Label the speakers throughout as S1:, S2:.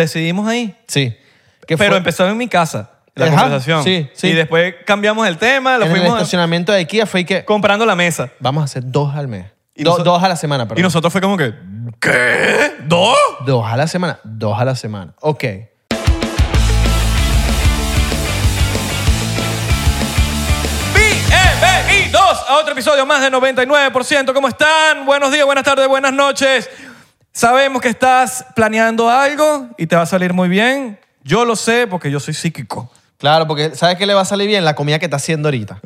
S1: Decidimos ahí.
S2: Sí. Que
S1: Pero
S2: fue
S1: empezó en mi casa la
S2: Ajá,
S1: conversación.
S2: sí, sí.
S1: Y después cambiamos el tema, lo
S2: en el
S1: fuimos
S2: estacionamiento de Kia fue que
S1: comprando la mesa.
S2: vamos a hacer dos al mes.
S1: Y
S2: Do-
S1: noso-
S2: dos a la semana,
S1: Y
S2: perdón.
S1: nosotros fue como que, ¿qué? ¿Dos?
S2: Dos a la semana, dos a la semana. Ok.
S1: Bienvenidos a otro episodio más de 99%. ¿Cómo están? Buenos días, buenas tardes, buenas noches. Sabemos que estás planeando algo y te va a salir muy bien. Yo lo sé porque yo soy psíquico.
S2: Claro, porque ¿sabes qué le va a salir bien? La comida que está haciendo ahorita.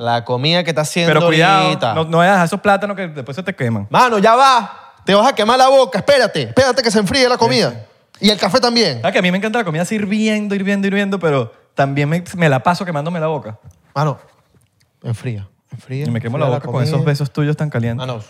S2: La comida que está haciendo
S1: Uh. Pero cuidado,
S2: Uh. ahorita.
S1: no, no vayas a dejar esos plátanos que después se te queman.
S2: Mano, ya va. Te vas a quemar la boca. Espérate. Espérate que se enfríe la comida. Y el café también.
S1: ¿Sabes que a mí me encanta la comida así hirviendo, hirviendo, hirviendo, pero también me, me la paso quemándome la boca.
S2: Mano, enfría. Enfría.
S1: Y me quemo la
S2: enfría
S1: boca con esos
S2: comida.
S1: besos tuyos tan calientes.
S2: Mano,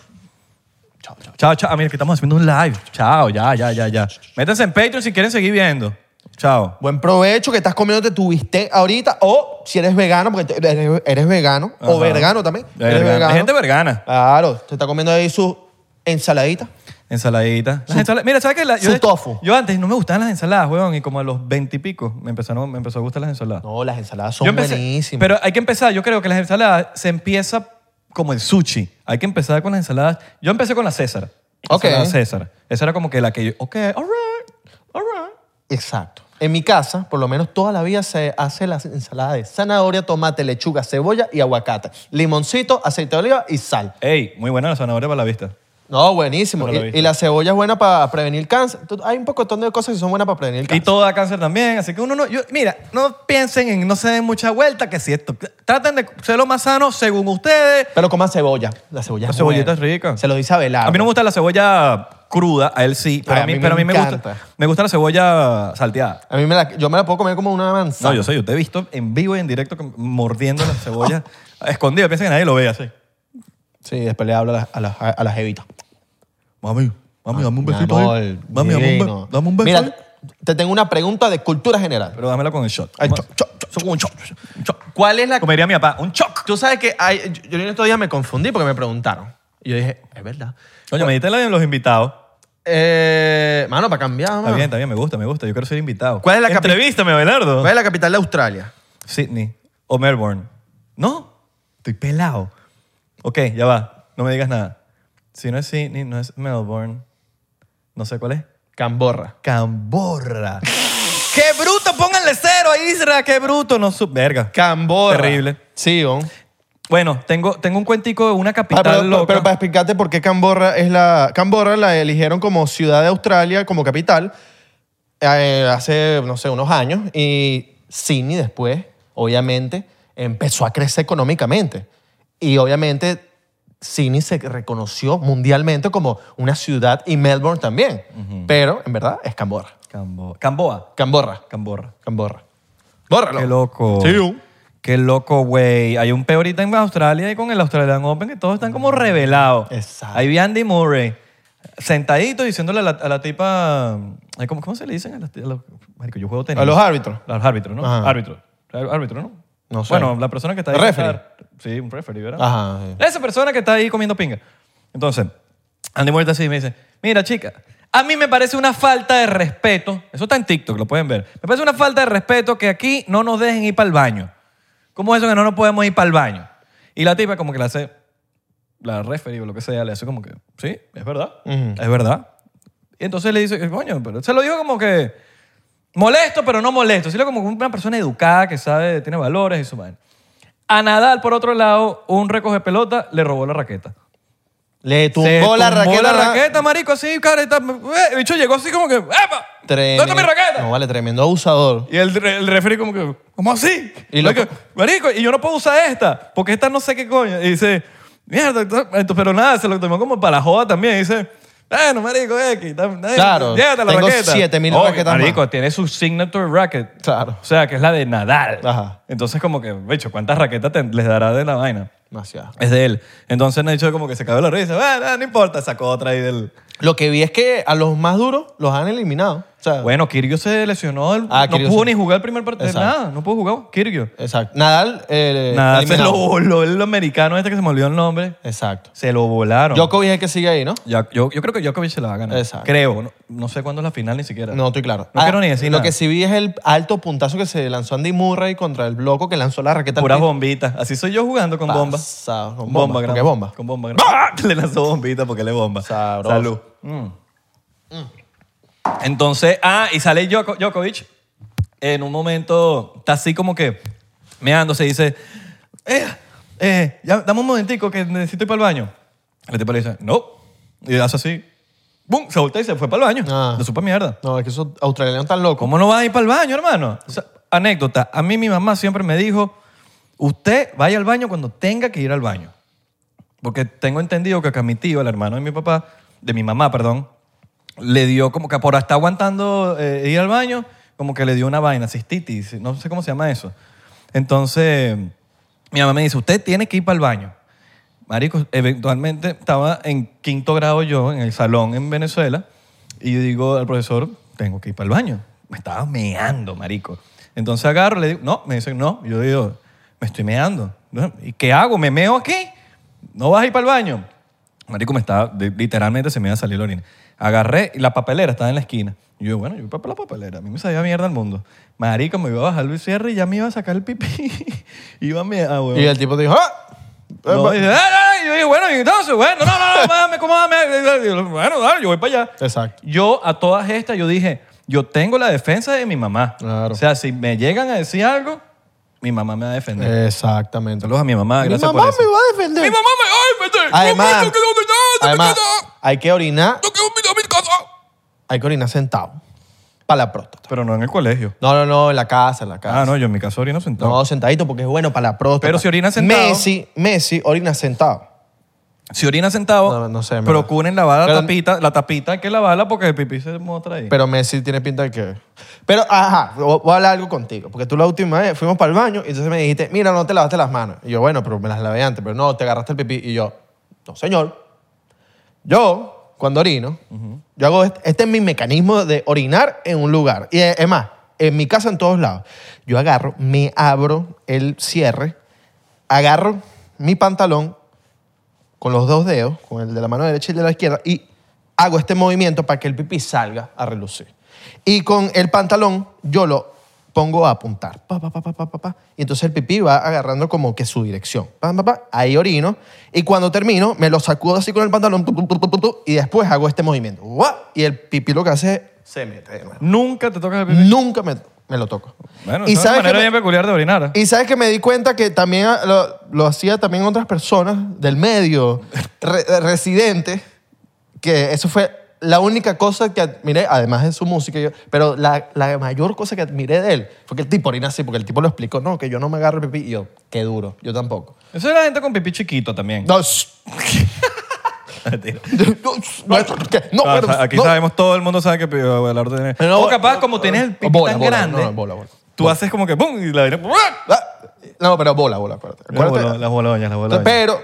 S1: Chao, chao. Ah, mira, que estamos haciendo un live. Chao, ya, ya, ya, ya. Métanse en Patreon si quieren seguir viendo. Chao.
S2: buen provecho que estás comiéndote tu bistec ahorita. O si eres vegano, porque te- eres, eres vegano. O
S1: Ajá.
S2: vergano también.
S1: Vergana.
S2: Eres
S1: Hay
S2: vegano.
S1: gente vergana.
S2: Claro, te está comiendo ahí su ensaladita.
S1: Ensaladita. Las ensala- Mira, ¿sabes qué? La-
S2: su
S1: de hecho-
S2: tofu.
S1: Yo antes no me gustaban las ensaladas, weón, y como a los veintipico me, empezaron, me empezó a gustar las ensaladas.
S2: No, las ensaladas
S1: Yo
S2: son
S1: empecé-
S2: buenísimas.
S1: Pero hay que empezar, yo creo que las ensaladas se empieza como el sushi. Hay que empezar con las ensaladas. Yo empecé con la César.
S2: Ok.
S1: La César. Esa era como que la que yo, ok, all right, all right.
S2: Exacto. En mi casa, por lo menos toda la vida se hace la ensalada de zanahoria, tomate, lechuga, cebolla y aguacate. Limoncito, aceite de oliva y sal.
S1: Ey, muy buena la zanahoria para la vista.
S2: No, buenísimo.
S1: Pero la
S2: Y,
S1: viste.
S2: y la cebolla es buena para prevenir cáncer. Tú- Hay un pocotón de cosas que son buenas para prevenir
S1: Y
S2: cáncer.
S1: todo da cáncer también, así que uno no, yo- mira, no piensen en, no se den mucha vuelta, que si esto, traten de ser lo más sano según ustedes.
S2: Pero coma cebolla. La cebolla
S1: La
S2: es
S1: cebollita
S2: buena.
S1: es rica.
S2: Se lo dice Abelardo.
S1: A mí no me gusta la cebolla cruda, a él sí, pero
S2: Ay,
S1: a mí, pero a mí me, gusta,
S2: encanta.
S1: me gusta la cebolla salteada.
S2: A mí me la, yo me la puedo comer como una manzana.
S1: No, yo sé, yo te he visto en vivo y en directo com- mordiendo la cebolla escondida. Piensa que nadie lo ve así.
S2: Sí, después le hablo a las a las- a las jevitas.
S1: Mami,
S2: Ah,
S1: mami, dame un besito
S2: Mi amor,
S1: ahí. Mami, dame un,
S2: divino.
S1: be- dame un beso eh. ahí.
S2: Mira, te tengo una pregunta de cultura general.
S1: Pero dámela con el shot.
S2: Ay,
S1: Ma-
S2: cho- cho-
S1: so- un shot, un shot.
S2: ¿Cuál es la...
S1: Comería mi papá, un choc.
S2: Tú sabes que hay- yo, yo en estos días me confundí porque me preguntaron. Y yo dije, es verdad.
S1: Coño, me diste la de los invitados.
S2: Eh, mano, para cambiar,
S1: Está
S2: mano.
S1: bien, está bien, me gusta, me gusta. Yo quiero ser invitado.
S2: ¿Cuál es la capi-
S1: Entrevístame, Abelardo.
S2: ¿Cuál es la capital de Australia?
S1: Sydney o Melbourne. No, estoy pelado. Ok, ya va. No me digas nada. Si no es Sydney, no es Melbourne. No sé cuál es.
S2: Camborra.
S1: Camborra. ¡Qué bruto! Pónganle cero a Isra. ¡Qué bruto! No, su verga.
S2: Camborra.
S1: Terrible.
S2: Sí, ¿no?
S1: Bueno, tengo, tengo un cuentico de una capital
S2: Ah, pero, pero-
S1: loca.
S2: pero para explicarte por qué Camborra es la... Camborra la eligieron como ciudad de Australia, como capital, eh, hace, no sé, unos años. Y Sydney después, obviamente, empezó a crecer económicamente. Y obviamente Sydney se reconoció mundialmente como una ciudad y Melbourne también. Pero, en verdad, es Camborra.
S1: Cambo- Camboa.
S2: Camborra.
S1: Camborra.
S2: Camborra. Bórralo.
S1: Qué loco.
S2: Sí, ¿no?
S1: Qué loco, güey. Hay un peor ahorita en Australia y con el Australian Open que todos están como revelados.
S2: Exacto.
S1: Ahí vi a Andy Murray sentadito diciéndole a la, a la tipa... ay, ¿Cómo, cómo se le dicen a las ti- a los... Marico, yo juego tenis.
S2: A los árbitros.
S1: A los árbitros, ¿no?
S2: Ajá.
S1: Árbitros. Árbitro. Árbitro, ¿no?
S2: No sé.
S1: Bueno, la persona que está ahí...
S2: Referee.
S1: sentada- Sí, un referee, ¿verdad?
S2: Ajá. sí.
S1: Esa persona que está ahí comiendo pinga. Entonces, Andy Muerta así me dice, mira chica, a mí me parece una falta de respeto, eso está en TikTok, lo pueden ver, me parece una falta de respeto que aquí no nos dejen ir para el baño. ¿Cómo es eso que no nos podemos ir para el baño? Y la tipa como que la hace, la referee o lo que sea, le hace como que, sí, es verdad,
S2: Ujú.
S1: es verdad. Y entonces le dice, coño, pero se lo dijo como que molesto, pero no molesto, sino como una persona educada que sabe, tiene valores y su vaina. A Nadal, por otro lado, un recoge pelota le robó la raqueta.
S2: Le tumbó,
S1: Se
S2: la raqueta.
S1: la raqueta, marico, así, careta. eh, El bicho llegó así como que, ¡epa!
S2: Tremendo.
S1: ¿Dónde está mi raqueta?
S2: No, vale, tremendo abusador.
S1: Y el, el referee como que, ¿cómo así?
S2: Y
S1: Y
S2: lo-
S1: marico, y yo no puedo usar esta, porque esta no sé qué coño. Y dice, mierda, esto- esto- pero nada, se lo tomó como para la joda también. Y dice, bueno, marico, eh, X,
S2: Claro,
S1: llévate la
S2: tengo
S1: raqueta.
S2: 7000
S1: Obvio,
S2: raquetas más.
S1: Marico, tiene su signature racket.
S2: Claro.
S1: O sea, que es la de Nadal.
S2: Ajá.
S1: Entonces como que, bicho, ¿cuántas raquetas te- les dará de la vaina?
S2: Demasiado.
S1: Es de él. Entonces Nacho como que se cagó la risa. Bueno, no importa, sacó otra ahí del...
S2: Lo que vi es que a los más duros los han eliminado. O sea,
S1: bueno, Kyrgios se lesionó. el-
S2: Ah,
S1: no
S2: Kyrgios
S1: pudo
S2: se-
S1: ni jugar el primer partido.
S2: Exacto.
S1: Nada, no pudo jugar Kyrgios.
S2: Exacto. Nadal. eh,
S1: Nada, se
S2: eliminado.
S1: lo voló el americano este que se me olvidó el nombre.
S2: Exacto.
S1: Se lo volaron.
S2: Djokovic es el que sigue ahí, ¿no?
S1: Ya- yo, yo creo que Djokovic se la va a ganar.
S2: Exacto.
S1: Creo. No, no sé cuándo es la final ni siquiera.
S2: No estoy claro. Ah,
S1: No quiero ni decir
S2: Lo
S1: nada.
S2: que sí vi es el alto puntazo que se lanzó Andy Murray contra el bloco que lanzó la raqueta. al
S1: Puras
S2: piso.
S1: bombitas. Así soy yo jugando con bombas.
S2: Pasado, Con
S1: Con
S2: bomba.
S1: bomba,
S2: ¿Con qué
S1: gran-
S2: bomba?
S1: Con bomba. gran- ¡Ah! Le lanzó bombita porque le bomba.
S2: Sabroso.
S1: Salud. Mm. Entonces, ah, y sale Djoko- Djokovic en un momento, está así como que meándose y dice, eh, eh, ya, dame un momentico que necesito ir para el baño. El tipo le dice, no. Y hace así, ¡bum! Se voltea y se fue para el baño.
S2: Ah.
S1: De supa mierda.
S2: No, es que esos australianos están locos.
S1: ¿Cómo no vas a ir para el baño, hermano? O sea, anécdota, a mí mi mamá siempre me dijo, usted vaya al baño cuando tenga que ir al baño. Porque tengo entendido que acá mi tío, el hermano de mi papá, de mi mamá, perdón, le dio como que por estar aguantando eh, ir al baño, como que le dio una vaina, cistitis, no sé cómo se llama eso. Entonces, mi mamá me dice, usted tiene que ir para el baño. Marico, eventualmente estaba en quinto grado yo, en el salón en Venezuela, y digo al profesor, tengo que ir para el baño. Me estaba meando, marico. Entonces agarro, le digo, no, me dicen, no. Yo digo, me estoy meando. ¿no? ¿Y qué hago? ¿Me meo aquí? ¿No vas a ir para el baño? Marico, me estaba, de- literalmente se me iba a salir la orina. Agarré, y la papelera estaba en la esquina. Y yo, bueno, yo voy para la papelera. A mí me sabía mierda el mundo. Marico, me iba a bajar Luis Sierra y ya me iba a sacar el pipí. iba a mear, weón.
S2: Y el tipo dijo, ¡ah!
S1: No, dice, "Ah, no, no". Y yo dije, bueno, y entonces, bueno, no, no, no, dame, ¿cómo dame? Y yo, Bueno, dale, yo voy para allá.
S2: Exacto.
S1: Yo a todas estas, yo dije, yo tengo la defensa de mi mamá.
S2: Claro.
S1: O sea, si me llegan a decir algo, mi mamá me va a defender.
S2: Exactamente.
S1: Saludos a mi mamá,
S2: Mi
S1: gracias
S2: mamá
S1: por eso.
S2: me va a defender.
S1: Mi mamá me... ¡Ay, vete!
S2: Eh. Además,
S1: ¡No, que no, que no, que no,
S2: además,
S1: que no,
S2: hay que orinar,
S1: que no, que no, que no, que no!
S2: hay que orinar sentado. Para la próstata.
S1: Pero no en el colegio.
S2: No, no, no, en la casa, en la casa.
S1: Ah, no, yo en mi caso orino sentado.
S2: No, sentadito porque es bueno para la próstata.
S1: Pero si orina sentado-
S2: Messi, Messi orina sentado.
S1: Si orina sentado,
S2: No, no sé, en verdad.
S1: procuren lavar la
S2: Pero-
S1: tapita. La tapita hay que lavarla porque el pipí se muestra ahí.
S2: Pero Messi tiene pinta de que... Pero, ajá, vo- voy a hablar algo contigo. Porque tú la última vez fuimos para el baño y entonces me dijiste, mira, no te lavaste las manos. Y yo, bueno, pero me las lavé antes. Pero no, te agarraste el pipí. Y yo, no, señor. Yo, cuando orino, yo hago... Este, este es mi mecanismo de orinar en un lugar. Y eh, es más, en mi casa, en todos lados. Yo agarro, me abro el cierre, agarro mi pantalón con los dos dedos, con el de la mano derecha y el de la izquierda, y hago este movimiento para que el pipí salga a relucir. Y con el pantalón yo lo pongo a apuntar. Pa, pa, pa, pa, pa, pa, pa. Y entonces el pipí va agarrando como que su dirección. Pa, pa, pa. Ahí orino. Y cuando termino, me lo sacudo así con el pantalón. tu, tu, tu, tu, tu, tu, y después hago este movimiento. Guá. Y el pipí lo que hace es... Se mete. de nuevo.
S1: Nunca te tocas el pipí.
S2: Nunca me, me lo toco.
S1: Bueno, es una
S2: que
S1: manera
S2: me-
S1: bien peculiar de orinar.
S2: y sabes que me di cuenta que también ah, lo, lo hacía también otras personas del medio, re- residentes, que eso fue la única cosa que admiré, además de su música, y yo- pero la, la mayor cosa que admiré de él fue que el tipo orina así, porque el tipo lo explicó, no, que yo no me agarro el pipí, y yo, qué duro, yo tampoco.
S1: Eso era gente con pipí chiquito también.
S2: No, shh,
S1: Mentira.
S2: no, shh, maestro, ¿qué? No,
S1: Ah,
S2: pero,
S1: sa- aquí
S2: no.
S1: sabemos, todo el mundo sabe que pi- el arte tiene-
S2: Pero no,
S1: o capaz,
S2: no,
S1: como
S2: no,
S1: tienes el pipí
S2: bola,
S1: tan
S2: bola,
S1: grande,
S2: no, bola, bola.
S1: tú
S2: Bola.
S1: haces como que ¡pum! y la vaina ¡buah!
S2: Ah, No, pero bola, bola, acuérdate.
S1: Las
S2: acuérdate.
S1: bolo- las boloñas, las boloñas.
S2: Pero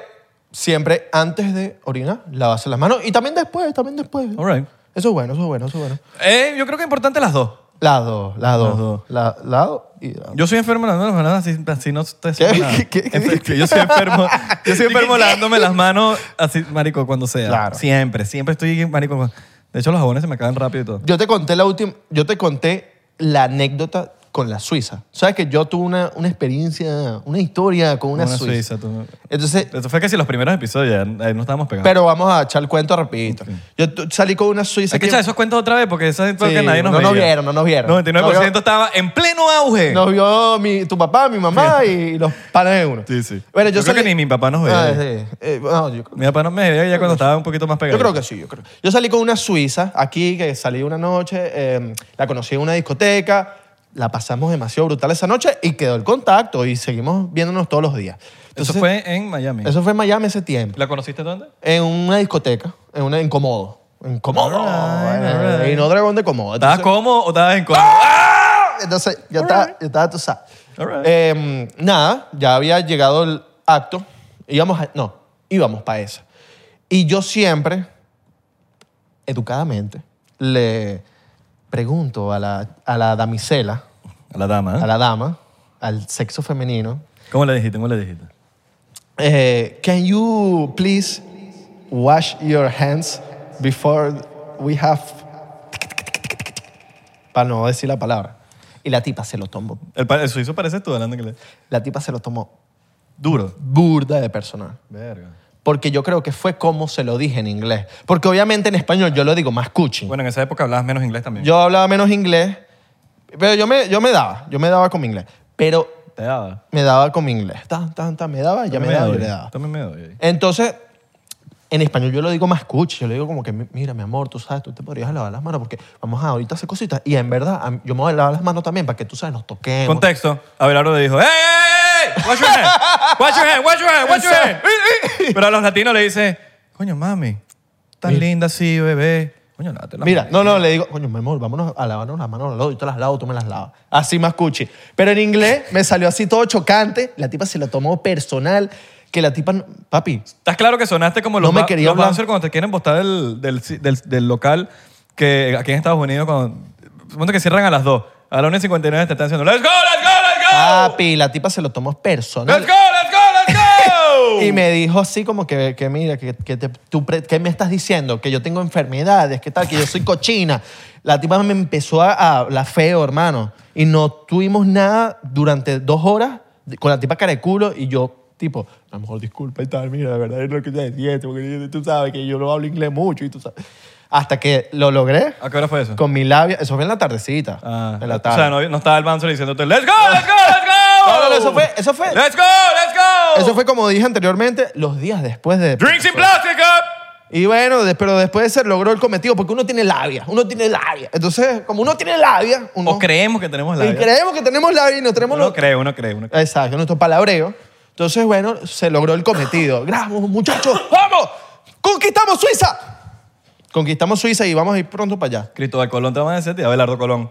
S2: siempre antes de orinar, lavarse las manos y también después, también después.
S1: All right.
S2: Eso es bueno, eso es bueno, eso es bueno.
S1: Eh, yo creo que es importante las dos.
S2: Las dos, las
S1: Las dos.
S2: dos. La- lado y lado.
S1: Yo soy enfermo lavándome las manos así, así no te
S2: ¿Qué?
S1: nada.
S2: ¿Qué?
S1: Es que Yo soy enfermo, yo soy enfermo lavándome las manos así, marico, cuando sea.
S2: Claro.
S1: Siempre, siempre estoy, marico. con- De hecho, los jabones se me acaban rápido y todo.
S2: Yo te conté la última, yo te conté la anécdota con la Suiza. Sabes que yo tuve una, una experiencia, una historia con una, Suiza.
S1: tú no-
S2: Entonces,
S1: Eso fue casi los primeros episodios, ya ahí no estábamos pegados.
S2: pero vamos a echar el cuento rapidito. Yo tu- salí con una Suiza
S1: Hay que
S2: que-
S1: echar esos cuentos otra vez porque esa creo
S2: Sí,
S1: que nadie nos
S2: no nos
S1: veía.
S2: vieron, no nos vieron.
S1: 99%
S2: No vio-
S1: estaba en pleno auge.
S2: Nos vio mi, tu papá, mi mamá y los panes de uno.
S1: Sí, sí.
S2: Bueno, yo,
S1: Yo creo
S2: salí-
S1: que ni mi papá nos veía.
S2: Ah, sí. Eh, no, yo,
S1: Mi papá no me veía ya cuando estaba un poquito más pegado.
S2: yo creo que sí, yo creo. Yo salí con una suiza aquí que salí una noche, eh, la conocí en una discoteca, la pasamos demasiado brutal esa noche y quedó el contacto y seguimos viéndonos todos los días.
S1: Eso
S2: Entonces,
S1: fue en Miami.
S2: eso fue en Miami ese tiempo,
S1: ¿La conociste dónde?
S2: en una discoteca, en una en Comodo. En Comodo.
S1: Alright,
S2: eh,
S1: alright.
S2: Y no dragón de Comodo.
S1: ¿Estabas
S2: Entonces-
S1: cómodo o estabas en cómodo?
S2: Entonces, yo estaba, yo estaba, tú sabes.
S1: All right.
S2: Eh, nada, ya había llegado el acto. Íbamos a- no, íbamos para esa. Y yo siempre, educadamente, le pregunto a la, a la damisela,
S1: A la dama. ¿eh?
S2: a la dama, al sexo femenino,
S1: ¿Cómo le dijiste? ¿Cómo le dijiste?
S2: eh, can you please wash your hands before we have... Para no decir la palabra. Y la tipa se lo tomó.
S1: El, pa- el suizo parece tú hablando inglés.
S2: La tipa se lo tomó
S1: Duro.
S2: burda de personal.
S1: Verga.
S2: Porque yo creo que fue como se lo dije en inglés. Porque obviamente en español yo lo digo más cuchi.
S1: Bueno, en esa época hablabas menos inglés también.
S2: Yo hablaba menos inglés, pero yo me, yo me daba, yo me daba con mi inglés. Pero
S1: Te daba.
S2: me daba con mi inglés. Tan, tan, tan, me daba, ya me, daba, yo le daba.
S1: También me doy.
S2: Entonces, en español yo lo digo más cuchi. Yo le digo como que, mira, mi amor, tú sabes, tú te podrías lavar las manos porque vamos a ahorita hacer cositas. Y en verdad, a mí- yo me voy a lavar las manos también para que tú sabes, nos toquemos.
S1: Contexto. Abelardo le dijo, ¡Ey, ey, ey! ¡Wash your hand! ¡Wash your hand! ¡Wash your hand! ¡Wash your hand! Pero a los latinos le dice, coño, mami, tan linda así, bebé. Coño, lávate la
S2: Mira,
S1: mano".
S2: no, no, le digo, coño, mi amor, vámonos a lavarnos las manos, yo te las lavo, tú me las lavas. Así más cuchi. Pero en inglés me salió así todo chocante. La tipa se lo tomó personal, que la tipa, no- papi,
S1: ¿Estás claro que sonaste como los,
S2: No me
S1: ba-
S2: quería
S1: los
S2: hablar.
S1: bouncers cuando te quieren botar del, del, del- del local que aquí en Estados Unidos cuando... Supongo que cierran a las 2. A las 1 y 59 te están diciendo, ¡Let's go, let's go, let's go!
S2: papi, la tipa se lo tomó personal.
S1: ¡Let's go, let's go, let's go!
S2: Y me dijo así como que, que mira, que, que te- tú pre- ¿qué me estás diciendo? Que yo tengo enfermedades, que tal, que yo soy cochina. La tipa me empezó a, a hablar feo, hermano. Y no tuvimos nada durante dos horas de- con la tipa cara de culo y yo, tipo, a lo mejor disculpa y tal, mira, la verdad es lo que te decía, porque yo- tú sabes que yo no hablo inglés mucho y tú sabes. Hasta que lo logré
S1: ¿A qué hora fue eso?
S2: con mi labia. Eso fue en la tardecita.
S1: Ah,
S2: en la
S1: o
S2: tarde.
S1: sea, no, no estaba el bouncer diciéndote, ¡Let's go, let's go, let's go!
S2: No, no, no, eso fue- eso fue-
S1: ¡Let's go, let's go!
S2: Eso fue como dije anteriormente, los días después de...
S1: ¡Drinks in plastic up!
S2: Y bueno, de- pero después de ser logró el cometido, porque uno tiene labia, uno tiene labia. Entonces, como uno tiene labia, uno...
S1: O creemos que tenemos
S2: y
S1: labia.
S2: creemos que tenemos labia y no tenemos...
S1: Uno
S2: lo-
S1: cree, uno cree, uno cree.
S2: Exacto, nuestro palabreo. Entonces, bueno, se logró el cometido. ¡Vamos, muchachos! ¡Vamos! ¡Conquistamos Suiza! Conquistamos Suiza y vamos a ir pronto para allá.
S1: Cristóbal Colón te van a decir, y Abelardo Colón.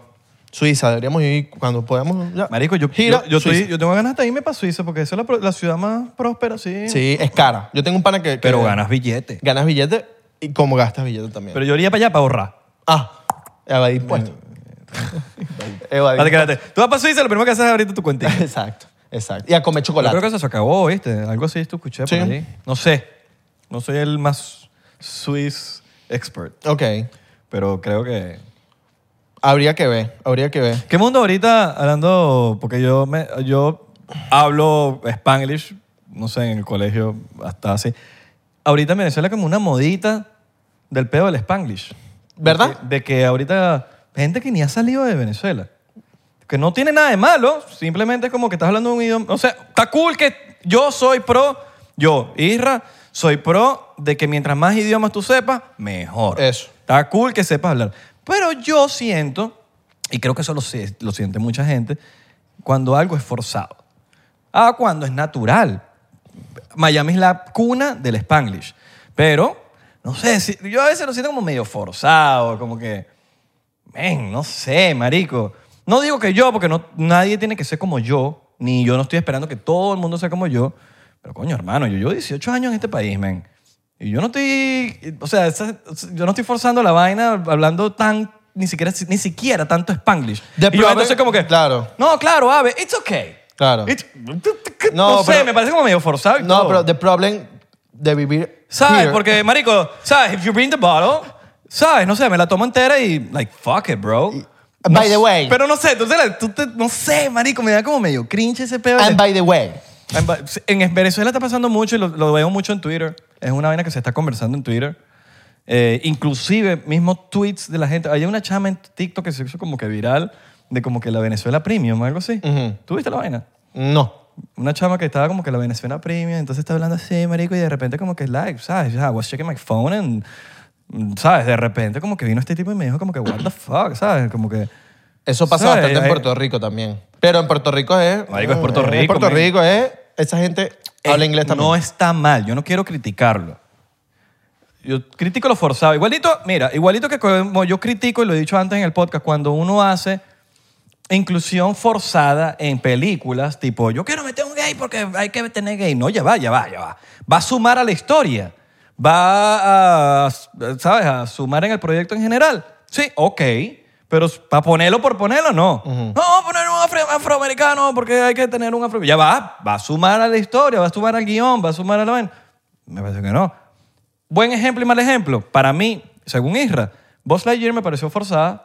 S2: Suiza, deberíamos ir cuando podamos. ya.
S1: Marico, yo,
S2: Gira,
S1: yo, yo estoy-
S2: Suiza.
S1: yo tengo ganas de irme para Suiza porque esa es la, pro- la ciudad más próspera, sí.
S2: Sí, es cara. Yo tengo un pana que... que-
S1: Pero ganas billete.
S2: Ganas billete y como gastas billete también.
S1: Pero yo iría para allá para ahorrar.
S2: ah, evadir impuestos. Evadir
S1: Espérate, espérate. Tú vas para Suiza, lo primero que haces es abrirte tu cuentita.
S2: Exacto, exacto. Y a comer
S1: Yo creo
S2: chocolate.
S1: que eso se acabó, ¿viste? Algo así tú escuché
S2: Sí.
S1: por allí. No sé. No soy el más Swiss expert,
S2: Ok.
S1: pero creo que...
S2: Habría que ver, habría que ver.
S1: ¿Qué mundo ahorita hablando? Porque yo, me, yo hablo spanglish, no sé, en el colegio hasta así. Ahorita en Venezuela como una modita del pedo del spanglish.
S2: ¿Verdad?
S1: De que, de que ahorita gente que ni ha salido de Venezuela. Que no tiene nada de malo, simplemente es como que estás hablando un idioma. O sea, está cool que yo soy pro, yo, Isra, soy pro de que mientras más idiomas tú sepas, mejor.
S2: Eso.
S1: Está cool que sepas hablar. Pero yo siento, y creo que eso lo, si- lo siente mucha gente, cuando algo es forzado. Ah, cuando es natural. Miami es la cuna del spanglish. Pero, no sé, si- yo a veces lo siento como medio forzado, como que, men, no sé, marico. No digo que yo, porque no, nadie tiene que ser como yo, ni yo no estoy esperando que todo el mundo sea como yo. Pero coño, hermano, yo llevo 18 años en este país, men. Y yo no estoy, o sea, esa- yo no estoy forzando la vaina hablando tan, ni siquiera, ni siquiera tanto spanglish.
S2: De
S1: y yo
S2: pronto-
S1: entonces como que,
S2: claro.
S1: no, claro, ave, it's okay.
S2: Claro.
S1: It's- no,
S2: No,
S1: sé,
S2: pero-
S1: me parece como medio forzado. y
S2: No,
S1: todo.
S2: pero the problem de vivir.
S1: ¿Sabes?
S2: here-
S1: Porque, marico, ¿sabes? If you bring the bottle, ¿sabes? No sé, me la tomo entera y, like, fuck it, bro. No
S2: by the
S1: sé-
S2: way.
S1: Pero no sé, tú, te la- tú te- no sé, marico, me da como medio cringe ese pedo.
S2: And by the way.
S1: And by- En Venezuela está pasando mucho y lo, lo veo mucho en Twitter. Es una vaina que se está conversando en Twitter. Eh, inclusive, mismos tweets de la gente. Hay una chama en TikTok que se hizo como que viral de como que la Venezuela Premium o algo así.
S2: Ujú.
S1: ¿Tú viste la vaina?
S2: No.
S1: una chama que estaba como que la Venezuela premium, entonces está hablando así, marico, y de repente como que like, ¿sabes? Ah, I was checking my phone and, mm, ¿sabes? De repente como que vino este tipo y me dijo como que, what the fuck, ¿sabes? Como que...
S2: Eso pasa
S1: ¿Sabes?
S2: bastante en
S1: Hay-
S2: Puerto Rico también. Pero en Puerto Rico es.
S1: Marico, es Puerto
S2: en
S1: Rico,
S2: Puerto
S1: man.
S2: Rico es. Esa gente habla
S1: eh,
S2: inglés también.
S1: No está mal, yo no quiero criticarlo. Yo critico lo forzado. Igualito, mira, igualito que como yo critico, y lo he dicho antes en el podcast, cuando uno hace inclusión forzada en películas, tipo, yo quiero meter un gay porque hay que tener gay. No, ya va, ya va, ya va. Va a sumar a la historia. Va a, ¿sabes? A sumar en el proyecto en general. Sí, ok. Pero para ponerlo por ponerlo, no. No, vamos a poner un afro- afroamericano porque hay que tener un afro. Ya va, va a sumar a la historia, va a sumar al guión, va a sumar a la... vaina. Me parece que no. Buen ejemplo y mal ejemplo. Para mí, según Isra, Buzz Lightyear me pareció forzada.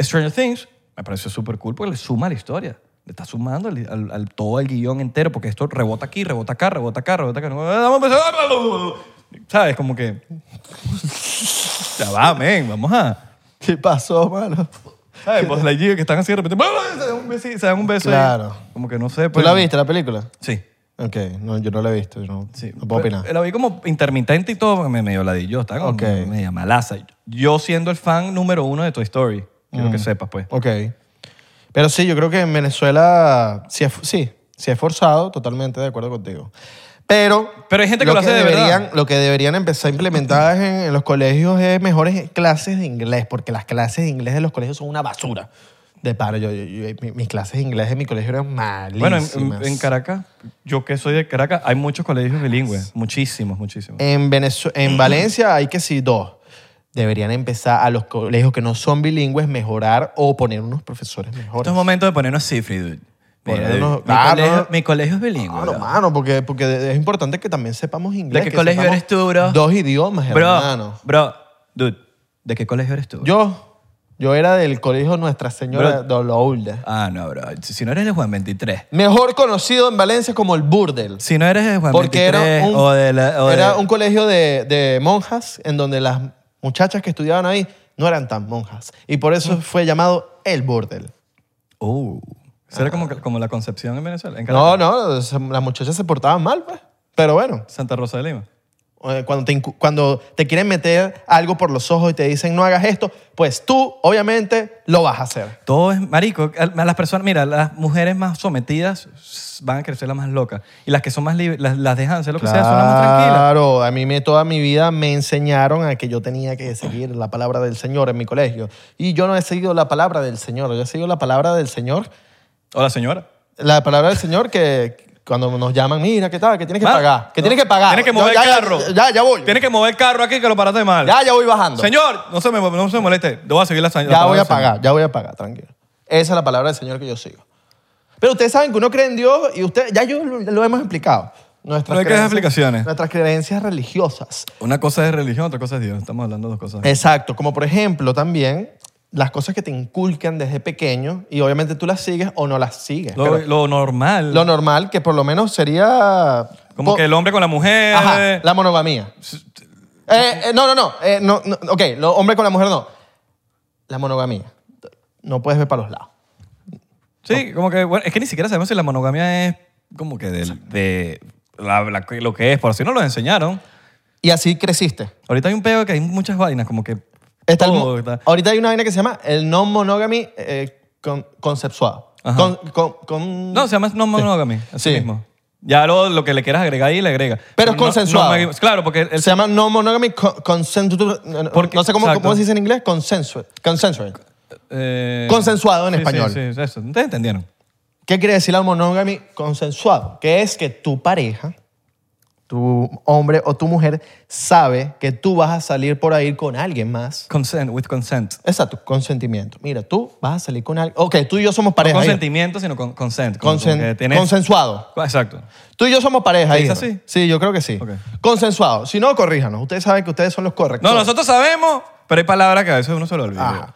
S1: Stranger Things me pareció súper cool porque le suma a la historia. Le está sumando al, al- al- todo el guión entero porque esto rebota aquí, rebota acá, rebota acá, rebota acá. Vamos a empezar. ¿Sabes? Como que... Ya va, men, vamos a...
S2: ¿Qué pasó, mano?
S1: ¿Sabes? Pues la Gio que están así de repente. ¡bla! Se dan un besito, se dan un beso. ahí.
S2: Claro.
S1: Como que no sé.
S2: ¿Tú
S1: pues.
S2: la viste, la película?
S1: Sí.
S2: Ok, no, yo no la he visto. yo No,
S1: sí.
S2: no puedo
S1: Pero
S2: opinar.
S1: La vi como intermitente y todo, me medio ladillo. Está como
S2: Ok.
S1: media malaza. Yo siendo el fan número uno de Toy Story. Quiero que sepas, pues.
S2: Ok. Pero sí, yo creo que en Venezuela sí, es- sí, sí es forzado, totalmente de acuerdo contigo. Pero,
S1: Pero hay gente que lo hace de
S2: deberían,
S1: verdad.
S2: Lo que deberían empezar a implementar en, en los colegios es mejores clases de inglés, porque las clases de inglés de los colegios son una basura. De paro, yo, yo- yo- mi- mis clases de inglés en mi colegio eran
S1: Bueno,
S2: malísimas.
S1: en- en, en Caracas, yo que soy de Caracas, hay muchos colegios bilingües. Muchísimos, muchísimos.
S2: En, Venezue- en Valencia hay que sí dos. Deberían empezar a los colegios que no son bilingües mejorar o poner unos profesores mejores.
S1: Esto es momento de ponernos cifras, dude. Mira,
S2: Ponernos-
S1: dude, mi,
S2: Ah,
S1: colegio,
S2: no.
S1: mi colegio es bilingüe.
S2: Claro,
S1: bro.
S2: mano, porque, porque de- es importante que también sepamos inglés.
S1: ¿De qué
S2: que
S1: colegio
S2: sepamos
S1: eres tú, bro?
S2: Dos idiomas,
S1: bro,
S2: hermano.
S1: bro, dude, ¿de qué colegio eres tú?
S2: Yo, yo era del colegio Nuestra Señora Dolores.
S1: Ah, no, bro. Si no eres de Juan 23.
S2: Mejor conocido en Valencia como el Burdel.
S1: Si no eres de Juan
S2: Porque era
S1: 23
S2: un,
S1: o de la- o de-
S2: era un colegio de, de monjas en donde las muchachas que estudiaban ahí no eran tan monjas. Y por
S1: Mm.
S2: eso fue llamado el Burdel.
S1: Oh. Eso era como, como la Concepción en Venezuela. En Caracas.
S2: Ah. No, no, se- las muchachas se portaban mal, pues. Pero bueno.
S1: Santa Rosa de Lima.
S2: Eh, cuando te, incu- cuando te quieren meter algo por los ojos y te dicen no hagas esto, pues tú obviamente lo vas a hacer.
S1: Todo es marico. A a las personas, mira, las mujeres más sometidas s- van a crecer las más locas. Y las que son más libres, las, las dejan hacer lo que sea, son las más tranquilas.
S2: Claro, a mí me, toda mi vida me enseñaron a que yo tenía que seguir la palabra del Señor en mi colegio. Y yo no he seguido la palabra del Señor, yo he seguido la palabra del Señor,
S1: O la señora.
S2: la palabra del Señor que cuando nos llaman, mira, ¿qué tal? Que tienes que
S1: Mano,
S2: pagar, que
S1: no.
S2: tienes que pagar.
S1: Tienes que
S2: Yo
S1: mover
S2: ya-
S1: el carro.
S2: Ya, ya voy.
S1: Tienes que mover el carro aquí que lo paraste mal.
S2: Ya, ya voy bajando.
S1: Señor, no se, me, no se moleste. Yo voy a seguir la señora.
S2: Ya voy a pagar, ya voy a pagar, tranquilo. Esa es la palabra del Señor que yo sigo. Pero ustedes saben que uno cree en Dios y ustedes, ya yo lo, lo hemos explicado. Nuestras
S1: No hay que dar explicaciones.
S2: Nuestras creencias religiosas.
S1: Una cosa es religión, otra cosa es Dios. Estamos hablando de dos
S2: Eh,
S1: cosas.
S2: Exacto, como por ejemplo también las cosas que te inculcan desde pequeño y obviamente tú las sigues o no las sigues.
S1: lo,
S2: Pero
S1: lo normal.
S2: lo normal que por lo menos sería...
S1: como
S2: po-
S1: que el hombre con la mujer.
S2: Ajá, la monogamia. Eh, eh, no, no, no, eh, no, no, Ok, lo- hombre con la mujer no. La monogamia. No puedes ver para los lados.
S1: Sí, como que, bueno, es que ni siquiera sabemos si la monogamia es como que del- de, la- la- lo que es, por si no lo enseñaron.
S2: Y así creciste.
S1: Ahorita hay un peo que hay muchas vainas, como que...
S2: Está el
S1: todo
S2: mo-
S1: está-
S2: ahorita hay una vaina que se llama el non monogamy eh, con- conceptual.
S1: Ajá.
S2: Con, con- con-
S1: No, se llama no monogamia, así
S2: Sí.
S1: mismo. Ya lo, lo que le quieras agregar ahí, le agrega.
S2: Pero es
S1: no-
S2: consensuado.
S1: no- claro, porque el,
S2: se llama non monogamy con- consensual. No,
S1: Porque-
S2: no sé cómo,
S1: exacto.
S2: cómo se dice en inglés. Consensual. Consensual.
S1: eh,
S2: Consensuado en
S1: sí,
S2: español.
S1: Sí, sí, eso. Ustedes entendieron.
S2: ¿Qué quiere decir la monogamy consensuado? Que es que tu pareja, tu hombre o tu mujer, sabe que tú vas a salir por ahí con alguien más.
S1: Consent, with consent.
S2: Exacto, consentimiento. Mira, tú vas a salir con alguien. Ok, tú y yo somos pareja.
S1: No
S2: mira.
S1: consentimiento, sino con consent. como-
S2: Consen-
S1: como que tienes-
S2: Consensuado.
S1: Exacto.
S2: Tú y yo somos pareja.
S1: ¿Se dice
S2: Isra.
S1: así?
S2: Sí, yo creo que sí.
S1: Ok.
S2: Consensuado. Si no, corríjanos. Ustedes saben que ustedes son los correctos. Ah.
S1: No, nosotros sabemos, pero hay palabras que a veces uno se lo olvida.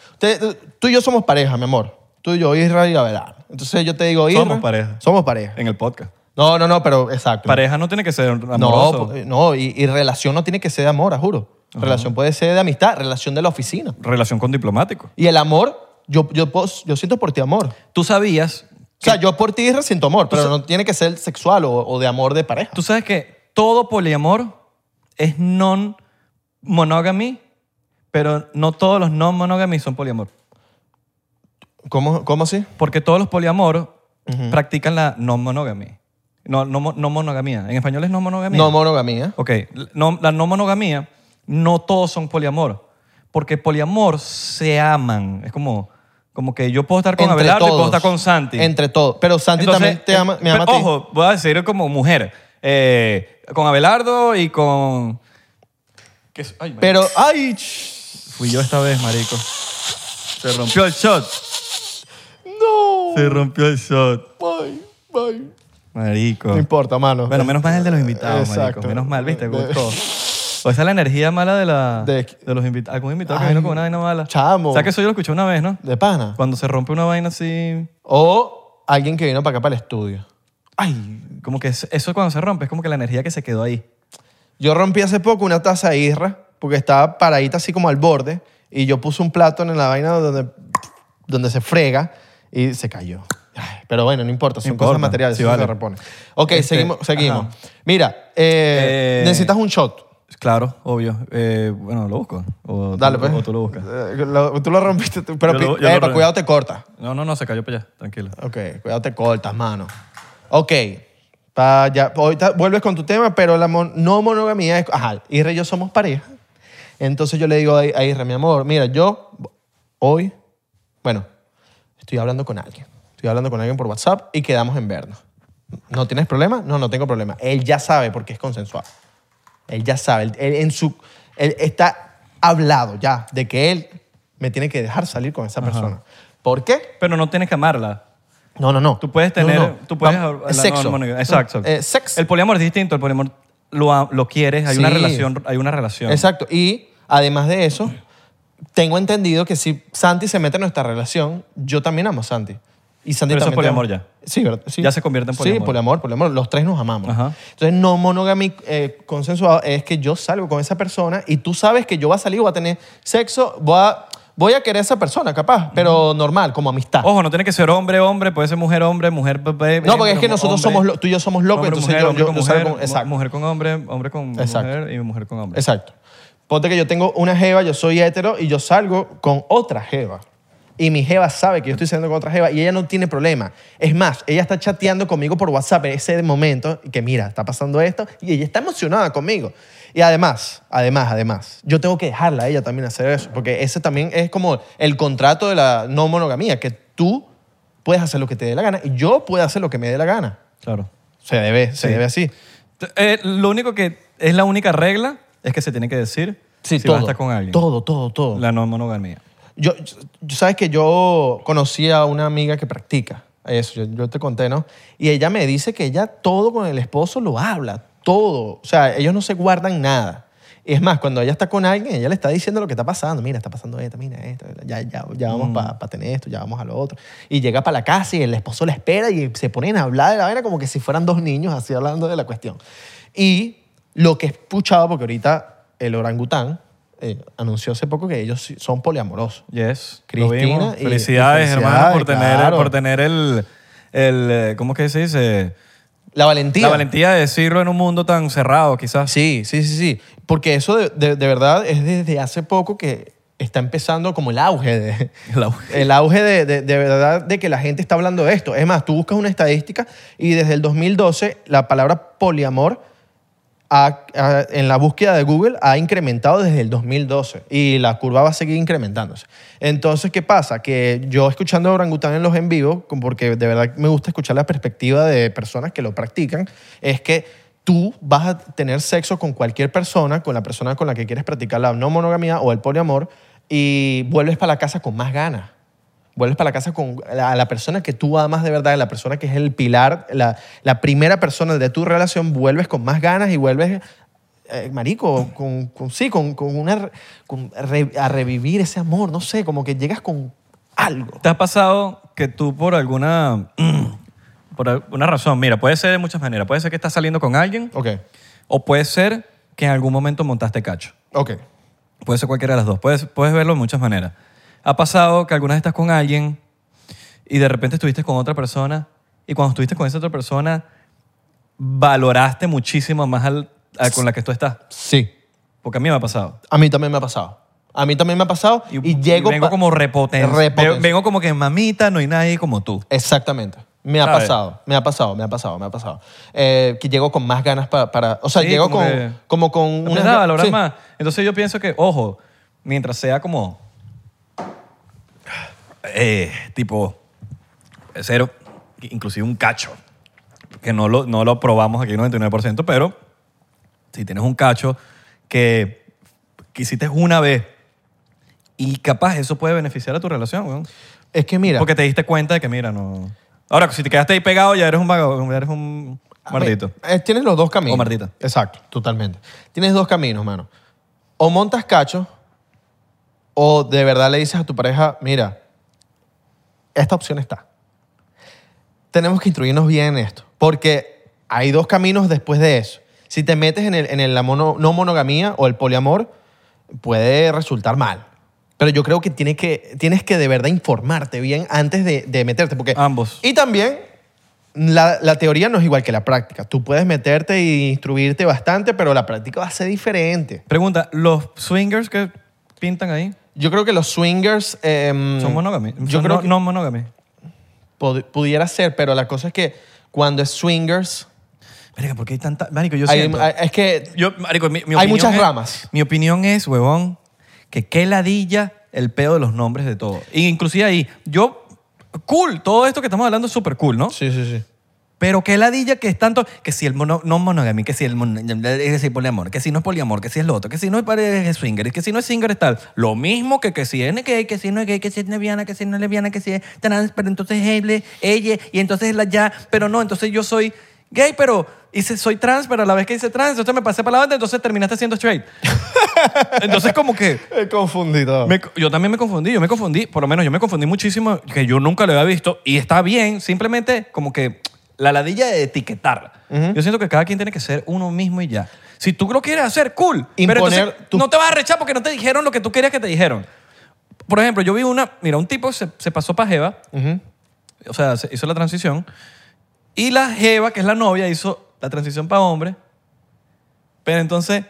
S2: tú y yo somos pareja, mi amor. Tú y yo, Israel y Abelardo. Entonces yo te digo, Isra.
S1: Somos pareja.
S2: Somos pareja.
S1: En el podcast.
S2: No, no, no, pero exacto.
S1: Pareja no tiene que ser
S2: No, pues, eh.
S1: amoroso.
S2: po- no y, y relación no tiene que ser de amor, a juro. Relación puede ser de amistad, relación de la oficina.
S1: relación con diplomático.
S2: Y el amor, yo, yo, puedo- yo siento por ti amor.
S1: Tú sabías,
S2: O sea, yo por ti, Isra, siento amor, pero no tiene que ser sexual o, o de amor de pareja.
S1: tú sabes que todo poliamor es non monogamy, pero no todos los non monogamy son poliamor,
S2: ¿Cómo, ¿Cómo así?
S1: porque todos los poliamoros practican la non monogamy. No, no, mo- no monogamía. En español es no monogamía.
S2: No monogamía.
S1: Ok, la no- la no monogamía, no todos son poliamor, porque poliamor se aman. Es como, como que yo puedo estar con Abelardo y puedo estar con Santi.
S2: Entre todos. Pero Santi también te
S1: eh,
S2: ama, me
S1: pero
S2: ama a ti.
S1: Ojo, voy a decir como mujer. eh, con Abelardo y con... que es- ay, marico,
S2: Pero, ay, ch-
S1: fui yo esta vez, marico. Se rompió el shot.
S2: No.
S1: Se rompió el shot.
S2: Bye, bye.
S1: Marico.
S2: No importa, mano.
S1: Bueno, menos mal el de los invitados,
S2: Exacto.
S1: marico. Menos mal, ¿viste?
S2: De-
S1: Gustó. O esa es la energía mala de, la, de,
S2: De-
S1: los invitados. Algún invitado que
S2: Ay,
S1: vino con una vaina mala.
S2: chamo.
S1: O sea, que eso yo lo escuché una vez, ¿no?
S2: De pana.
S1: Cuando se rompe una vaina así...
S2: O alguien que vino para acá para el estudio.
S1: Ay, como que eso, eso cuando se rompe es como que la energía que se quedó ahí.
S2: Yo rompí hace poco una taza de irra porque estaba paradita así como al borde y yo puse un plato en la vaina donde, donde se frega y se cayó. Ay, Pero bueno, no importa, son
S1: No importa,
S2: cosas materiales,
S1: sí
S2: eso
S1: vale.
S2: se repone. Ok,
S1: Este,
S2: seguimos. seguimos.
S1: ajá.
S2: Mira, eh,
S1: Eh,
S2: necesitas un shot.
S1: Claro, obvio. Eh, bueno, lo busco. O,
S2: Dale,
S1: tú,
S2: pues.
S1: o tú lo buscas.
S2: Eh, lo- tú lo rompiste, tú- pero
S1: Yo lo-
S2: pi-
S1: yo lo
S2: epa,
S1: rompí.
S2: cuidado te corta.
S1: No, no, no, se cayó para allá. Tranquilo.
S2: Ok, cuidado te cortas, mano. Ok, pa- ya, ahorita vuelves con tu tema, pero la mon- no monogamía es... Ajá, Irra y yo somos pareja. Entonces yo le digo a, a Irra, mi amor, mira, yo hoy, bueno, estoy hablando con alguien. Estoy hablando con alguien por WhatsApp y quedamos en vernos. ¿No tienes problema? No, no tengo problema. Él ya sabe porque es consensual. Él ya sabe. Él, él en su, él está hablado ya de que él me tiene que dejar salir con esa persona. ¿Por qué?
S1: Pero no tienes que amarla.
S2: No, no, no.
S1: Tú puedes tener...
S2: No, no.
S1: Tú puedes...
S2: Vamos,
S1: hablar-
S2: sexo.
S1: no, no, no, exacto.
S2: Eh, sexo.
S1: El poliamor es distinto. El poliamor lo, a- lo quieres. Hay
S2: Sí.
S1: una relación. Hay una relación.
S2: Exacto. Y además de eso, tengo entendido que si Santi se mete en nuestra relación, yo también amo a Santi. Y Santi
S1: Pero eso es
S2: también te ama.
S1: poliamor ya.
S2: Sí, ¿verdad? Sí.
S1: Ya se convierte en poliamor.
S2: Sí, poliamor, poliamor. Los tres nos amamos.
S1: Ajá.
S2: Entonces, no monogami eh, consensuado es que yo salgo con esa persona y tú sabes que yo voy a salir, voy a tener sexo, voy a, voy a querer a esa persona, capaz, pero normal, como amistad.
S1: Ojo, no tiene que ser hombre, hombre, puede ser mujer, hombre, mujer, bebé.
S2: no, porque es que nosotros somos, lo- tú y yo somos locos,
S1: hombre,
S2: entonces
S1: mujer,
S2: yo,
S1: hombre
S2: yo-
S1: con
S2: yo
S1: mujer,
S2: salgo con-
S1: mu-
S2: Exacto.
S1: mujer con hombre, hombre con
S2: Exacto.
S1: mujer y mujer con hombre.
S2: Exacto. Ponte que yo tengo una jeva, yo soy hetero y yo salgo con otra jeva. Y mi jeva sabe que yo estoy saliendo con otra jeva y ella no tiene problema. Es más, ella está chateando conmigo por WhatsApp en ese momento y que mira, está pasando esto y ella está emocionada conmigo. Y además, además, además, yo tengo que dejarla a ella también hacer eso, porque ese también es como el contrato de la no monogamía, que tú puedes hacer lo que te dé la gana y yo puedo hacer lo que me dé la gana.
S1: Claro.
S2: Se debe,
S1: Sí.
S2: se debe así.
S1: T- eh, lo único que es la única regla es que se tiene que decir si vas a estar con alguien.
S2: Todo, todo, todo.
S1: La no monogamia.
S2: Yo, yo- sabes que yo conocí a una amiga que practica eso, yo, yo te conté, ¿no? Y ella me dice que ella todo con el esposo lo habla, todo. O sea, ellos no se guardan nada. Y es más, cuando ella está con alguien, ella le está diciendo lo que está pasando. Mira, está pasando esto, mira esto. Ya, ya, ya vamos para tener esto, ya vamos a lo otro. Y llega para la casa y el esposo la espera y se ponen a hablar de la vaina como que si fueran dos niños así hablando de la cuestión. Y lo que he escuchado, porque ahorita el orangután eh, anunció hace poco que ellos sí son poliamorosos.
S1: Yes. lo
S2: Cristina
S1: vimos.
S2: y-
S1: felicidades,
S2: y
S1: hermano, por
S2: felicidades,
S1: tener,
S2: claro.
S1: por tener el, el, eh, ¿Cómo es que se dice?
S2: La valentía.
S1: La valentía de decirlo en un mundo tan cerrado, quizás.
S2: Sí, sí, sí, sí. Porque eso de, de- de verdad es desde hace poco que está empezando como el auge de...
S1: La-
S2: El auge de, de- de verdad de que la gente está hablando de esto. Es más, tú buscas una estadística y desde el 2012 la palabra poliamor ha- ha- en la búsqueda de Google ha incrementado desde el 2012 y la curva va a seguir incrementándose. Entonces, ¿qué pasa? Que yo escuchando a Orangután en los en vivo, como porque de verdad me gusta escuchar la perspectiva de personas que lo practican, es que tú vas a tener sexo con cualquier persona, con la persona con la que quieres practicar la no monogamia o el poliamor, y vuelves para la casa con más ganas. Vuelves para la casa con la, a la persona que tú amas de verdad, la persona que es el pilar, la, la primera persona de tu relación, vuelves con más ganas y vuelves, eh, marico, con, con- sí, con, con una, re- con re- a revivir ese amor, no sé, como que llegas con algo.
S1: ¿Te ha pasado que tú por alguna por alguna razón, mira, puede ser de muchas maneras, puede ser que estás saliendo con alguien
S2: Ok,
S1: o puede ser que en algún momento montaste cacho.
S2: ok.
S1: Puede ser cualquiera de las dos, puedes, puedes verlo de muchas maneras. Ha pasado que algunas estás con alguien y de repente estuviste con otra persona y cuando estuviste con esa otra persona valoraste muchísimo más al, a con la que tú estás,
S2: Sí,
S1: porque a mí me ha pasado.
S2: a mí también me ha pasado. A mí también me ha pasado y, llego...
S1: vengo
S2: pa-
S1: como repoten-
S2: Repoten-
S1: Vengo como que mamita, no hay nadie como tú.
S2: Exactamente. Me ha
S1: ¿Sabes?
S2: pasado, me ha pasado, me ha pasado, me ha pasado. Eh, que llego con más ganas pa- para... O sea,
S1: Sí,
S2: llego
S1: como
S2: con,
S1: que-
S2: como con...
S1: No
S2: unas
S1: te da
S2: ga-
S1: a valorar
S2: sí.
S1: más. Entonces yo pienso que, ojo, mientras sea como. eh, tipo. Cero. Inclusive un cacho. Que no lo, no lo probamos aquí el 99%, pero si tienes un cacho que, que hiciste una vez Y capaz eso puede beneficiar a tu relación, weón.
S2: Es que mira,
S1: Porque te diste cuenta de que, mira, no. Ahora, si te quedaste ahí pegado, ya eres un vagabundo, ya eres un maldito.
S2: eh, tienes los dos caminos.
S1: O mardita.
S2: Exacto, totalmente. Tienes dos caminos, mano. O montas cacho o de verdad le dices a tu pareja, mira, esta opción está. Tenemos que instruirnos bien en esto, porque hay dos caminos después de eso. Si te metes en, el, en el- la mono- no monogamía o el poliamor, puede resultar mal. Pero yo creo que tienes que, tienes que de verdad informarte bien antes de, de meterte. Porque
S1: Ambos.
S2: Y también la, la teoría no es igual que la práctica. Tú puedes meterte e instruirte bastante, pero la práctica va a ser diferente.
S1: Pregunta, ¿los swingers que pintan ahí
S2: Yo creo que los swingers... em,
S1: son monógami?
S2: Yo
S1: Son
S2: creo
S1: no,
S2: que
S1: no monógami.
S2: pod- pudiera ser, pero la cosa es que cuando es swingers...
S1: Marico, ¿por qué hay tanta...? Marico, yo
S2: hay-
S1: siento...
S2: hay- es que...
S1: yo, marico, mi- mi
S2: hay
S1: opinión
S2: muchas
S1: es-
S2: ramas.
S1: Mi opinión es, huevón, que qué ladilla el pedo de los nombres de todo. E inclusive ahí, yo... Cool, todo esto que estamos hablando es súper cool, ¿no?
S2: Sí, sí, sí.
S1: Pero qué ladilla que es tanto, que si el mono, no monogamia, que si el mon- es decir, poliamor, que si no es poliamor, que si es lo otro, que si no es pareja es swinger, que si no es swinger es tal. Lo mismo que que si es gay, que si no es gay, que si es lesbiana, que si no es lesbiana, que si es trans, pero entonces él, ella, y entonces la ya, pero no, entonces yo soy gay, pero hice, soy trans, pero a la vez que hice trans, entonces me pasé para la banda, entonces terminaste siendo straight. entonces como que...
S2: He confundido.
S1: Me- yo también me confundí, yo me confundí, por lo menos yo me confundí muchísimo, que yo nunca lo había visto, y está bien, simplemente como que la ladilla de etiquetarla. Yo siento que cada quien tiene que ser uno mismo y ya. Si tú lo quieres hacer, cool, pero
S2: Imponer
S1: entonces
S2: tu-
S1: no te vas a rechar porque no te dijeron lo que tú querías que te dijeron. Por ejemplo, yo vi una, mira, un tipo se, se pasó para Jeva,
S2: Ujú.
S1: o sea, se hizo la transición, y la Jeva, que es la novia, hizo la transición para hombre, pero entonces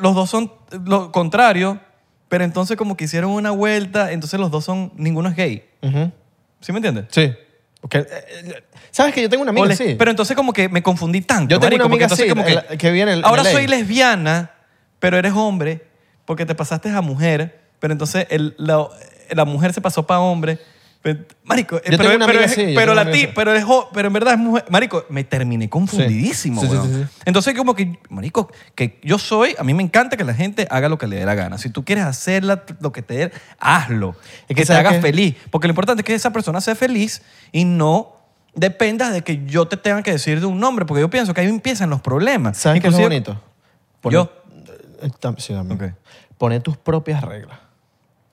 S1: los dos son lo contrario, pero entonces como que hicieron una vuelta, entonces los dos son, ninguno es gay.
S2: Ujú.
S1: ¿Sí me entiendes?
S2: Sí. Porque, eh, eh, ¿Sabes que yo tengo una amiga
S1: O le-
S2: así?
S1: Pero entonces como que me confundí tanto.
S2: Yo tengo
S1: marico,
S2: una amiga
S1: porque
S2: así,
S1: entonces como
S2: en la- que viene en-
S1: Ahora
S2: en la
S1: soy
S2: ley.
S1: lesbiana, pero eres hombre, porque te pasaste a mujer, pero entonces el- la, la mujer se pasó para hombre. Pero- Marico, eh,
S2: Yo
S1: pero,
S2: tengo una
S1: pero
S2: amiga
S1: es-
S2: así, yo
S1: pero
S2: tengo una
S1: la
S2: amiga
S1: ti,
S2: así.
S1: pero es jo- pero en verdad es mujer. Marico, me terminé confundidísimo,
S2: Sí, sí,
S1: weón.
S2: sí, sí.
S1: Entonces como que, marico, que yo soy, a mí me encanta que la gente haga lo que le dé la gana. Si tú quieres hacer la- lo que te dé, hazlo.
S2: que
S1: que, te
S2: ¿sabes
S1: hagas
S2: qué?
S1: feliz feliz. Porque lo importante es que esa persona sea feliz y no dependas de que yo te tenga que decir de un nombre, porque yo pienso que ahí empiezan los problemas.
S2: ¿Sabes qué es lo
S1: Inclusive-
S2: bonito?
S1: Yo.
S2: Eh, tam- Sí, también.
S1: Ok.
S2: Poner tus propias reglas.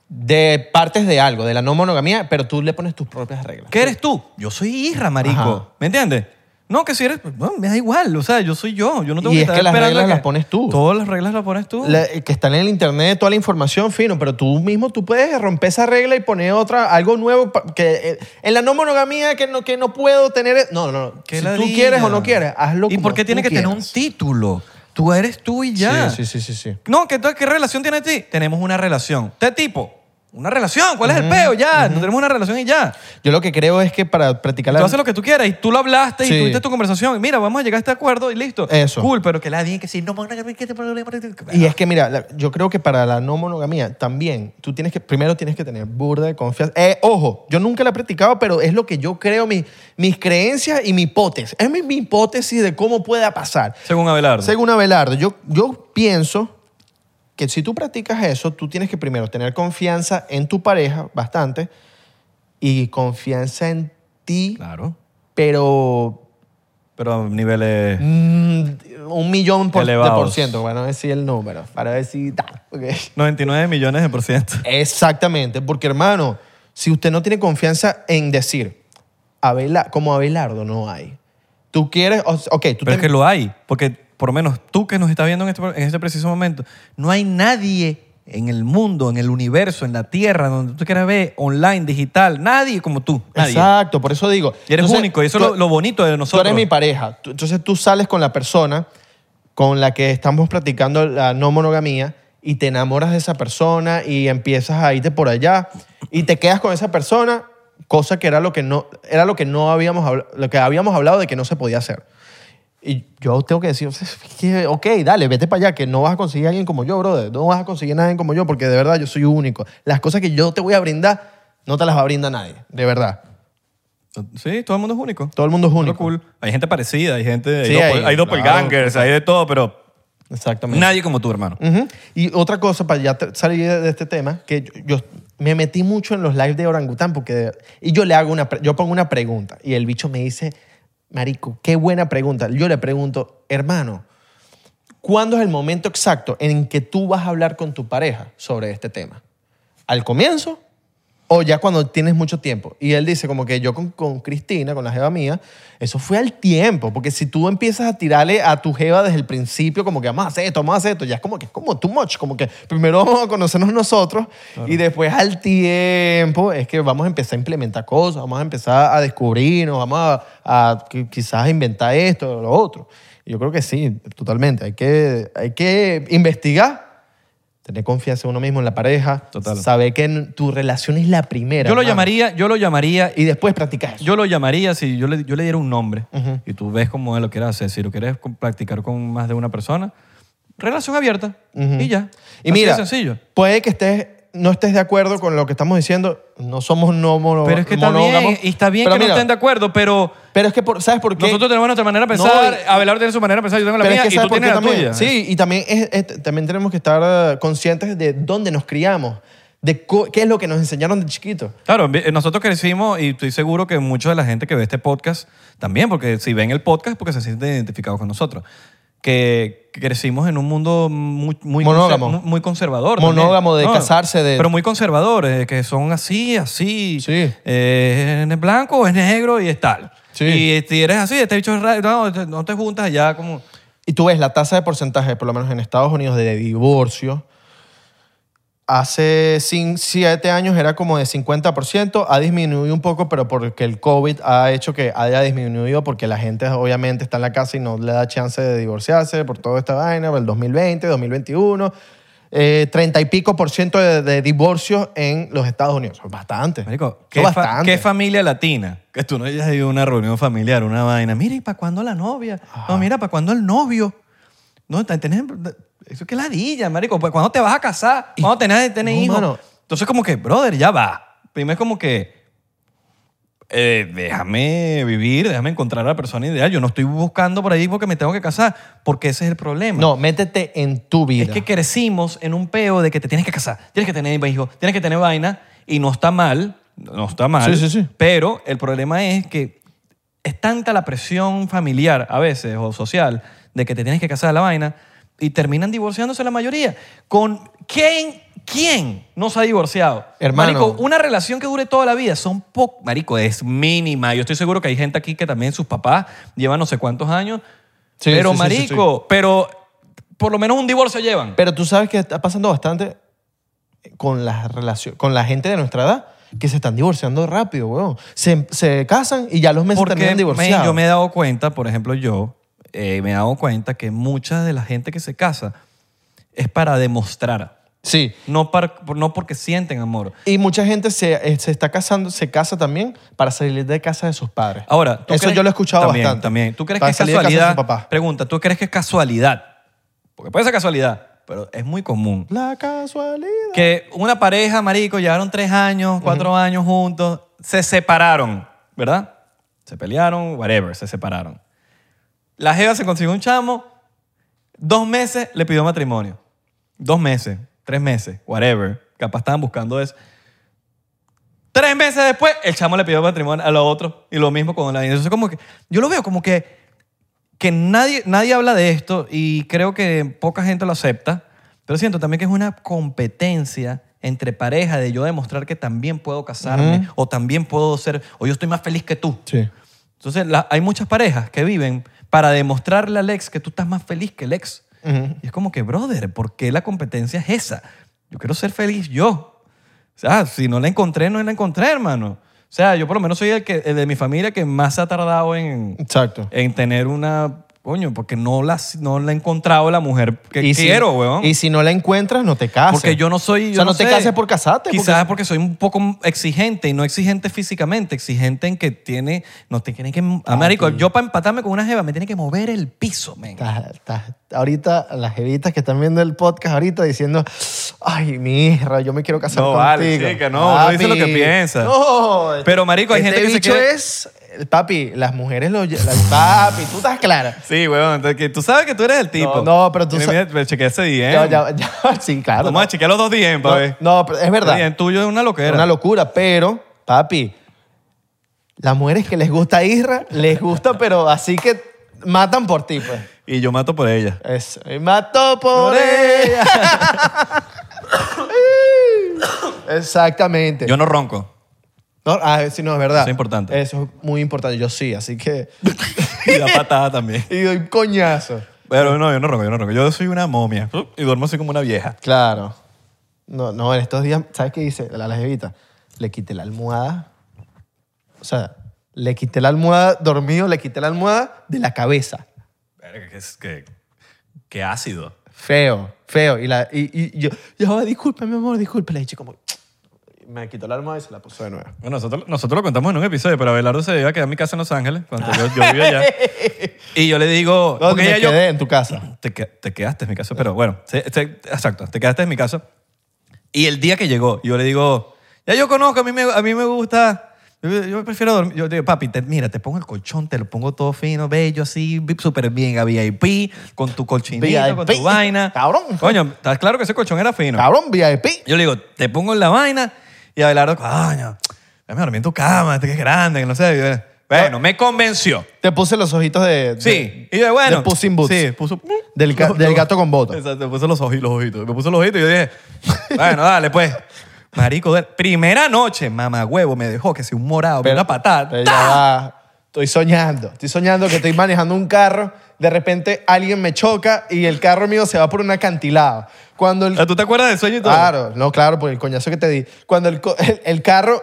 S2: De partes de algo, de la no monogamía, pero tú le pones tus propias reglas.
S1: ¿Qué eres tú? Yo soy Isra, marico.
S2: Ajá.
S1: ¿Me entiendes? No, que si eres... pues, bueno, me da igual. O sea, yo soy yo. Yo no tengo
S2: Y
S1: que
S2: es
S1: estar
S2: que las
S1: esperando
S2: reglas
S1: que-
S2: las pones tú.
S1: Todas las reglas las pones tú.
S2: La- eh, que están en el internet, toda la información, fino, pero tú mismo tú puedes romper esa regla y poner otra, algo nuevo, pa- que eh, en la no monogamía que no, que no puedo tener... e-, No, no, no.
S1: Qué
S2: Si tú
S1: ladilla.
S2: quieres o no quieres, hazlo
S1: ¿Y
S2: como
S1: por qué tiene
S2: tú
S1: que tener un
S2: quieras.
S1: título? Tú eres tú y ya.
S2: Sí, sí, sí, sí, sí.
S1: No, que entonces, ¿qué relación tiene ti? Tenemos una relación. ¿Te tipo? Una relación. ¿Cuál es el peo? Ya. Tenemos una relación y ya.
S2: Yo lo que creo es que para practicar
S1: Tú
S2: la...
S1: haces lo que tú quieras y tú lo hablaste
S2: Sí.
S1: y tuviste tu conversación. Y mira, vamos a llegar a este acuerdo y listo.
S2: Eso.
S1: Cool, pero que la digan que si no, van a que te problema.
S2: Y es que, mira, la- yo creo que para la no monogamía también, tú tienes que, primero tienes que tener burda de confianza. Eh, ojo, yo nunca la he practicado, pero es lo que yo creo, mi- mis creencias y mi hipótesis. Es mi, mi hipótesis de cómo pueda pasar.
S1: Según Abelardo.
S2: Según Abelardo, yo, yo pienso que si tú practicas eso, tú tienes que primero tener confianza en tu pareja, bastante, y confianza en ti,
S1: Claro.
S2: pero
S1: Pero a niveles.
S2: mm, un millón por, de
S1: Elevados.
S2: por ciento, para no decir el número, para decir... ta, ok.
S1: 99 millones de por ciento.
S2: Exactamente, porque hermano, si usted no tiene confianza en decir, Abela- como Abelardo no hay. Tú quieres, o- ok,
S1: Pero
S2: tú te-
S1: es que lo hay. Porque por lo menos tú que nos estás viendo en este, en este preciso momento, no hay nadie en el mundo, en el universo, en la tierra, donde tú quieras ver, online, digital, nadie como tú. Nadie.
S2: Exacto, por eso digo.
S1: Y eres
S2: Entonces,
S1: único. Y eso
S2: tú-
S1: es lo, lo bonito de
S2: Tú
S1: nosotros.
S2: eres mi pareja. Tú- entonces tú sales con la persona con la que estamos practicando la no monogamía y te enamoras de esa persona y empiezas a irte por allá y te quedas con esa persona, cosa que era lo que no, era lo que no habíamos, habl- lo que habíamos hablado de que no se podía hacer. Y yo tengo que decir, que, ok, dale, vete para allá, que no vas a conseguir a alguien como yo, brother. No vas a conseguir a nadie como yo, porque de verdad yo soy único. Las cosas que yo te voy a brindar, no te las va a brindar nadie, de verdad.
S1: Sí, todo el mundo es único.
S2: Todo el mundo es
S1: Lo
S2: único.
S1: cool. Hay gente parecida, hay gente.
S2: Sí,
S1: hay,
S2: hay,
S1: doppel- hay doppelgangers, hay de todo, pero
S2: Exactamente.
S1: Nadie como tú, hermano.
S2: Ujú. Y otra cosa, para ya te- salir de de este tema, que yo, yo me metí mucho en los lives de orangután porque de- y yo le hago una, pre- yo pongo una pregunta y el bicho me dice, marico, qué buena pregunta. Yo le pregunto, hermano, ¿cuándo es el momento exacto en que tú vas a hablar con tu pareja sobre este tema? ¿Al comienzo o ya cuando tienes mucho tiempo. Y él dice como que yo con, con Cristina, con la jeva mía, eso fue al tiempo, porque si tú empiezas a tirarle a tu jeva desde el principio como que vamos a hacer esto, vamos a hacer esto, ya es como que es como too much, como que primero vamos a conocernos nosotros y después al tiempo es que vamos a empezar a implementar cosas, vamos a empezar a descubrirnos, vamos a, a qui- quizás inventar esto o lo otro. Y Yo creo que sí, totalmente. Hay que, hay que investigar, tener confianza en uno mismo, en la pareja,
S1: Total.
S2: saber que en- tu relación es la primera.
S1: Yo lo
S2: hermano.
S1: llamaría, yo lo llamaría
S2: Y después practicas eso.
S1: Yo lo llamaría, si yo le, yo le diera un nombre y tú ves cómo él lo quiere hacer, si lo quieres con- practicar con más de una persona, relación abierta
S2: Ujú.
S1: y ya. Así de
S2: Y mira,
S1: sencillo.
S2: puede que estés, no estés de acuerdo con lo que estamos diciendo. No somos no mono-
S1: Pero es que está bien,
S2: monógamos.
S1: y está bien
S2: Pero
S1: que no
S2: mira,
S1: estén de acuerdo, pero
S2: Pero es que, por- ¿sabes por qué?
S1: nosotros tenemos nuestra manera de
S2: No,
S1: pensar,
S2: y-
S1: Abelardo tiene su manera de pensar, yo tengo la
S2: Pero
S1: mía
S2: es que
S1: y tú
S2: ¿sabes por
S1: tienes
S2: qué
S1: la
S2: también?
S1: tuya.
S2: Sí, y también, es- es- también tenemos que estar eh, conscientes de dónde nos criamos, de co- qué es lo que nos enseñaron de chiquitos.
S1: Claro, vi- eh, nosotros crecimos y estoy seguro que mucha de la gente que ve este podcast también, porque si ven el podcast es porque se sienten identificados con nosotros. Que que crecimos en un mundo muy, muy,
S2: Monógamo.
S1: conser- muy conservador.
S2: Monógamo
S1: también.
S2: de casarse, de-
S1: Pero muy conservadores, que son así, así.
S2: Sí.
S1: Eh, es blanco, es negro y es tal.
S2: Sí.
S1: Y si eres así, este bicho es raro, no, te- no te juntas allá como...
S2: Y tú ves la tasa de porcentaje, por lo menos en Estados Unidos, de divorcio. Hace 7 años era como de 50%, ha disminuido un poco, pero porque el COVID ha hecho que haya disminuido, porque la gente obviamente está en la casa y no le da chance de divorciarse por toda esta vaina, por el 2020, 2021, eh, 30 y pico por ciento de, de divorcios en los Estados Unidos. Bastante.
S1: Marico,
S2: Eso
S1: ¿qué, fa-
S2: bastante.
S1: qué familia latina? Que tú no hayas ido a una reunión familiar, una vaina. Mira, ¿y para cuándo la novia?
S2: Ah.
S1: No, mira, ¿para cuándo el novio? No, ta- tenés, eso es que ladilla, marico. ¿Para cuándo te vas a casar? ¿Cuándo tenés, tenés
S2: no,
S1: hijos?
S2: mano.
S1: Entonces, como que, brother, ya va. Primero es como que, eh, déjame vivir, déjame encontrar a la persona ideal. Yo no estoy buscando por ahí porque me tengo que casar, porque ese es el problema.
S2: No, métete en tu vida.
S1: Es que crecimos en un peo de que te tienes que casar, tienes que tener hijos, tienes que tener vaina y no está mal, no está mal.
S2: Sí, sí, sí.
S1: Pero el problema es que es tanta la presión familiar a veces o social de que te tienes que casar la vaina y terminan divorciándose la mayoría. ¿Con quién? ¿Quién no se ha divorciado?
S2: Hermano.
S1: Marico, una relación que dure toda la vida son poco. Marico, es mínima. Yo estoy seguro que hay gente aquí que también sus papás llevan no sé cuántos años.
S2: Sí,
S1: pero,
S2: sí, sí, sí, sí.
S1: marico, pero por lo menos un divorcio llevan.
S2: Pero tú sabes que está pasando bastante con la, relación, con la gente de nuestra edad que se están divorciando rápido, weón. Se, se casan y ya a los meses
S1: Porque
S2: terminan
S1: men,
S2: divorciados.
S1: yo me he dado cuenta, por ejemplo, yo eh, me he dado cuenta que mucha de la gente que se casa es para demostrar,
S2: Sí.
S1: no, par- no porque sienten amor.
S2: Y mucha gente se, eh, se está casando, se casa también para salir de casa de sus padres.
S1: Ahora, ¿tú
S2: eso
S1: crees-
S2: yo lo he escuchado
S1: también,
S2: bastante.
S1: También, ¿tú crees
S2: Para
S1: que es
S2: salir de casa de
S1: casualidad?
S2: su papá.
S1: Pregunta, ¿tú crees que es casualidad? Porque puede ser casualidad, pero es muy común.
S2: La casualidad.
S1: que una pareja, marico, llevaron tres años, cuatro años juntos, se separaron, ¿verdad? Se pelearon, whatever, se separaron. La jeva se consiguió un chamo, dos meses le pidió matrimonio. Dos meses, tres meses, whatever. Capaz estaban buscando eso. Tres meses después, el chamo le pidió matrimonio a lo otro. Y lo mismo con la... Entonces, como que... Yo lo veo como que que nadie, nadie habla de esto y creo que poca gente lo acepta, pero siento también que es una competencia entre pareja de yo demostrar que también puedo casarme o también puedo ser, o yo estoy más feliz que tú.
S2: Sí.
S1: Entonces la- hay muchas parejas que viven para demostrarle al ex que tú estás más feliz que el ex.
S2: Ujú.
S1: Y es como que, brother, ¿por qué la competencia es esa? Yo quiero ser feliz yo. O sea, si no la encontré, no la encontré, hermano. O sea, yo por lo menos soy el, que, el de mi familia que más se ha tardado en,
S2: Exacto.
S1: en tener una. Coño, porque no la, no la he encontrado la mujer que
S2: Y si-
S1: quiero, weón.
S2: Y si no la encuentras, no te cases.
S1: porque yo no soy.
S2: O
S1: yo
S2: sea, no, te
S1: sé.
S2: cases por casarte. porque-
S1: Quizás porque... soy un poco exigente y no exigente físicamente, exigente en que tiene. No te tiene que. Ah, marico, yo para empatarme con una jeva me tiene que mover el piso, men.
S2: Estás- estás- ahorita las jevitas que están viendo el podcast ahorita diciendo, ay, mierda, yo me quiero casar
S1: No,
S2: contigo.
S1: vale, chica, no, uno dice lo que piensa.
S2: No,
S1: Pero, marico, hay
S2: este
S1: gente que se
S2: bicho
S1: quiere-
S2: es Papi, las mujeres lo... lle- las- papi, tú estás clara.
S1: Sí, weón. Entonces, que tú sabes que tú eres el tipo.
S2: no, pero tú
S1: Mira,
S2: sa-
S1: mira, chequea ese DM.
S2: Ya, ya, ya, sí, claro.
S1: Vamos a chequear los dos DM,
S2: no,
S1: para ver.
S2: no, pero es verdad.
S1: El DM tuyo es una
S2: Es
S1: loquera.
S2: una locura, pero, papi, las mujeres que les gusta Isra, les gusta, pero así que matan por ti, pues.
S1: Y yo mato por ella.
S2: Eso. Y mató por
S1: Por
S2: ella. Exactamente.
S1: Yo no ronco.
S2: No, ah, sí, no, es verdad.
S1: Eso es importante.
S2: Eso es muy importante. Yo sí, así que.
S1: Y da patada también.
S2: y doy coñazo.
S1: Pero no, yo no ronco, yo no ronco. Yo soy una momia. Y duermo así como una vieja.
S2: Claro. No, no, en estos días, ¿sabes qué hice? La lejevita. Le quité la almohada. O sea, le quité la almohada dormido, le quité la almohada de la cabeza.
S1: Verga, que es- que- que ácido.
S2: Feo, feo. Y, la, y, y yo, yo, disculpa, mi amor, disculpa. Le dije como... Me quitó la almohada y se la puso de nuevo.
S1: Bueno, nosotros, nosotros lo contamos en un episodio, pero Abelardo se iba a quedar en mi casa en Los Ángeles cuando yo, yo vivía allá. Y yo le digo...
S2: ¿Dónde
S1: porque
S2: me
S1: ella y yo-
S2: quedé? En tu casa.
S1: te, que- te quedaste en mi casa, pero bueno, se- se- exacto, te quedaste en mi casa. Y el día que llegó, yo le digo, ya yo conozco, a mí me, a mí me gusta, yo, yo prefiero dormir. Yo digo, papi, te- mira, te pongo el colchón, te lo pongo todo fino, bello, así, vi- súper bien, a VIP, con tu colchinito, con tu
S2: VIP.
S1: vaina.
S2: Cabrón.
S1: Coño, estás claro que ese colchón era fino.
S2: Cabrón, VIP.
S1: Yo le digo, te pongo en la vaina y Abelardo, coño, déjame dormir en tu cama, este que es grande, que no sé. Y yo, Bueno, me convenció.
S2: Te puse los ojitos de... de-
S1: Sí. Y yo, bueno.
S2: De Puss in Boots.
S1: Sí, puso.
S2: Del ga- del gato con botas.
S1: Exacto, me puso los ojitos, los ojitos. Me puso los ojitos y yo dije, bueno, dale, pues. Marico, de- primera noche, mamá huevo, me dejó que si un morado, pero, una patada.
S2: Pero ya
S1: ¡ta!
S2: va. Estoy soñando. Estoy soñando que estoy manejando un carro. De repente alguien me choca y el carro mío se va por un acantilado. Cuando el...
S1: ¿Tú te acuerdas del sueño y todo?
S2: Claro, no, claro, por el coñazo que te di. Cuando el, co- el- el carro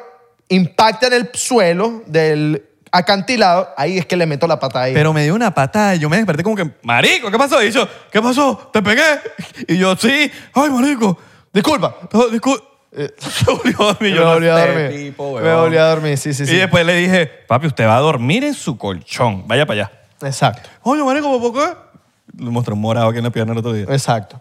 S2: impacta en el suelo del acantilado, ahí es que le meto la pata ahí.
S1: Pero me dio una patada y yo me desperté como que, marico, ¿qué pasó? Y yo, ¿qué pasó? ¿Te pegué? Y yo, sí. Ay, marico.
S2: Disculpa.
S1: No, Oh, discul- Se volvió Eh. a dormir.
S2: Me
S1: yo no
S2: volví a
S1: sé,
S2: dormir.
S1: tipo,
S2: me
S1: huevón.
S2: volví a dormir, sí, sí,
S1: Y
S2: sí.
S1: después le dije, papi, usted va a dormir en su colchón. Vaya para allá.
S2: Exacto,
S1: Oye, marico, ¿por qué? Le mostró un morado aquí en la pierna el otro día.
S2: exacto.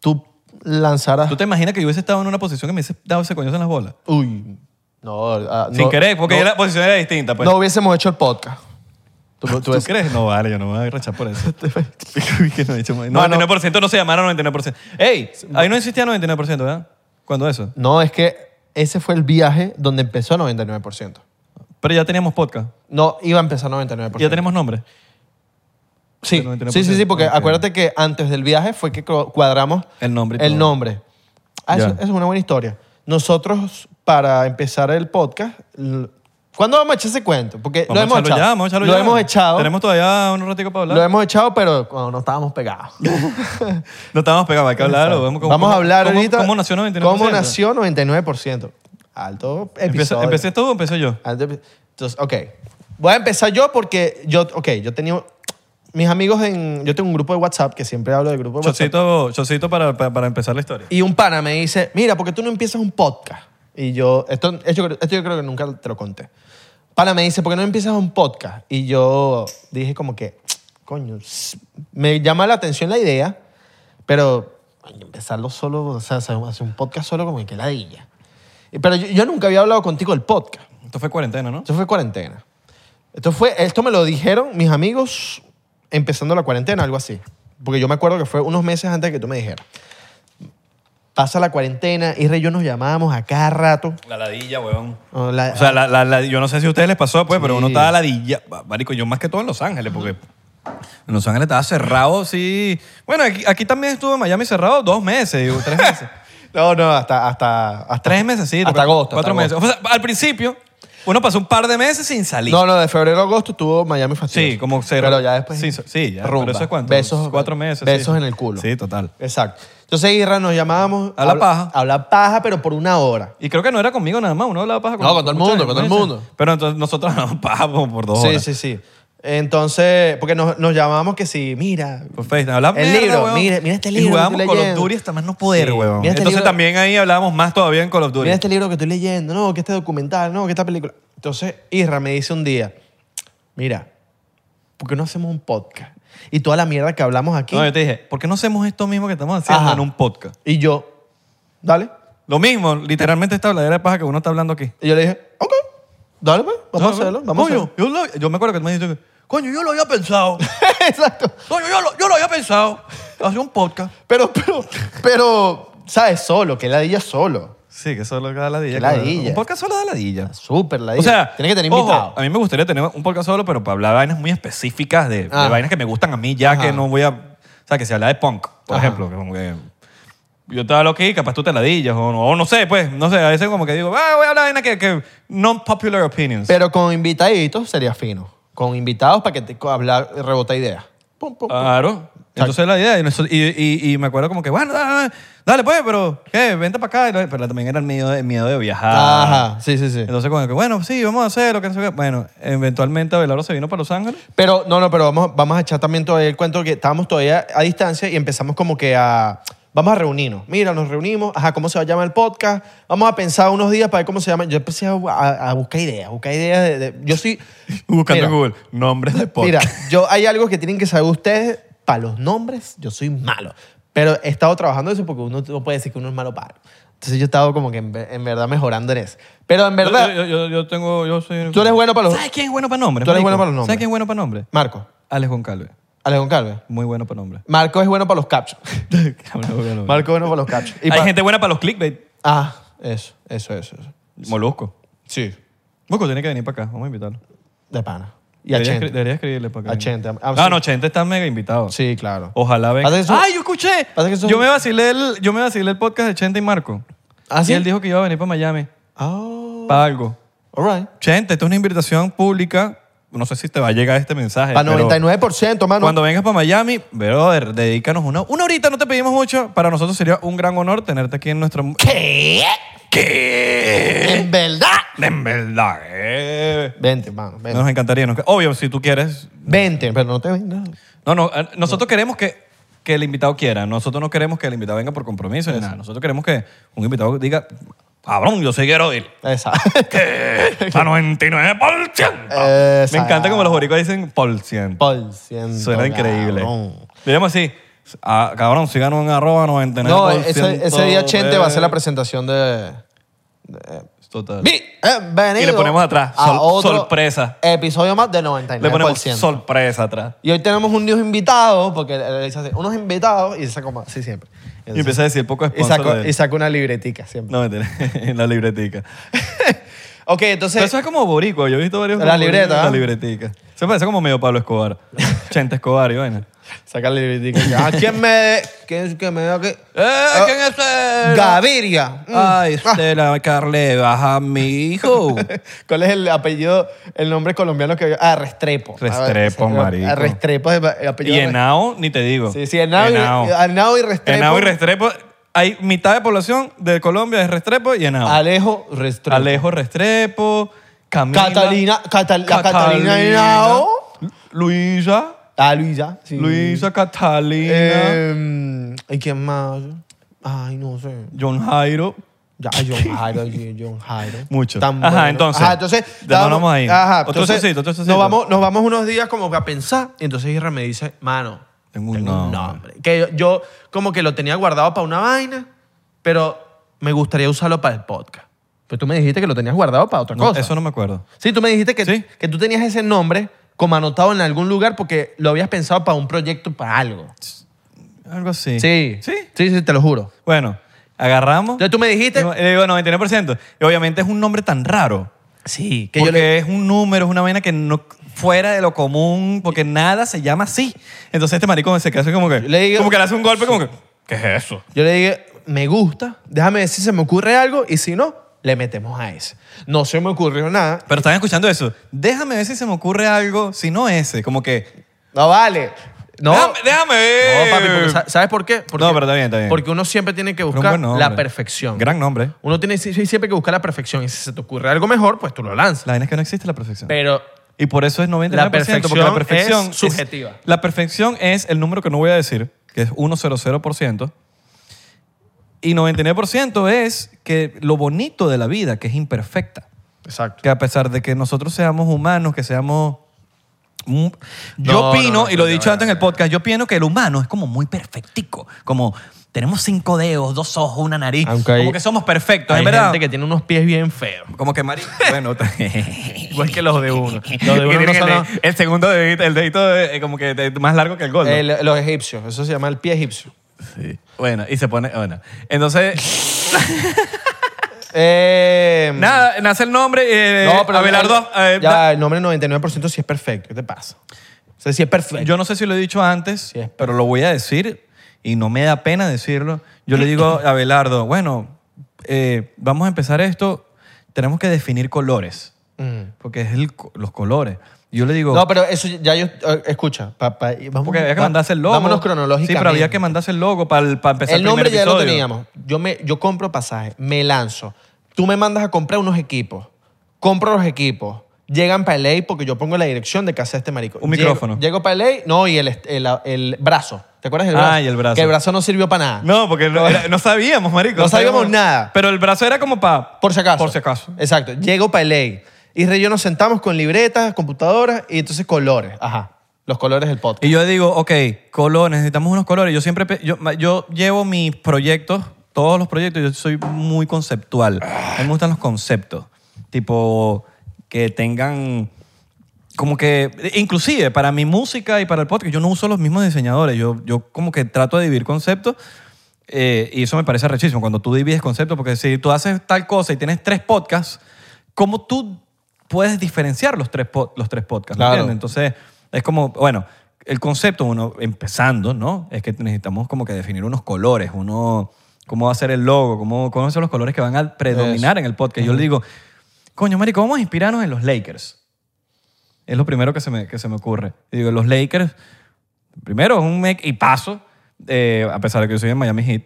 S2: Tú lanzarás...
S1: ¿Tú te imaginas que yo hubiese estado en una posición que me hubiese dado ese coñazo en las bolas?
S2: Uy, no. ah,
S1: Sin
S2: no-
S1: querer, porque
S2: no,
S1: ya la posición era distinta. Pues.
S2: no hubiésemos hecho el podcast. Tú, tú
S1: ¿Tú
S2: ves-
S1: crees? No vale, yo no me voy a rechazar por eso. Que no he dicho más.
S2: No, no.
S1: 99% no, se llamaron 99%. ¡Ey! Ahí no existía 99%, ¿verdad? ¿Cuándo eso?
S2: No, es que ese fue el viaje donde empezó 99%.
S1: Pero ya teníamos podcast.
S2: No, iba a empezar 99%.
S1: Ya tenemos nombre.
S2: Sí,
S1: El 99%.
S2: sí, sí, sí, porque
S1: Ok.
S2: acuérdate que antes del viaje fue que co- cuadramos
S1: El nombre y
S2: El
S1: todo.
S2: nombre. Ah, eso,
S1: Ya.
S2: eso es una buena historia. Nosotros, para empezar el podcast, l- ¿cuándo vamos a echar ese cuento? Porque
S1: Vamos
S2: lo hemos
S1: a echarlo
S2: echado.
S1: ya, vamos a echarlo
S2: lo
S1: ya.
S2: hemos echado.
S1: Tenemos todavía un ratico para hablar.
S2: Lo hemos echado, pero cuando no estábamos pegados.
S1: No estábamos pegados, hay que hablarlo. Vemos cómo-
S2: Vamos a hablar
S1: cómo-
S2: ahorita.
S1: ¿Cómo nació 99%?
S2: ¿Cómo nació 99%? Alto
S1: Empecé-
S2: episodio.
S1: ¿Empecé tú o empecé yo?
S2: Antes de- Entonces, ok. Voy a empezar yo porque yo, ok, yo tenía mis amigos en, yo tengo un grupo de WhatsApp que siempre hablo del grupo de WhatsApp.
S1: Chocito, chocito para, para, para empezar la historia.
S2: Y un pana me dice, mira, porque tú no empiezas un podcast? Y yo, esto, esto, yo- esto yo creo que nunca te lo conté. Pana me dice, ¿por qué no empiezas un podcast? Y yo dije como que, coño, s- me llama la atención la idea, pero coño, empezarlo solo, o sea, hacer hacer un podcast solo como que qué ladilla. Y- Pero yo, yo nunca había hablado contigo del podcast.
S1: Esto fue cuarentena, ¿no?
S2: Esto fue cuarentena. Esto, fue, esto me lo dijeron mis amigos empezando la cuarentena, algo así. Porque yo me acuerdo que fue unos meses antes de que tú me dijeras. Pasa la cuarentena, Isra y yo nos llamábamos a cada rato.
S1: La ladilla, weón.
S2: O la-
S1: O sea, la- la- la- yo no sé si a ustedes les pasó, pues, pero
S2: Sí.
S1: uno estaba ladilla. Marico, yo más que todo en Los Ángeles, porque en Los Ángeles estaba cerrado, sí. Bueno, aquí, aquí también estuve en Miami cerrado dos meses, o tres meses.
S2: no, no, hasta... hasta, hasta
S1: tres meses, sí.
S2: Hasta agosto.
S1: Cuatro
S2: hasta
S1: meses.
S2: agosto.
S1: O sea, al principio, uno pasó un par de meses sin salir.
S2: No, no, de febrero a agosto estuvo Miami fastidioso.
S1: Sí, como cero.
S2: Pero ya después...
S1: Sí, so- sí ya.
S2: rumba.
S1: Pero eso es cuánto.
S2: Besos.
S1: Cuatro meses.
S2: Besos
S1: sí.
S2: en el culo.
S1: Sí, total.
S2: Exacto. Entonces Isra nos llamábamos...
S1: A la
S2: habla-
S1: paja.
S2: A la paja, pero por una hora.
S1: Y creo que no era conmigo nada más, uno hablaba paja con
S2: No, con todo el mundo,
S1: muchas
S2: con todo el
S1: veces.
S2: mundo.
S1: Pero entonces nosotros hablamos paja por, por dos
S2: Sí,
S1: horas.
S2: sí, sí. Entonces, porque nos, nos llamábamos que si, mira.
S1: Por Facebook. Hablábamos
S2: El
S1: mierda,
S2: libro,
S1: huevón.
S2: mira- mira este
S1: Y
S2: libro que
S1: jugábamos
S2: estoy
S1: Call of
S2: leyendo.
S1: Duty hasta más no poder,
S2: Sí.
S1: huevón.
S2: Mira este
S1: Entonces
S2: libro-
S1: también ahí hablábamos más todavía en Call of Duty.
S2: Mira este libro que estoy leyendo, no, que este documental, no, que esta película. Entonces, Isra me dice un día, mira, ¿por qué no hacemos un podcast? Y toda la mierda que hablamos aquí.
S1: No, yo te dije, ¿por qué no hacemos esto mismo que estamos haciendo
S2: Ajá.
S1: en un podcast?
S2: Y yo, dale.
S1: Lo mismo, literalmente esta habladera de paja que uno está hablando aquí.
S2: Y yo le dije, ok. Dale, pues, vamos a hacerlo. Vamos a
S1: coño,
S2: hacerlo.
S1: Yo, lo- yo me acuerdo que tú me dijiste, coño, yo lo había pensado.
S2: Exacto.
S1: coño, yo lo, yo lo había pensado. Hacer un podcast.
S2: Pero, pero, pero, ¿sabes? Solo, que ladilla solo.
S1: Sí, que solo da ladilla.
S2: Que
S1: claro.
S2: ladilla.
S1: Un podcast solo da ladilla.
S2: Súper ladilla.
S1: O sea,
S2: tiene que tener
S1: ojo,
S2: invitado.
S1: a mí me gustaría tener un podcast solo, pero para hablar de vainas muy específicas, de, de
S2: Ah.
S1: vainas que me gustan a mí, ya
S2: Ajá.
S1: que no voy a. O sea, que se habla de punk, por
S2: Ajá.
S1: ejemplo. que como que yo te hablo aquí, capaz tú te ladillas, o no, o no sé, pues, no sé. A veces como que digo, ah, voy a hablar de vainas que. que non-popular opinions.
S2: Pero con invitaditos sería fino. Con invitados para que te co- hablar, rebota ideas. Pum, pum, pum.
S1: Claro. Entonces la idea, y, noso- y, y- y me acuerdo como que, bueno, dale, dale, pues, pero, ¿qué? Vente para acá. y lo- Pero también era el miedo de, miedo de viajar.
S2: Ajá, sí, sí, sí.
S1: Entonces, como que, bueno, sí, vamos a hacerlo. Que no sé qué. Bueno, eventualmente Abelardo se vino para Los Ángeles.
S2: Pero, no, no, pero vamos, vamos a echar también todavía el cuento que estábamos todavía a distancia y empezamos como que a... Vamos a reunirnos. Mira, nos reunimos. Ajá, ¿cómo se va a llamar el podcast? Vamos a pensar unos días para ver cómo se llama. Yo empecé a, a- a buscar ideas, a buscar ideas. de- de- yo sí...
S1: Buscando
S2: Mira.
S1: en Google nombres de podcast.
S2: Mira, yo hay algo que tienen que saber ustedes. Para los nombres, yo soy malo. Pero he estado trabajando eso porque uno no puede decir que uno es malo para algo. Entonces yo he estado como que en, ve- en verdad mejorando en eso. Pero en verdad,
S1: Yo, yo- yo- yo tengo, yo soy...
S2: tú eres bueno para los...
S1: ¿Sabes quién es bueno para nombres?
S2: Tú eres
S1: marico?
S2: bueno para los nombres.
S1: ¿Sabes quién es bueno para nombres?
S2: Marco,
S1: Alex Goncalves.
S2: Alejón Calve.
S1: Muy bueno para nombres.
S2: Marco es bueno para los captions.
S1: Cabrón, para nombres.
S2: Marco es bueno para los captions. Y
S1: Hay
S2: pa-
S1: gente buena para los clickbait.
S2: Ah, eso, eso, eso, eso.
S1: Molusco.
S2: Sí.
S1: Molusco tiene que venir para acá. Vamos a invitarlo.
S2: De pana. Y a
S1: debería, escri-
S2: Chente.
S1: debería escribirle para acá.
S2: A Chente. Ah,
S1: Ah,
S2: sí.
S1: no, Chente está mega invitado.
S2: Sí, claro.
S1: Ojalá venga.
S2: Pasa que son-
S1: ¡Ay, yo escuché!
S2: Pasa que son-
S1: Yo, me vacilé el, yo me vacilé el podcast de Chente y Marco.
S2: ¿Ah, sí?
S1: Y él dijo que iba a venir para Miami.
S2: Ah,
S1: Para algo.
S2: all right.
S1: Chente, esta es una invitación pública. No sé si te va a llegar este mensaje.
S2: Para
S1: pero
S2: 99%, mano.
S1: Cuando vengas para Miami, brother, dedícanos una, una horita, no te pedimos mucho. Para nosotros sería un gran honor tenerte aquí en nuestro.
S2: ¿Qué?
S1: ¿Qué?
S2: ¿En verdad?
S1: En verdad, eh.
S2: Vente, mano. Vente.
S1: Nos encantaría. nos- Obvio, si tú quieres,
S2: Vente, pero no te vengas.
S1: No, no, eh, nosotros queremos que, que el invitado quiera. Nosotros no queremos que el invitado venga por compromiso ni nada. Nosotros queremos que un invitado diga, cabrón, yo sí quiero ir.
S2: Exacto.
S1: ¿Qué? A 99%. Me
S2: Exacto.
S1: encanta como los boricuas dicen por ciento.
S2: Por ciento,
S1: Suena increíble.
S2: cabrón.
S1: Diríamos así, ah, cabrón, síganos en arroba 99%.
S2: No, ese, ese día Chente va a hacer la presentación de...
S1: Total.
S2: Bienvenido
S1: Y le ponemos atrás,
S2: a
S1: sol-
S2: otro
S1: sorpresa.
S2: Episodio más de 99%.
S1: Le ponemos sorpresa atrás.
S2: Y hoy tenemos unos invitados, porque él- él dice así, unos invitados, y saco más, sí, siempre.
S1: Y empieza a decir poco
S2: y
S1: sponsor
S2: saco,
S1: de-
S2: y saco una libretica siempre.
S1: No, mentira, en la libretica.
S2: Ok, entonces...
S1: Pero eso es como boricua. Yo he visto varios.
S2: La libreta,
S1: boricuas
S2: ¿ah?
S1: en La libretica. Se parece como medio Pablo Escobar. Chente Escobar y vaina.
S2: Saca la libretica. Ah, ¿Quién me... ¿Quién, quién me da que...
S1: ¡Eh! ¿Quién es él?
S2: Gaviria. Mm.
S1: Ay, Estela Carle, baja a mi hijo.
S2: ¿Cuál es el apellido, el nombre colombiano que... Ah, Restrepo.
S1: Restrepo,
S2: Ah,
S1: marico.
S2: Restrepo es el apellido...
S1: y Henao, ni te digo.
S2: Pues Sí, sí, Henao y- Henao y Restrepo.
S1: Henao y Restrepo. Hay mitad de población de Colombia es Restrepo y Henao.
S2: Alejo Restrepo.
S1: Alejo Restrepo, Camila.
S2: Catalina, Catal- la Catalina Henao.
S1: Luisa.
S2: Ah, Luisa. sí.
S1: Luisa Catalina.
S2: Eh, ¿Y quién más? Ay, no sé.
S1: John Jairo.
S2: Ya, John Jairo, sí, John Jairo.
S1: Mucho.
S2: Tan
S1: Ajá,
S2: bueno.
S1: entonces.
S2: Ajá, entonces.
S1: Ya nos vamos ahí.
S2: Ajá,
S1: Otro
S2: entonces.
S1: chocito, otro chocito.
S2: nos, vamos, nos vamos unos días como que a pensar. Y entonces Isra me dice, mano,
S1: Tengo
S2: tengo
S1: un
S2: un,
S1: nombre.
S2: nombre. Que yo, yo como que lo tenía guardado para una vaina, pero me gustaría usarlo para el podcast. Pero tú me dijiste que lo tenías guardado para otra
S1: No,
S2: cosa.
S1: eso no me acuerdo.
S2: Sí, tú me dijiste que,
S1: Sí.
S2: que tú tenías ese nombre como anotado en algún lugar porque lo habías pensado para un proyecto, para algo.
S1: Algo así.
S2: Sí.
S1: Sí.
S2: Sí, sí, te lo juro.
S1: Bueno, agarramos.
S2: Entonces tú me dijiste.
S1: Yo- Le digo 99%. Y obviamente es un nombre tan raro.
S2: Sí, que
S1: Porque
S2: yo le.
S1: es un número, es una vaina que no fuera de lo común, porque nada se llama así. Entonces este maricón se queda así como que.
S2: Le digo-
S1: como que le hace un golpe, como que. ¿Qué es eso?
S2: Yo le dije, me gusta, déjame ver si se me ocurre algo y si no, le metemos a ese. No se me ocurrió nada.
S1: Pero están escuchando eso. Déjame ver si se me ocurre algo, si no ese. Como que.
S2: No vale. No.
S1: Déjame, déjame ver.
S2: No, papi, porque sa- ¿sabes por qué? Porque,
S1: eh. No, pero está bien, está bien.
S2: Porque uno siempre tiene que
S1: Pero un
S2: buscar
S1: buen nombre.
S2: la perfección.
S1: Gran nombre.
S2: Uno tiene si- si- siempre que buscar la perfección y si se te ocurre algo mejor, pues tú lo lanzas.
S1: La vaina es que no existe la perfección.
S2: Pero
S1: y por eso es 99%.
S2: La perfección
S1: porque la perfección
S2: es subjetiva.
S1: la perfección es el número que no voy a decir, que es 100%. Y 99% es que lo bonito de la vida, que es imperfecta.
S2: Exacto.
S1: Que a pesar de que nosotros seamos humanos, que seamos Mm, Yo
S2: No,
S1: opino,
S2: no, no,
S1: y lo he
S2: no,
S1: dicho
S2: no,
S1: antes en el podcast, yo opino que el humano es como muy perfectico. Como tenemos cinco dedos, dos ojos, una nariz.
S2: Aunque hay-
S1: como que somos perfectos,
S2: Hay
S1: es verdad.
S2: gente que tiene unos pies bien feos.
S1: Como que Mari. Bueno, ta-
S2: Igual que los de uno.
S1: Que
S2: Los de uno
S1: tienen
S2: no
S1: el,
S2: son
S1: de-
S2: los-
S1: el segundo dedito, el dedito de- eh, como que de- más largo que el gol. ¿no?
S2: el- los egipcios. Eso se llama el pie egipcio.
S1: Sí. Bueno, y se pone. Bueno. Entonces,
S2: Eh,
S1: nada, nace el nombre. eh,
S2: no, pero
S1: Abelardo.
S2: el,
S1: eh, da-
S2: ya, el nombre 99% sí es perfecto. ¿Qué te pasa? O sea, sí es perfecto.
S1: Yo no sé si lo he dicho antes,
S2: Sí, es perfecto.
S1: pero lo voy a decir y no me da pena decirlo. Yo le digo a Abelardo, bueno, eh, vamos a empezar esto. Tenemos que definir colores,
S2: Mm.
S1: porque es el co- los colores. Yo le digo,
S2: No, pero eso ya yo... eh, Escucha, papá. y vamos-
S1: porque había que
S2: va-
S1: mandarse el logo.
S2: Vámonos
S1: Sí,
S2: cronológicamente.
S1: pero había que mandarse el logo para empezar el
S2: El nombre
S1: primer
S2: ya lo
S1: episodio.
S2: teníamos. Yo, me, yo compro pasajes, me lanzo. Tú me mandas a comprar unos equipos. Compro los equipos. Llegan para LA porque yo pongo la dirección de casa de este marico.
S1: Un
S2: Llego-
S1: micrófono.
S2: Llego, para LA, no, y el, est- el, el brazo. ¿Te acuerdas del
S1: Ah,
S2: brazo?
S1: y el brazo.
S2: Que el brazo no sirvió para nada.
S1: No, porque no, era- no sabíamos, marico.
S2: No sabíamos nada.
S1: Pero el brazo era como para...
S2: Por si acaso.
S1: Por si acaso.
S2: Exacto. Llego para LA. Y Rey y yo nos sentamos con libretas, computadoras y entonces colores. Ajá. Los colores del podcast.
S1: Y yo digo, ok, colores, necesitamos unos colores. Yo siempre, pe- yo, ma- yo llevo mis proyectos, todos los proyectos, yo soy muy conceptual. A mí me gustan los conceptos, tipo que tengan como que, inclusive para mi música y para el podcast, yo no uso los mismos diseñadores, yo, yo como que trato de dividir conceptos. eh, y eso me parece rechísimo cuando tú divides conceptos, porque si tú haces tal cosa y tienes tres podcasts, ¿cómo tú puedes diferenciar los tres, po- los tres podcasts? ¿me
S2: Claro.
S1: entiendes? Entonces, es como, bueno, el concepto, uno empezando, ¿no? Es que necesitamos como que definir unos colores, uno, cómo va a ser el logo, cómo, cómo son los colores que van a predominar en el podcast. Yo le digo, coño, marico, vamos a inspirarnos en los Lakers. Es lo primero que se me, que se me ocurre. Y digo, los Lakers, primero, es un mec- y paso, eh, a pesar de que yo soy de Miami Heat.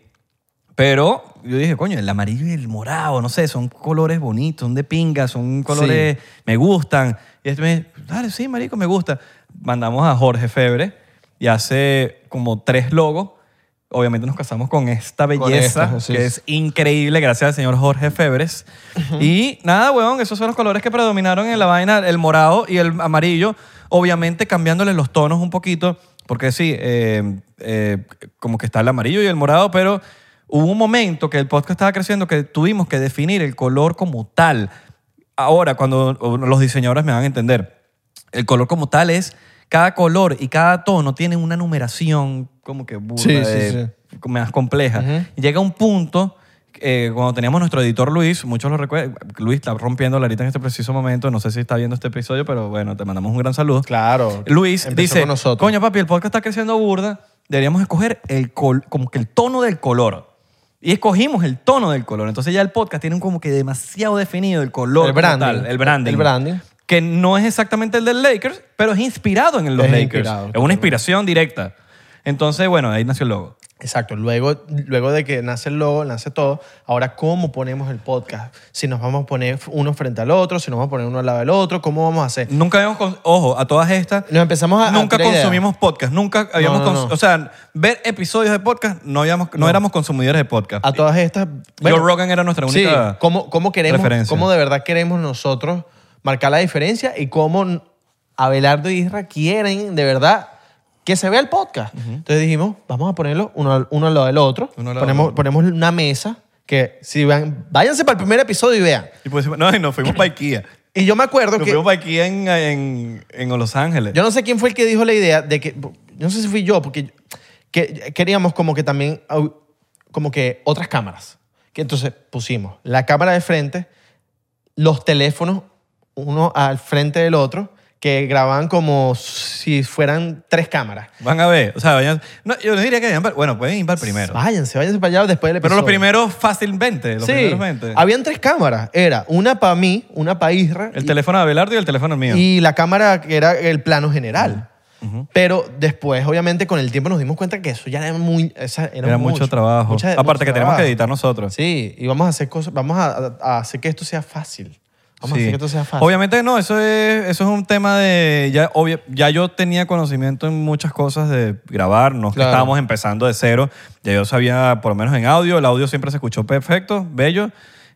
S1: Pero yo dije, coño, el amarillo y el morado, no sé, son colores bonitos, son de pinga, son colores, me gustan. Y este me dice, dale, sí, marico, me gusta. Mandamos a Jorge Febre y hace como tres logos. Obviamente nos casamos con esta
S2: Con
S1: belleza,
S2: esta, así
S1: que
S2: es.
S1: es increíble, gracias al señor Jorge Febres. Y nada, weón, esos son los colores que predominaron en la vaina, el morado y el amarillo, obviamente cambiándole los tonos un poquito, porque sí, eh, eh, como que está el amarillo y el morado, pero hubo un momento que el podcast estaba creciendo que tuvimos que definir el color como tal. Ahora, cuando los diseñadores me van a entender, el color como tal es cada color y cada tono tiene una numeración como que burda
S2: Sí, sí,
S1: de-
S2: sí.
S1: más compleja.
S2: Ujú.
S1: Llega un punto, eh, cuando teníamos nuestro editor Luis, muchos lo recuerdan, Luis está rompiendo la ahorita en este preciso momento, no sé si está viendo este episodio, pero bueno, te mandamos un gran saludo.
S2: Claro.
S1: Luis
S2: Empezó
S1: dice,
S2: con nosotros.
S1: coño papi, el podcast está creciendo burda, deberíamos escoger el col- como que el tono del color. Y escogimos el tono del color. Entonces ya el podcast tiene un como que demasiado definido el color.
S2: El
S1: como
S2: branding.
S1: tal, el branding.
S2: El branding.
S1: Que no es exactamente el del Lakers, pero es inspirado en los
S2: Es
S1: Lakers.
S2: inspirado,
S1: Es una inspiración directa. Entonces, bueno, ahí nació el logo.
S2: Exacto, luego, luego de que nace el logo, nace todo, ahora cómo ponemos el podcast, si nos vamos a poner uno frente al otro, si nos vamos a poner uno al lado del otro, cómo vamos a hacer.
S1: Nunca habíamos, cons- ojo, a todas estas,
S2: Nos empezamos a... a
S1: nunca
S2: crear ideas.
S1: consumimos podcast, nunca habíamos,
S2: no, no.
S1: cons- o sea, ver episodios de podcast, no, habíamos, no, éramos consumidores de podcast.
S2: A todas estas... bueno,
S1: Joe Rogan era nuestra
S2: sí,
S1: única
S2: cómo, cómo queremos,
S1: referencia.
S2: cómo de verdad queremos nosotros marcar la diferencia y cómo Abelardo y Isra quieren de verdad que se vea el podcast. Entonces dijimos, vamos a ponerlo uno al, uno al lado del otro,
S1: Uno al lado
S2: ponemos,
S1: del otro.
S2: ponemos una mesa que si van, váyanse para el primer episodio y vean.
S1: Y pues, no, y nos fuimos para Ikea.
S2: Y yo me acuerdo
S1: Nos
S2: que...
S1: fuimos para Ikea en, en, en Los Ángeles.
S2: Yo no sé quién fue el que dijo la idea de que, yo no sé si fui yo, porque que queríamos como que también, au- como que otras cámaras. Que entonces pusimos la cámara de frente, los teléfonos, uno al frente del otro, que grababan como si fueran tres cámaras.
S1: Van a ver, o sea, vayan- no, yo les diría que vayan para- bueno, pueden ir para el primero.
S2: Váyanse, váyanse para allá después del
S1: Pero
S2: episodio.
S1: los primeros fácilmente, los
S2: Sí,
S1: primeros 20.
S2: habían tres cámaras. Era una para mí, una para Isra
S1: El
S2: y-
S1: teléfono de Abelardo y el teléfono mío.
S2: Y la cámara que era el plano general. Pero después, obviamente, con el tiempo nos dimos cuenta que eso ya era muy. esa- era
S1: era mucho, trabajo.
S2: mucha-
S1: Aparte que
S2: mucho
S1: tenemos que
S2: trabajo.
S1: editar nosotros.
S2: Sí, y vamos a hacer cosas. Vamos a, a- a hacer que esto sea fácil. Vamos a
S1: Sí.
S2: hacer que esto sea fácil.
S1: Obviamente no, eso es, eso es un tema de... Ya, obvia- ya yo tenía conocimiento en muchas cosas de grabar, no es que
S2: Claro.
S1: estábamos empezando de cero, ya yo sabía, por lo menos en audio, el audio siempre se escuchó perfecto, bello,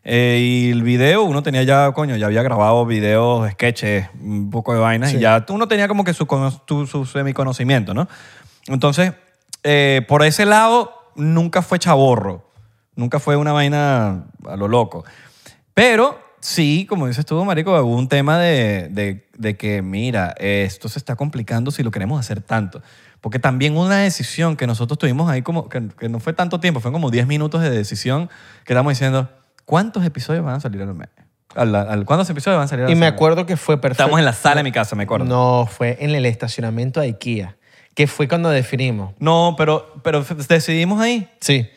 S1: Eh, y el video, uno tenía ya, coño, ya había grabado videos, sketches, un poco de vainas, y
S2: Sí.
S1: ya uno tenía como que su, cono- tu- su semiconocimiento, ¿no? Entonces, eh, por ese lado, nunca fue chaborro, nunca fue una vaina a lo loco. Pero sí, como dices tú, Marico, hubo un tema de, de- de que, mira, esto se está complicando si lo queremos hacer tanto. Porque también una decisión que nosotros tuvimos ahí, como que, que no fue tanto tiempo, fue como 10 minutos de decisión, que estábamos diciendo, ¿cuántos episodios van a salir al mes? Al- al- ¿Cuántos episodios van a salir al
S2: Y me
S1: mes?
S2: acuerdo que fue perfecto.
S1: Estamos en la sala de mi casa, me acuerdo.
S2: No, fue en el estacionamiento de IKEA, que fue cuando definimos.
S1: No, pero, pero decidimos ahí.
S2: Sí.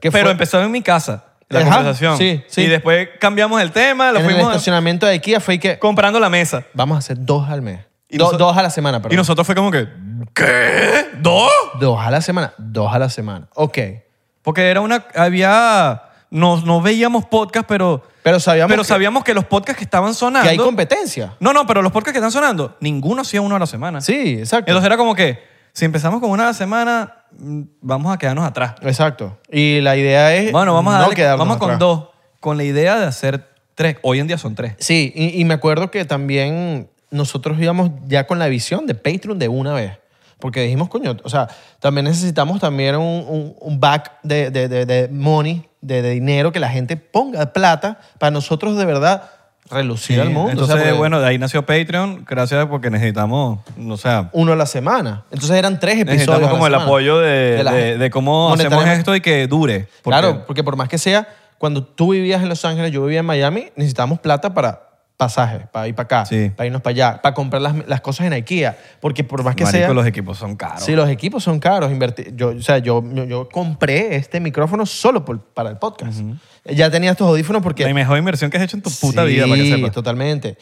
S2: Que
S1: Pero
S2: fue
S1: empezó en mi casa la
S2: Ajá,
S1: conversación.
S2: sí, sí.
S1: Y después cambiamos el tema, lo
S2: en el
S1: fuimos
S2: estacionamiento de IKEA fue que
S1: comprando la mesa.
S2: vamos a hacer dos al mes.
S1: Y
S2: Do-
S1: noso-
S2: dos a la semana,
S1: Y
S2: perdón.
S1: nosotros fue como que, ¿qué? ¿Dos?
S2: Dos a la semana, dos a la semana. Ok.
S1: Porque era una, había, nos, no veíamos podcast, pero,
S2: Pero sabíamos
S1: pero
S2: que,
S1: sabíamos que los podcasts que estaban
S2: que
S1: sonando.
S2: hay competencia.
S1: no, no, pero los podcasts que están sonando, ninguno hacía uno a la semana.
S2: Sí, exacto.
S1: Entonces era como que, si empezamos con una a la semana, mm, vamos a quedarnos atrás.
S2: Exacto. Y la idea es
S1: Bueno, vamos a
S2: Eh, no
S1: darle-
S2: quedarnos
S1: vamos con
S2: atrás.
S1: dos, con la idea de hacer tres. Hoy en día son tres.
S2: Sí, y, y me acuerdo que también nosotros íbamos ya con la visión de Patreon de una vez. Porque dijimos, coño, o sea, también necesitamos también un, un- un back de, de- de- de money, de, de dinero, que la gente ponga plata para nosotros de verdad relucir al mundo. O sea, pues-
S1: Entonces,
S2: porque
S1: bueno, de ahí nació Patreon, gracias porque necesitamos, o sea,
S2: uno a la semana. Entonces eran tres episodios.
S1: necesitamos
S2: a la
S1: como el
S2: semana.
S1: apoyo de,
S2: la
S1: de-
S2: gente.
S1: de cómo hacemos
S2: Monetariamente.
S1: esto y que dure. Porque-
S2: Claro, porque por más que sea, cuando tú vivías en Los Ángeles, yo vivía en Miami, necesitábamos plata para pasajes, para ir para acá,
S1: Sí.
S2: para irnos para allá, para comprar las, las cosas en IKEA, porque por más que
S1: Marico,
S2: sea...
S1: los equipos son caros.
S2: Sí, los equipos son caros. invertir- yo, o sea, yo, yo, yo compré este micrófono solo por- para el podcast. Ya tenía estos audífonos porque...
S1: La mejor inversión que has hecho en tu puta vida, para que
S2: Sí,
S1: sepas.
S2: totalmente.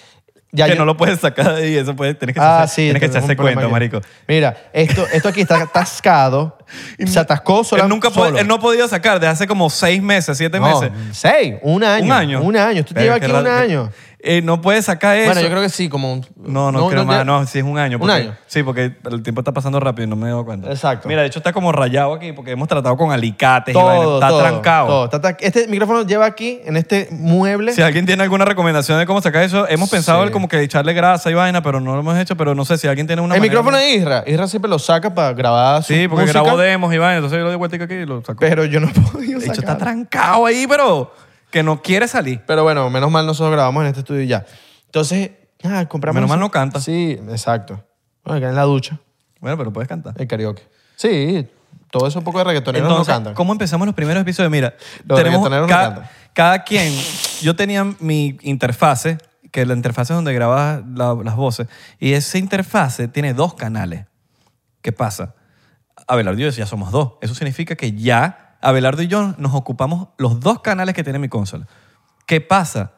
S2: Ya
S1: que
S2: yo-
S1: no lo puedes sacar de ahí, eso puedes, tienes que
S2: Ah,
S1: hacer-
S2: sí.
S1: tienes que
S2: tenemos
S1: echarse
S2: un problema
S1: cuenta,
S2: aquí.
S1: marico.
S2: Mira, esto, esto aquí está atascado. se atascó sola-
S1: él, nunca po-
S2: solo.
S1: él no ha podido sacar desde hace como seis meses, siete
S2: No,
S1: meses.
S2: seis, un año.
S1: Un año.
S2: Un año. Tú te
S1: Pero
S2: llevas
S1: qué
S2: aquí
S1: raro
S2: un
S1: que-
S2: año.
S1: Eh, no puedes sacar eso.
S2: Bueno, yo creo que sí, como un...
S1: No, no, creo más.
S2: ya-
S1: No, sí es un año.
S2: Un
S1: porque-
S2: año.
S1: Sí, porque el tiempo está pasando rápido y no me he dado cuenta.
S2: Exacto.
S1: Mira, de hecho está como rayado aquí porque hemos tratado con alicates y vaina,
S2: Todo,
S1: Está
S2: todo,
S1: trancado.
S2: todo. Está tra- este micrófono lleva aquí, en este mueble.
S1: Si alguien tiene alguna recomendación de cómo sacar eso, hemos pensado en como que echarle grasa y vaina, pero no lo hemos hecho. Pero no sé si alguien tiene una.
S2: el
S1: manera-
S2: micrófono de Isra. Isra siempre lo saca para grabar su
S1: Sí, porque
S2: música,
S1: grabó demos y vaina, entonces yo lo di vueltica aquí y lo saco.
S2: Pero yo no he podido
S1: De hecho, está
S2: sacarlo.
S1: trancado ahí, pero que no quiere salir.
S2: Pero bueno, menos mal nosotros grabamos en este estudio y ya. Entonces, nada, compramos...
S1: Menos mal no canta.
S2: Sí, exacto. Bueno, acá en la ducha,
S1: Bueno, pero puedes cantar.
S2: el karaoke. Sí, todo eso un poco de reggaetoneros
S1: Entonces,
S2: no cantan.
S1: ¿cómo empezamos los primeros episodios? Mira,
S2: Los
S1: tenemos
S2: reggaetoneros no
S1: cada,
S2: cantan.
S1: cada quien. Yo tenía mi interfase, que la interfase es donde grabas la- las voces, y esa interfase tiene dos canales. ¿Qué pasa? Abelardo y yo ya somos dos. Eso significa que ya Abelardo y yo nos ocupamos los dos canales que tiene mi consola. ¿Qué pasa?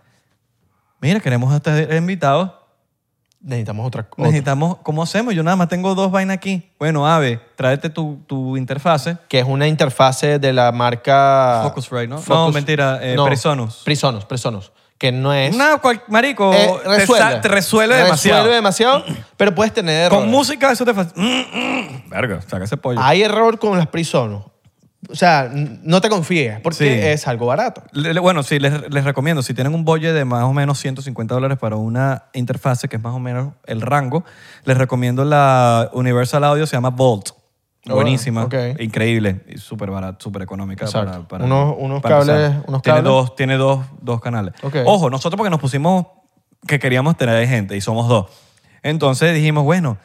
S1: Mira, queremos estar invitados.
S2: Necesitamos otra cosa.
S1: Necesitamos, ¿cómo hacemos? Yo nada más tengo dos vainas aquí. Bueno, Ave, tráete tu, tu interfase.
S2: que es una interfase de la marca...
S1: Focusrite, ¿no? No, mentira, eh, Presonus.
S2: Prisonus, Presonus, que no es...
S1: Nada, cual- marico,
S2: Eh,
S1: te sa- te resuelve demasiado.
S2: Resuelve demasiado, pero puedes tener errores.
S1: Con música eso te fa- Mm, mm. Verga, saca ese pollo.
S2: Hay error con las Prisonus. O sea, n- no te confíes porque
S1: Sí.
S2: es algo barato.
S1: Le- le- bueno, sí, les, les recomiendo, si tienen un budget de más o menos 150 dólares para una interfase, que es más o menos el rango, les recomiendo la Universal Audio, se llama Volt.
S2: Ah,
S1: Buenísima,
S2: bueno, ok.
S1: increíble, y súper barata, súper económica.
S2: Exacto.
S1: Para, para-
S2: Unos- unos
S1: para
S2: cables-
S1: empezar.
S2: unos
S1: tiene
S2: cables.
S1: Dos, tiene dos, dos canales.
S2: Ok.
S1: Ojo, nosotros porque nos pusimos que queríamos tener gente y somos dos. Entonces dijimos, bueno,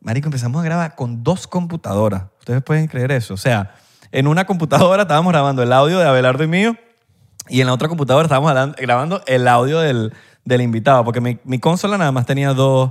S1: Marico, empezamos a grabar con dos computadoras. Ustedes pueden creer eso. O sea, en una computadora estábamos grabando el audio de Abelardo y mío y en la otra computadora estábamos hablando- grabando el audio del, del invitado, porque mi, mi consola nada más tenía dos,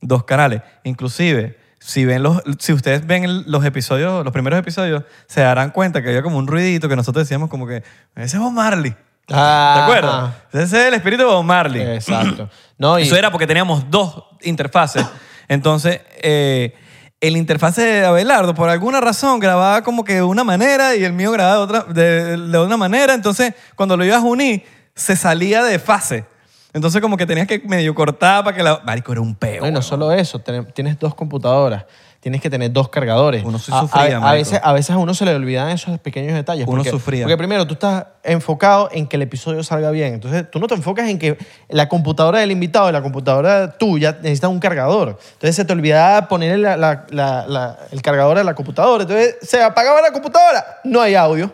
S1: dos canales. Inclusive, si, ven los, si ustedes ven el- los episodios, los primeros episodios, se darán cuenta que había como un ruidito que nosotros decíamos como que, ese es Bob Marley. ¿Te acuerdas? Ese es el espíritu de Bob Marley.
S2: Eh, Exacto. No, y
S1: Eso era porque teníamos dos interfaces. Entonces, eh, el interfase de Abelardo, por alguna razón, grababa como que de una manera y el mío grababa de otra, de, de una manera. Entonces, cuando lo ibas a unir, se salía de fase. Entonces como que tenías que medio cortar para que la... Marico, era un peo.
S2: No, y no
S1: weón.
S2: solo eso, ten- tienes dos computadoras, tienes que tener dos cargadores.
S1: Uno sí
S2: A- a-
S1: sufría,
S2: a,
S1: marico.
S2: veces, a veces a uno se le olvidan esos pequeños detalles.
S1: Uno
S2: porque,
S1: sufría.
S2: Porque primero tú estás enfocado en que el episodio salga bien. Entonces tú no te enfocas en que la computadora del invitado y la computadora tuya necesitan un cargador. Entonces se te olvidaba poner la- la- la- la- el cargador a la computadora. Entonces se apagaba la computadora, no hay audio.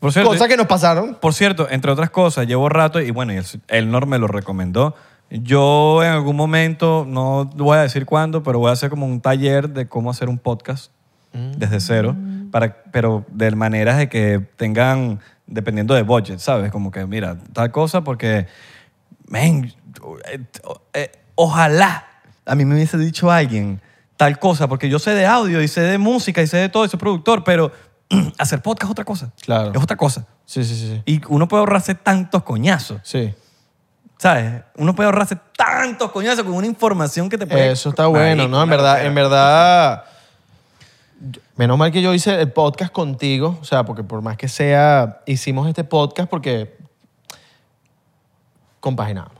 S1: Por cierto,
S2: Cosas que nos pasaron.
S1: Por cierto, entre otras cosas, llevo rato y bueno, y el, Elnor me lo recomendó. Yo en algún momento, no voy a decir cuándo, pero voy a hacer como un taller de cómo hacer un podcast desde cero, para, pero de maneras de que tengan, dependiendo de budget, ¿sabes? Como que, mira, tal cosa porque, men, eh, eh, ojalá a mí me hubiese dicho alguien tal cosa, porque yo sé de audio y sé de música y sé de todo, y soy productor, pero hacer podcast es otra cosa.
S2: Claro.
S1: Es otra cosa.
S2: Sí, sí, sí.
S1: Y uno puede ahorrarse tantos coñazos,
S2: Sí.
S1: ¿sabes? Uno puede ahorrarse tantos coñazos con una información que te puede...
S2: Pues Eso está
S1: Marico,
S2: bueno, ¿no? En
S1: Eh, una
S2: verdad,
S1: loquera.
S2: en verdad. yo- Menos mal que yo hice el podcast contigo, o sea, porque por más que sea, hicimos este podcast porque compaginamos.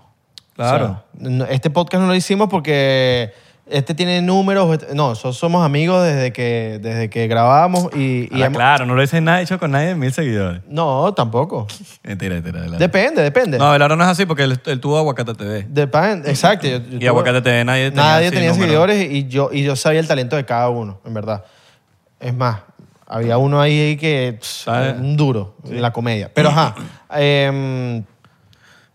S1: Claro.
S2: O sea, no- este podcast no lo hicimos porque este tiene números, este- no, so- somos amigos desde que, desde que grabamos y, y
S1: Ah,
S2: hemos-
S1: claro, no lo hice nada hecho con nadie de mil seguidores.
S2: no, tampoco.
S1: Mentira, mentira. Abelardo.
S2: Depende, depende.
S1: No, Abelardo no es así porque él, él tuvo Aguacate TV.
S2: Depende, exacto. Yo- yo
S1: Y
S2: tuve-
S1: Aguacate TV nadie tenía
S2: Nadie
S1: así
S2: tenía
S1: número.
S2: seguidores y yo, y yo sabía el talento de cada uno, en verdad. Es más, había uno ahí que pss,
S1: ¿Sabe?
S2: un duro en la comedia. Pero ajá, em,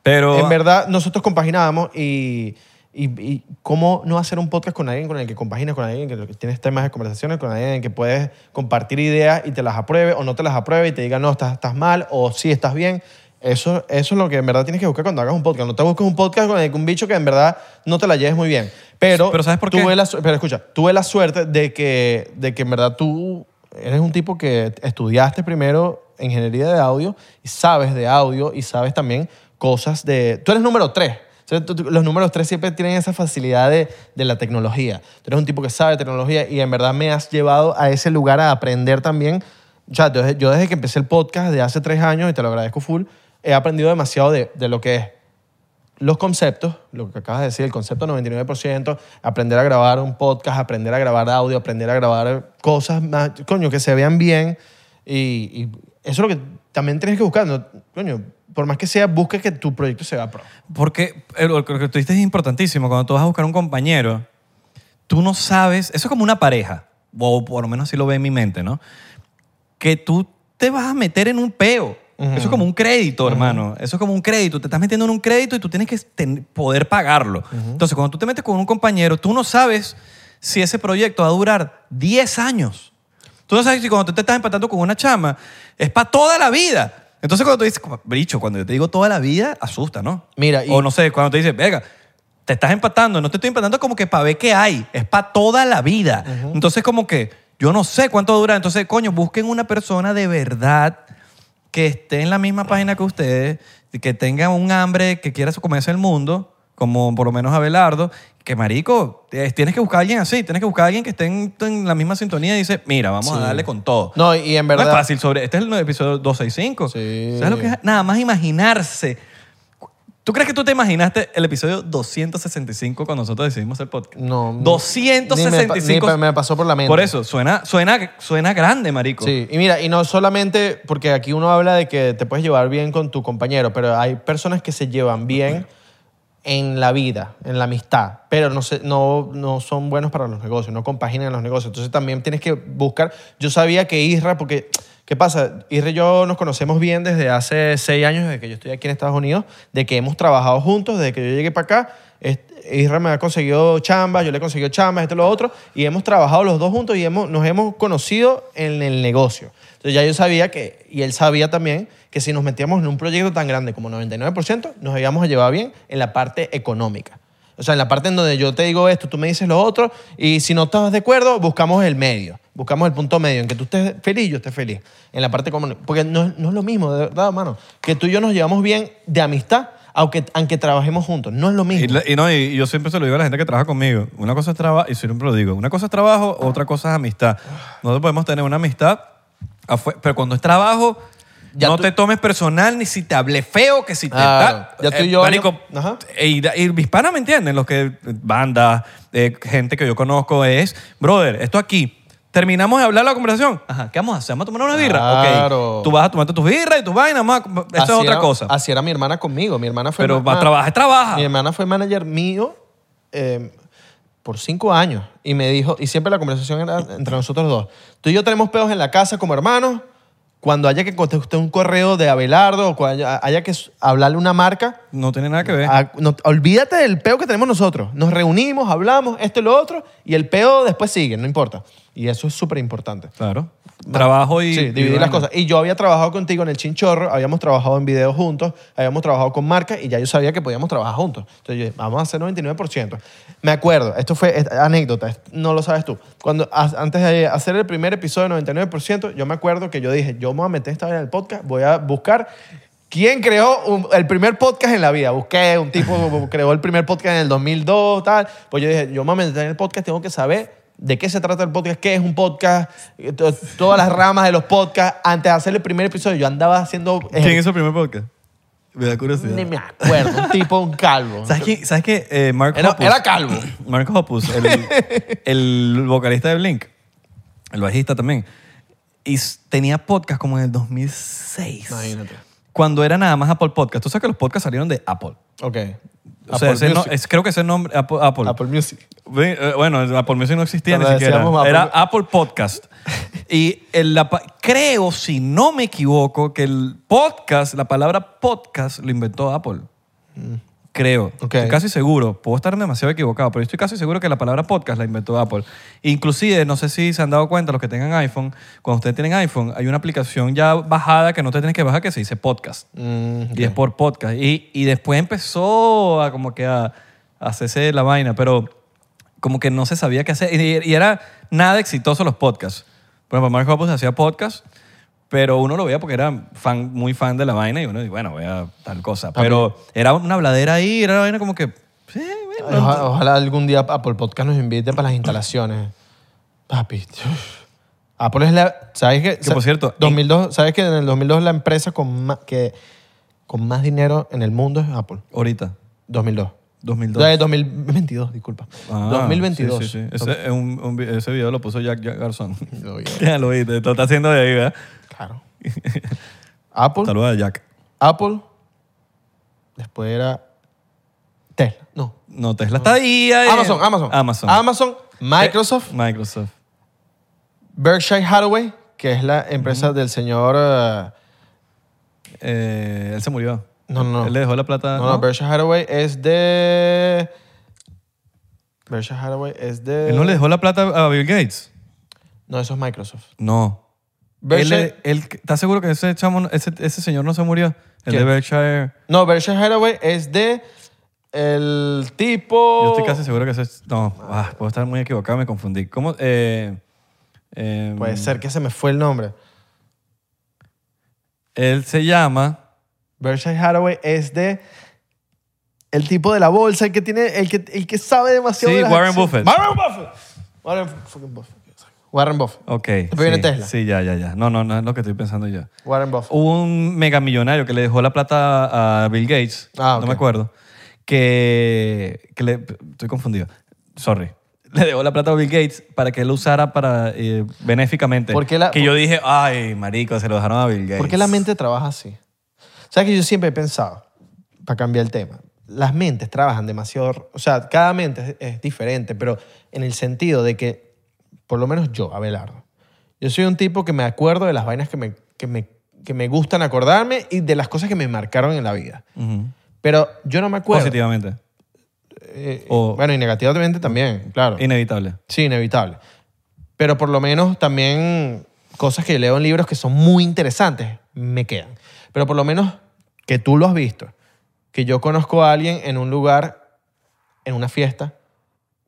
S1: Pero...
S2: en verdad nosotros compaginábamos y, y, y cómo no hacer un podcast con alguien con el que compaginas, con alguien que tienes temas de conversaciones, con alguien que puedes compartir ideas y te las apruebe o no te las apruebe y te diga no, estás, estás mal o sí, estás bien. Eso, eso es lo que en verdad tienes que buscar cuando hagas un podcast. No te busques un podcast con el- con un bicho que en verdad no te la lleves muy bien. Pero,
S1: Pero ¿sabes por qué?
S2: tuve la su- pero escucha, tuve la suerte de que, de que en verdad tú eres un tipo que estudiaste primero ingeniería de audio y sabes de audio y sabes también cosas de... Tú eres número tres. O sea, tú- tú- Los números tres siempre tienen esa facilidad de, de la tecnología. Tú eres un tipo que sabe de tecnología y en verdad me has llevado a ese lugar a aprender también. O sea, yo desde, yo desde que empecé el podcast de hace tres años, y te lo agradezco full, he aprendido demasiado de- de lo que es los conceptos, lo que acabas de decir, el concepto 99%, aprender a grabar un podcast, aprender a grabar audio, aprender a grabar cosas más, coño, que se vean bien. Y, y eso es lo que también tienes que buscar. ¿no? Coño, por más que sea, busca que tu proyecto se vea pro.
S1: Porque eh, lo que lo que tú dices es importantísimo. Cuando tú vas a buscar un compañero, tú no sabes. Eso es como una pareja, o por lo menos así lo ve en mi mente, ¿no? Que tú te vas a meter en un peo.
S2: Ujú.
S1: Eso es como un crédito, hermano. Eso es como un crédito. Te estás metiendo en un crédito y tú tienes que ten- poder pagarlo. Entonces, cuando tú te metes con un compañero, tú no sabes si ese proyecto va a durar 10 años. Tú no sabes si cuando tú te estás empatando con una chama, es para toda la vida. Entonces, cuando tú dices, como, bricho, cuando yo te digo toda la vida, asusta, ¿no?
S2: Mira, y-
S1: O no sé, cuando te dicen, venga, te estás empatando, no te estoy empatando como que para ver qué hay, es para toda la vida. Entonces, como que yo no sé cuánto dura. Entonces, coño, busquen una persona de verdad que esté en la misma página que ustedes, y que tenga un hambre, que quiera comerse el mundo, como por lo menos Abelardo, que marico, eh, tienes que buscar a alguien así, tienes que buscar a alguien que esté en, en la misma sintonía y dice, mira, vamos a
S2: Sí.
S1: darle con todo.
S2: No, y en verdad.
S1: No es fácil sobre. Este es el episodio 265.
S2: Sí.
S1: ¿Sabes lo que es? Nada más imaginarse. ¿Tú crees que tú te imaginaste el episodio 265 cuando nosotros decidimos hacer podcast?
S2: No, ni-
S1: 265.
S2: ni me pa- ni me pasó por la mente.
S1: Por eso, suena, suena, suena grande, marico.
S2: Sí, y mira, y no solamente porque aquí uno habla de que te puedes llevar bien con tu compañero, pero hay personas que se llevan bien en la vida, en la amistad, pero no, se- no, no son buenos para los negocios, no compaginan los negocios. Entonces también tienes que buscar. Yo sabía que Isra, porque, ¿qué pasa? Isra y yo nos conocemos bien desde hace seis años, desde que yo estoy aquí en Estados Unidos, de que hemos trabajado juntos, desde que yo llegué para acá. este, Isra me ha conseguido chambas, yo le he conseguido chambas, esto y lo otro, y hemos trabajado los dos juntos y hemos, nos hemos conocido en el negocio. Entonces ya yo sabía que, y él sabía también, que si nos metíamos en un proyecto tan grande como 99%, nos habíamos llevado bien en la parte económica. O sea, en la parte en donde yo te digo esto, tú me dices lo otro, y si no estás de acuerdo, buscamos el medio, buscamos el punto medio, en que tú estés feliz, yo esté feliz. En la parte económica. Porque no, es- no es lo mismo, de verdad, mano, que tú y yo nos llevamos bien de amistad, aunque, aunque trabajemos juntos, no es lo mismo.
S1: Y, la- y no, y yo siempre se lo digo a la gente que trabaja conmigo. Una cosa es trabajo, y siempre lo digo, una cosa es trabajo, otra cosa es amistad. Nosotros podemos tener una amistad, afue- pero cuando es trabajo,
S2: Ya
S1: no
S2: tú-
S1: te tomes personal ni si te hablé feo, que si te...
S2: Claro,
S1: da-
S2: ya tú y yo
S1: marico,
S2: no- ajá.
S1: eh, y, y mis panas me entienden, los que... Bandas, eh, gente que yo conozco es... Brother, esto aquí... Terminamos de hablar la conversación. Ajá, ¿qué vamos a hacer? ¿Vamos a tomar una birra? Ok,
S2: Claro.
S1: Tú vas a tomarte tus birras y tus vainas. vamos a- Eso
S2: Así
S1: es otra
S2: era-
S1: cosa.
S2: Así era mi hermana conmigo. Mi hermana fue
S1: Pero
S2: ma-
S1: va a trabajar, trabaja.
S2: Mi hermana fue manager mío eh, por cinco años y me dijo, y siempre la conversación era entre nosotros dos. Tú y yo tenemos peos en la casa como hermanos. Cuando haya que contestar un correo de Abelardo o cuando haya- haya que s- hablarle una marca,
S1: No tiene nada que ver.
S2: a- no- olvídate del peo que tenemos nosotros. Nos reunimos, hablamos, esto y lo otro, y el peo después sigue, no importa. Y eso es súper importante.
S1: Claro. Trabajo y...
S2: Sí,
S1: y
S2: dividir
S1: vaina.
S2: las cosas. Y yo había trabajado contigo en el Chinchorro, habíamos trabajado en videos juntos, habíamos trabajado con marcas y ya yo sabía que podíamos trabajar juntos. Entonces yo dije, vamos a hacer 99%. Me acuerdo, esto fue es- anécdota, es- no lo sabes tú. Cuando, a- antes de hacer el primer episodio de 99%, yo me acuerdo que yo dije, yo me voy a meter esta vez en el podcast, voy a buscar ¿Quién creó un- el primer podcast en la vida? Busqué un tipo que creó el primer podcast en el 2002, tal. Pues yo dije, yo me metí en el podcast, tengo que saber de qué se trata el podcast, qué es un podcast, eh, to- todas las ramas de los podcasts. Antes de hacer el primer episodio, yo andaba haciendo...
S1: ¿Quién hizo el primer podcast? Me da curiosidad.
S2: Ni me acuerdo, un tipo, un calvo.
S1: ¿Sabes qué? ¿Sabes qué? Eh, Mark
S2: Era,
S1: Hoppus-
S2: era calvo.
S1: Mark Hoppus, el, el vocalista de Blink, el bajista también, y s- tenía podcast como en el 2006.
S2: Imagínate.
S1: Cuando era nada más Apple Podcast. Tú sabes que los podcasts salieron de Apple.
S2: Ok.
S1: O sea,
S2: Apple
S1: ese no-
S2: Music.
S1: es- creo que ese nombre, Apple. Apple.
S2: Apple Music.
S1: Ve- eh, Bueno, el Apple Music no existía ni
S2: Cuando
S1: siquiera.
S2: decíamos Apple-
S1: Era Apple Podcast. Y el, la pa- creo, si no me equivoco, que el podcast, la palabra podcast lo inventó Apple. Creo.
S2: Mm. Ok.
S1: Estoy casi seguro. Puedo estar demasiado equivocado, pero estoy casi seguro que la palabra podcast la inventó Apple. Inclusive, no sé si se han dado cuenta los que tengan iPhone, cuando ustedes tienen iPhone, hay una aplicación ya bajada que no te tienes que bajar que se dice podcast.
S2: Mm,
S1: Y es por podcast. Y, y después empezó a como que a, a hacerse la vaina, pero como que no se sabía qué hacer. Y, y era nada exitoso los podcasts. Por ejemplo, Mark Hoppus hacía podcast, pero uno lo veía porque era fan, muy fan de la vaina y uno dice, bueno, voy a tal cosa. Pero era una habladera ahí, era una vaina como que... Sí, bueno,
S2: Oja- ojalá algún día Apple Podcast nos invite para las instalaciones. Papi. Apple es la... ¿Sabes qué?
S1: Que, por cierto,
S2: 2002, ¿Sabes que en el 2002 la empresa con más, que, con más dinero en el mundo es Apple?
S1: ahorita,
S2: 2002.
S1: 2002.
S2: Eh, 2022, disculpa.
S1: Ah,
S2: 2022.
S1: sí, sí, sí. Ese, es un- un vi- ese video lo puso Jack, Jack Garzón.
S2: Lo vi,
S1: ya lo viste, lo está haciendo de ahí, ¿verdad?
S2: Claro. Apple,
S1: Saluda a Jack.
S2: Apple, después era Tesla. No.
S1: No, Tesla está ahí. ahí.
S2: Amazon, Amazon.
S1: Amazon.
S2: Amazon, Microsoft,
S1: Eh, Microsoft.
S2: Berkshire Hathaway, que es la empresa del señor... eh,
S1: Eh, él se murió.
S2: No, no, no.
S1: Él le dejó la plata.
S2: No, no, Berkshire Hathaway es de. Berkshire Hathaway es de.
S1: Él no le dejó la plata a Bill Gates.
S2: No, eso es Microsoft.
S1: No. Él,
S2: Berkshire-
S1: él- ¿Estás seguro que ese, chamo no- ese, ese señor no se murió? El
S2: ¿Quién?
S1: de Berkshire.
S2: No, Berkshire Hathaway es de. El tipo.
S1: Yo estoy
S2: Oh.
S1: casi seguro que ese. No, ah, puedo estar muy equivocado, me confundí. ¿Cómo? Eh, eh,
S2: Puede ser que se me fue el nombre.
S1: Él se llama.
S2: Berkshire Hathaway es de. El tipo de la bolsa, el que tiene. El que, el que sabe demasiado.
S1: Sí,
S2: de las
S1: Warren
S2: acciones.
S1: Buffett.
S2: Warren Buffett. Warren fucking Buffett. Warren Buffett.
S1: Ok.
S2: viene
S1: sí,
S2: Tesla.
S1: Sí, ya, ya, ya. No, no, no es lo que estoy pensando yo.
S2: Warren Buffett.
S1: Hubo un megamillonario que le dejó la plata a Bill Gates,
S2: Ah, ok.
S1: no me acuerdo, que, que le, estoy confundido, sorry. Le dejó la plata a Bill Gates para que él lo usara para, eh, benéficamente.
S2: ¿Por qué la-
S1: que yo dije, ay, marico, se lo dejaron a Bill Gates.
S2: ¿Por qué la mente trabaja así? ¿Sabes que yo siempre he pensado, para cambiar el tema, las mentes trabajan demasiado, o sea, cada mente es, es diferente, pero en el sentido de que, por lo menos yo, Abelardo, yo soy un tipo que me acuerdo de las vainas que me, que me, que me gustan acordarme y de las cosas que me marcaron en la vida.
S1: Ujú.
S2: Pero yo no me acuerdo.
S1: Positivamente,
S2: Eh,
S1: O-
S2: Bueno, y negativamente también, claro.
S1: inevitable.
S2: Sí, inevitable. Pero por lo menos también cosas que leo en libros que son muy interesantes me quedan. Pero por lo menos que tú lo has visto. Que yo conozco a alguien en un lugar, en una fiesta,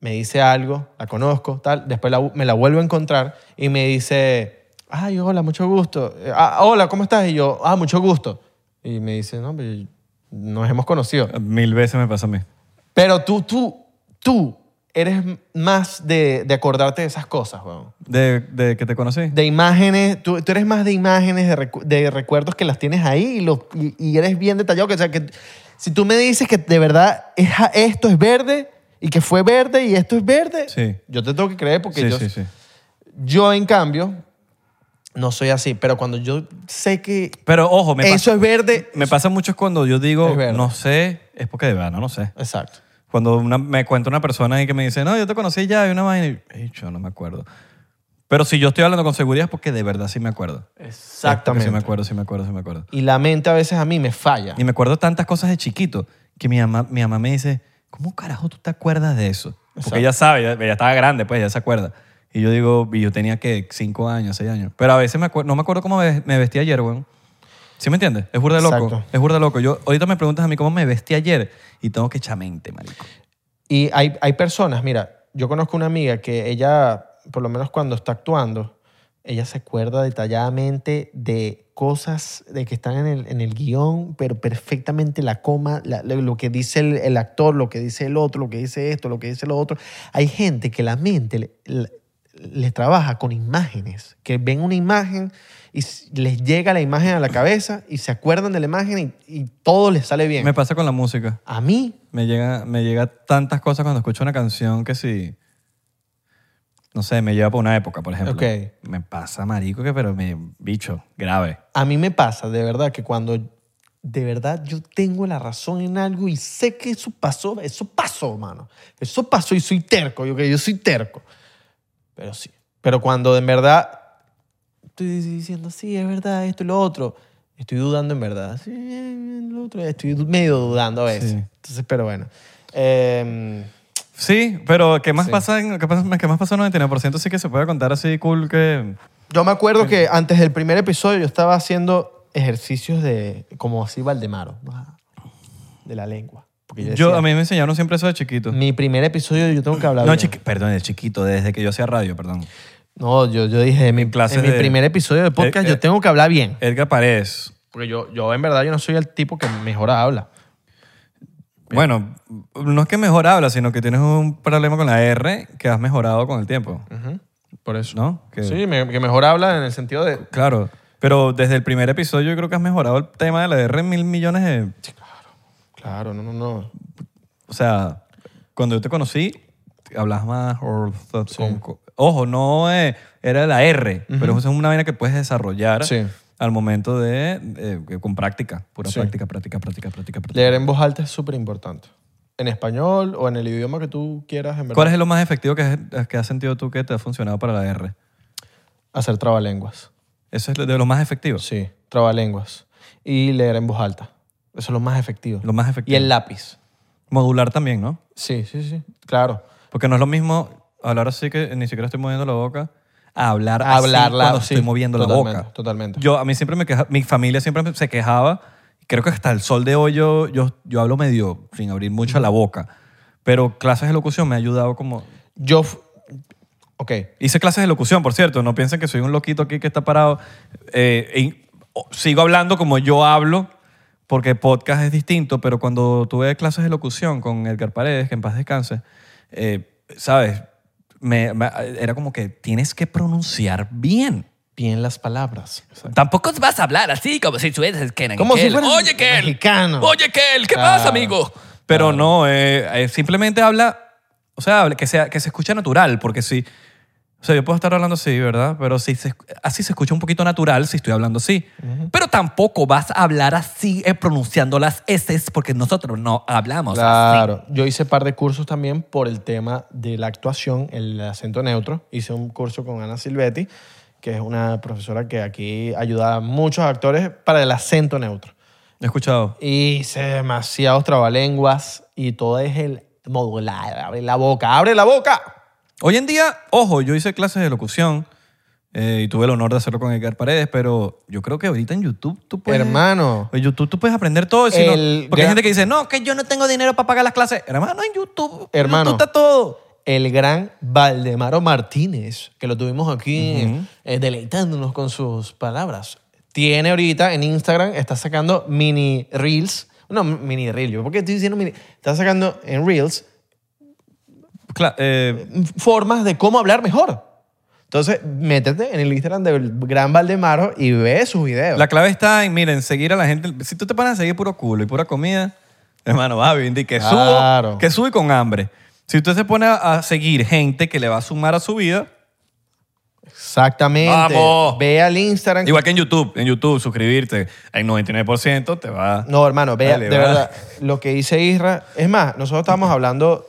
S2: me dice algo, la conozco, tal. Después la- me la vuelvo a encontrar y me dice, ay, hola, mucho gusto. Eh, ah, hola, ¿cómo estás? Y yo, ah, mucho gusto. Y me dice, no, pero nos hemos conocido.
S1: Mil veces me pasa a mí.
S2: Pero tú, tú, tú eres más de, de acordarte de esas cosas, weón.
S1: De, de que te conocí.
S2: De imágenes, tú, tú eres más de imágenes, de, recu- de recuerdos que las tienes ahí y, los, y, y eres bien detallado. Que, o sea, que si tú me dices que de verdad es a- esto es verde y que fue verde y esto es verde,
S1: Sí.
S2: yo te tengo que creer porque
S1: sí,
S2: yo,
S1: sí, sí.
S2: yo, en cambio, no soy así. Pero cuando yo sé que
S1: Pero ojo, me,
S2: eso es verde...
S1: pasa, me pasa mucho cuando yo digo,
S2: Es verdad.
S1: no sé, es porque de verdad no sé.
S2: Exacto.
S1: Cuando una- me cuenta una persona y que me dice, no, yo te conocí ya, y una vaina, y "Ey, yo no me acuerdo. Pero si yo estoy hablando con seguridad es porque de verdad sí me acuerdo. Sí me
S2: Exactamente.
S1: acuerdo, sí me acuerdo, sí me acuerdo.
S2: Y la mente a veces a mí me falla.
S1: Y me acuerdo tantas cosas de chiquito que mi mamá, mi mamá me dice, ¿cómo carajo tú te acuerdas de eso?
S2: Exacto.
S1: Porque ella sabe, ella, ella estaba grande, pues ella se acuerda. Y yo digo, y yo tenía que cinco años, seis años. Pero a veces me acuer- no me acuerdo cómo me, me vestí ayer, weón. ¿Sí me entiendes? Es burda de loco.
S2: Exacto.
S1: Es burda de loco. Yo, ahorita me preguntas a mí cómo me vestí ayer y tengo que echar mente, marico.
S2: Y hay, hay personas, mira, yo conozco una amiga que ella, por lo menos cuando está actuando, ella se acuerda detalladamente de cosas de que están en el, en el guión, pero perfectamente la coma, la- lo, lo que dice el, el actor, lo que dice el otro, lo que dice esto, lo que dice lo otro. Hay gente que la mente le- le- les trabaja con imágenes, que ven una imagen y s- les llega la imagen a la cabeza y se acuerdan de la imagen y, y todo les sale bien.
S1: Me pasa con la música.
S2: A mí
S1: Me llega, me llega tantas cosas cuando escucho una canción que si. No sé, me lleva por una época, por ejemplo.
S2: Ok.
S1: Me pasa, marico, que pero me. Bicho, grave.
S2: A mí me pasa, de verdad, que cuando de verdad yo tengo la razón en algo y sé que eso pasó, eso pasó, mano. Eso pasó y soy terco, yo que yo soy terco. Pero sí. Pero cuando de verdad estoy diciendo, sí, es verdad, esto y lo otro, estoy dudando en verdad. Sí, eh, lo otro, estoy du- medio dudando a veces.
S1: Sí.
S2: Entonces, pero bueno. Em,
S1: Sí, pero ¿qué más
S2: Sí.
S1: pasa? en- ¿Qué pasa- qué más pasó en 99%? Sí que se puede contar así cool que...
S2: yo me acuerdo que antes del primer episodio yo estaba haciendo ejercicios de, como así, Valdemaro, de la lengua. Porque yo
S1: Yo,
S2: decía,
S1: a mí me enseñaron siempre eso de chiquito.
S2: Mi primer episodio yo tengo que hablar.
S1: No,
S2: bien.
S1: chiqui- perdón, de chiquito, desde que yo hacía radio, perdón.
S2: No, yo, yo dije, en mi,
S1: clases
S2: en mi
S1: de-
S2: primer episodio de podcast
S1: Eh, eh.
S2: yo tengo que hablar bien.
S1: Edgar Paredes.
S2: Porque yo, yo en verdad yo no soy el tipo que mejor habla.
S1: Bueno, no es que mejor habla, sino que tienes un problema con la R que has mejorado con el tiempo,
S2: Por eso.
S1: ¿no? Que-
S2: Sí, me- que mejor habla en el sentido de...
S1: Claro, pero desde el primer episodio yo creo que has mejorado el tema de la R en mil millones de...
S2: Claro, no, no, no.
S1: O sea, cuando yo te conocí, hablas más... or- con- con- Ojo, no eh, era la R, pero eso es una vaina que puedes desarrollar
S2: Sí.
S1: al momento de... eh, con práctica, pura
S2: Sí.
S1: práctica, práctica, práctica, práctica, práctica.
S2: Leer en voz alta es súper importante. En español o en el idioma que tú quieras, en verdad.
S1: ¿Cuál es lo más efectivo que, has- que has sentido tú que te ha funcionado para la R?
S2: Hacer trabalenguas.
S1: Eso es lo- de lo más efectivo.
S2: Sí, trabalenguas. Y leer en voz alta. Eso es lo más efectivo.
S1: Lo más efectivo.
S2: Y el lápiz.
S1: Modular también, ¿no?
S2: Sí, sí, sí. Claro.
S1: Porque no es lo mismo hablar así que ni siquiera estoy moviendo la boca a hablar así
S2: Hablarla.
S1: cuando
S2: sí,
S1: estoy moviendo
S2: totalmente,
S1: la boca.
S2: Totalmente.
S1: Yo, a mí siempre me queja, mi familia siempre me- se quejaba. Creo que hasta el sol de hoy yo, yo, yo hablo medio sin abrir mucho la boca. Pero clases de locución me ha ayudado como...
S2: Yo. f- Ok.
S1: Hice clases de locución, por cierto. No piensen que soy un loquito aquí que está parado. Eh, y- o- sigo hablando como yo hablo, porque podcast es distinto, pero cuando tuve clases de locución con Edgar Paredes, que en paz descanse, eh, ¿sabes? Me- me- era como que tienes que pronunciar bien.
S2: Bien las palabras.
S3: Tampoco vas a hablar así como si estuvieses que
S2: Como si
S3: Kel.
S2: fueras
S3: Oye, Kel.
S2: mexicano.
S3: Oye, Kel, ¿qué
S2: Claro.
S3: pasa, amigo?
S1: Pero no, eh, eh, simplemente habla, o sea, habla- que, sea, que se escuche natural, porque si, o sea, yo puedo estar hablando así, ¿verdad? Pero si se- así se escucha un poquito natural si estoy hablando así.
S3: Pero tampoco vas a hablar así eh, pronunciando las S porque nosotros no hablamos así.
S2: Claro. Yo hice par de cursos también por el tema de la actuación, el acento neutro. Hice un curso con Ana Silvetti, que es una profesora que aquí ayuda a muchos actores para el acento neutro.
S1: He escuchado.
S2: Hice demasiados trabalenguas y todo es el modular. Abre la boca, abre la boca.
S1: Hoy en día, ojo, yo hice clases de locución eh, y tuve el honor de hacerlo con Edgar Paredes, pero yo creo que ahorita en YouTube tú puedes...
S2: Hermano.
S1: En Pues YouTube tú puedes aprender todo. si no-
S2: El
S1: porque hay
S2: gra-
S1: gente que dice, no, que yo no tengo dinero para pagar las clases. Hermano, en YouTube. en
S2: Hermano.
S1: YouTube está todo.
S2: el gran Valdemaro Martínez, que lo tuvimos aquí eh, deleitándonos con sus palabras. Tiene ahorita en Instagram, está sacando mini reels. No, mini reels. ¿Por qué estoy diciendo mini? Está sacando en reels
S1: Cla- eh,
S2: formas de cómo hablar mejor. Entonces, métete en el Instagram del Gran Valdemaro y ve sus videos.
S1: la clave está en, miren, seguir a la gente. Si tú te pones a seguir puro culo y pura comida, hermano, vas a vivir de que subo,
S2: Claro.
S1: que sube con hambre. Si usted se pone a, a seguir gente que le va a sumar a su vida,
S2: Exactamente.
S1: Vamos.
S2: Ve al Instagram.
S1: igual que en YouTube, en YouTube suscribirte, hay 99% te va
S2: No, hermano, ve,
S1: Dale,
S2: de
S1: va.
S2: verdad, lo que dice Isra. Es más, nosotros estábamos hablando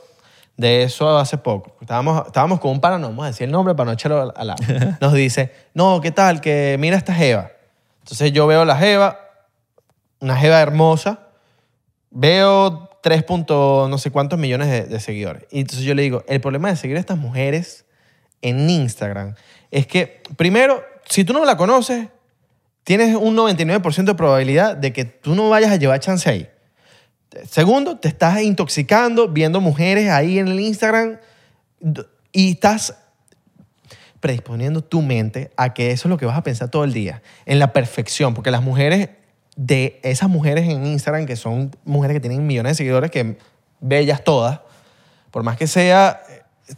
S2: de eso hace poco. Estábamos, estábamos con un pana, no vamos a decir el nombre para no echarlo al- al lado. Nos dice, no, ¿qué tal? Que mira esta jeva. Entonces yo veo la jeva, una jeva hermosa, veo 3. punto no sé cuántos millones de, de seguidores. Y entonces yo le digo, el problema de seguir a estas mujeres en Instagram es que, primero, si tú no la conoces, tienes un 99% de probabilidad de que tú no vayas a llevar chance ahí. Segundo, te estás intoxicando viendo mujeres ahí en el Instagram d- y estás predisponiendo tu mente a que eso es lo que vas a pensar todo el día, en la perfección, porque las mujeres de esas mujeres en Instagram que son mujeres que tienen millones de seguidores que bellas todas, por más que sea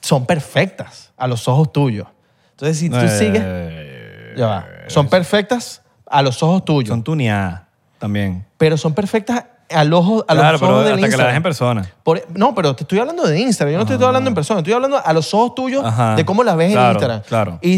S2: son perfectas a los ojos tuyos. Entonces, si tú
S1: Eh,
S2: sigues ya va. Son perfectas a los ojos tuyos,
S1: Son tuneadas también.
S2: pero son perfectas al ojo, a
S1: claro,
S2: los
S1: pero
S2: ojos
S1: hasta
S2: del
S1: que la
S2: Instagram.
S1: dejes en persona.
S2: Por- e-, no, pero te estoy hablando de Instagram. Yo no te estoy hablando en persona. Estoy hablando a los ojos tuyos
S1: Ajá.
S2: de cómo las ves
S1: Claro,
S2: en Instagram.
S1: claro.
S2: Y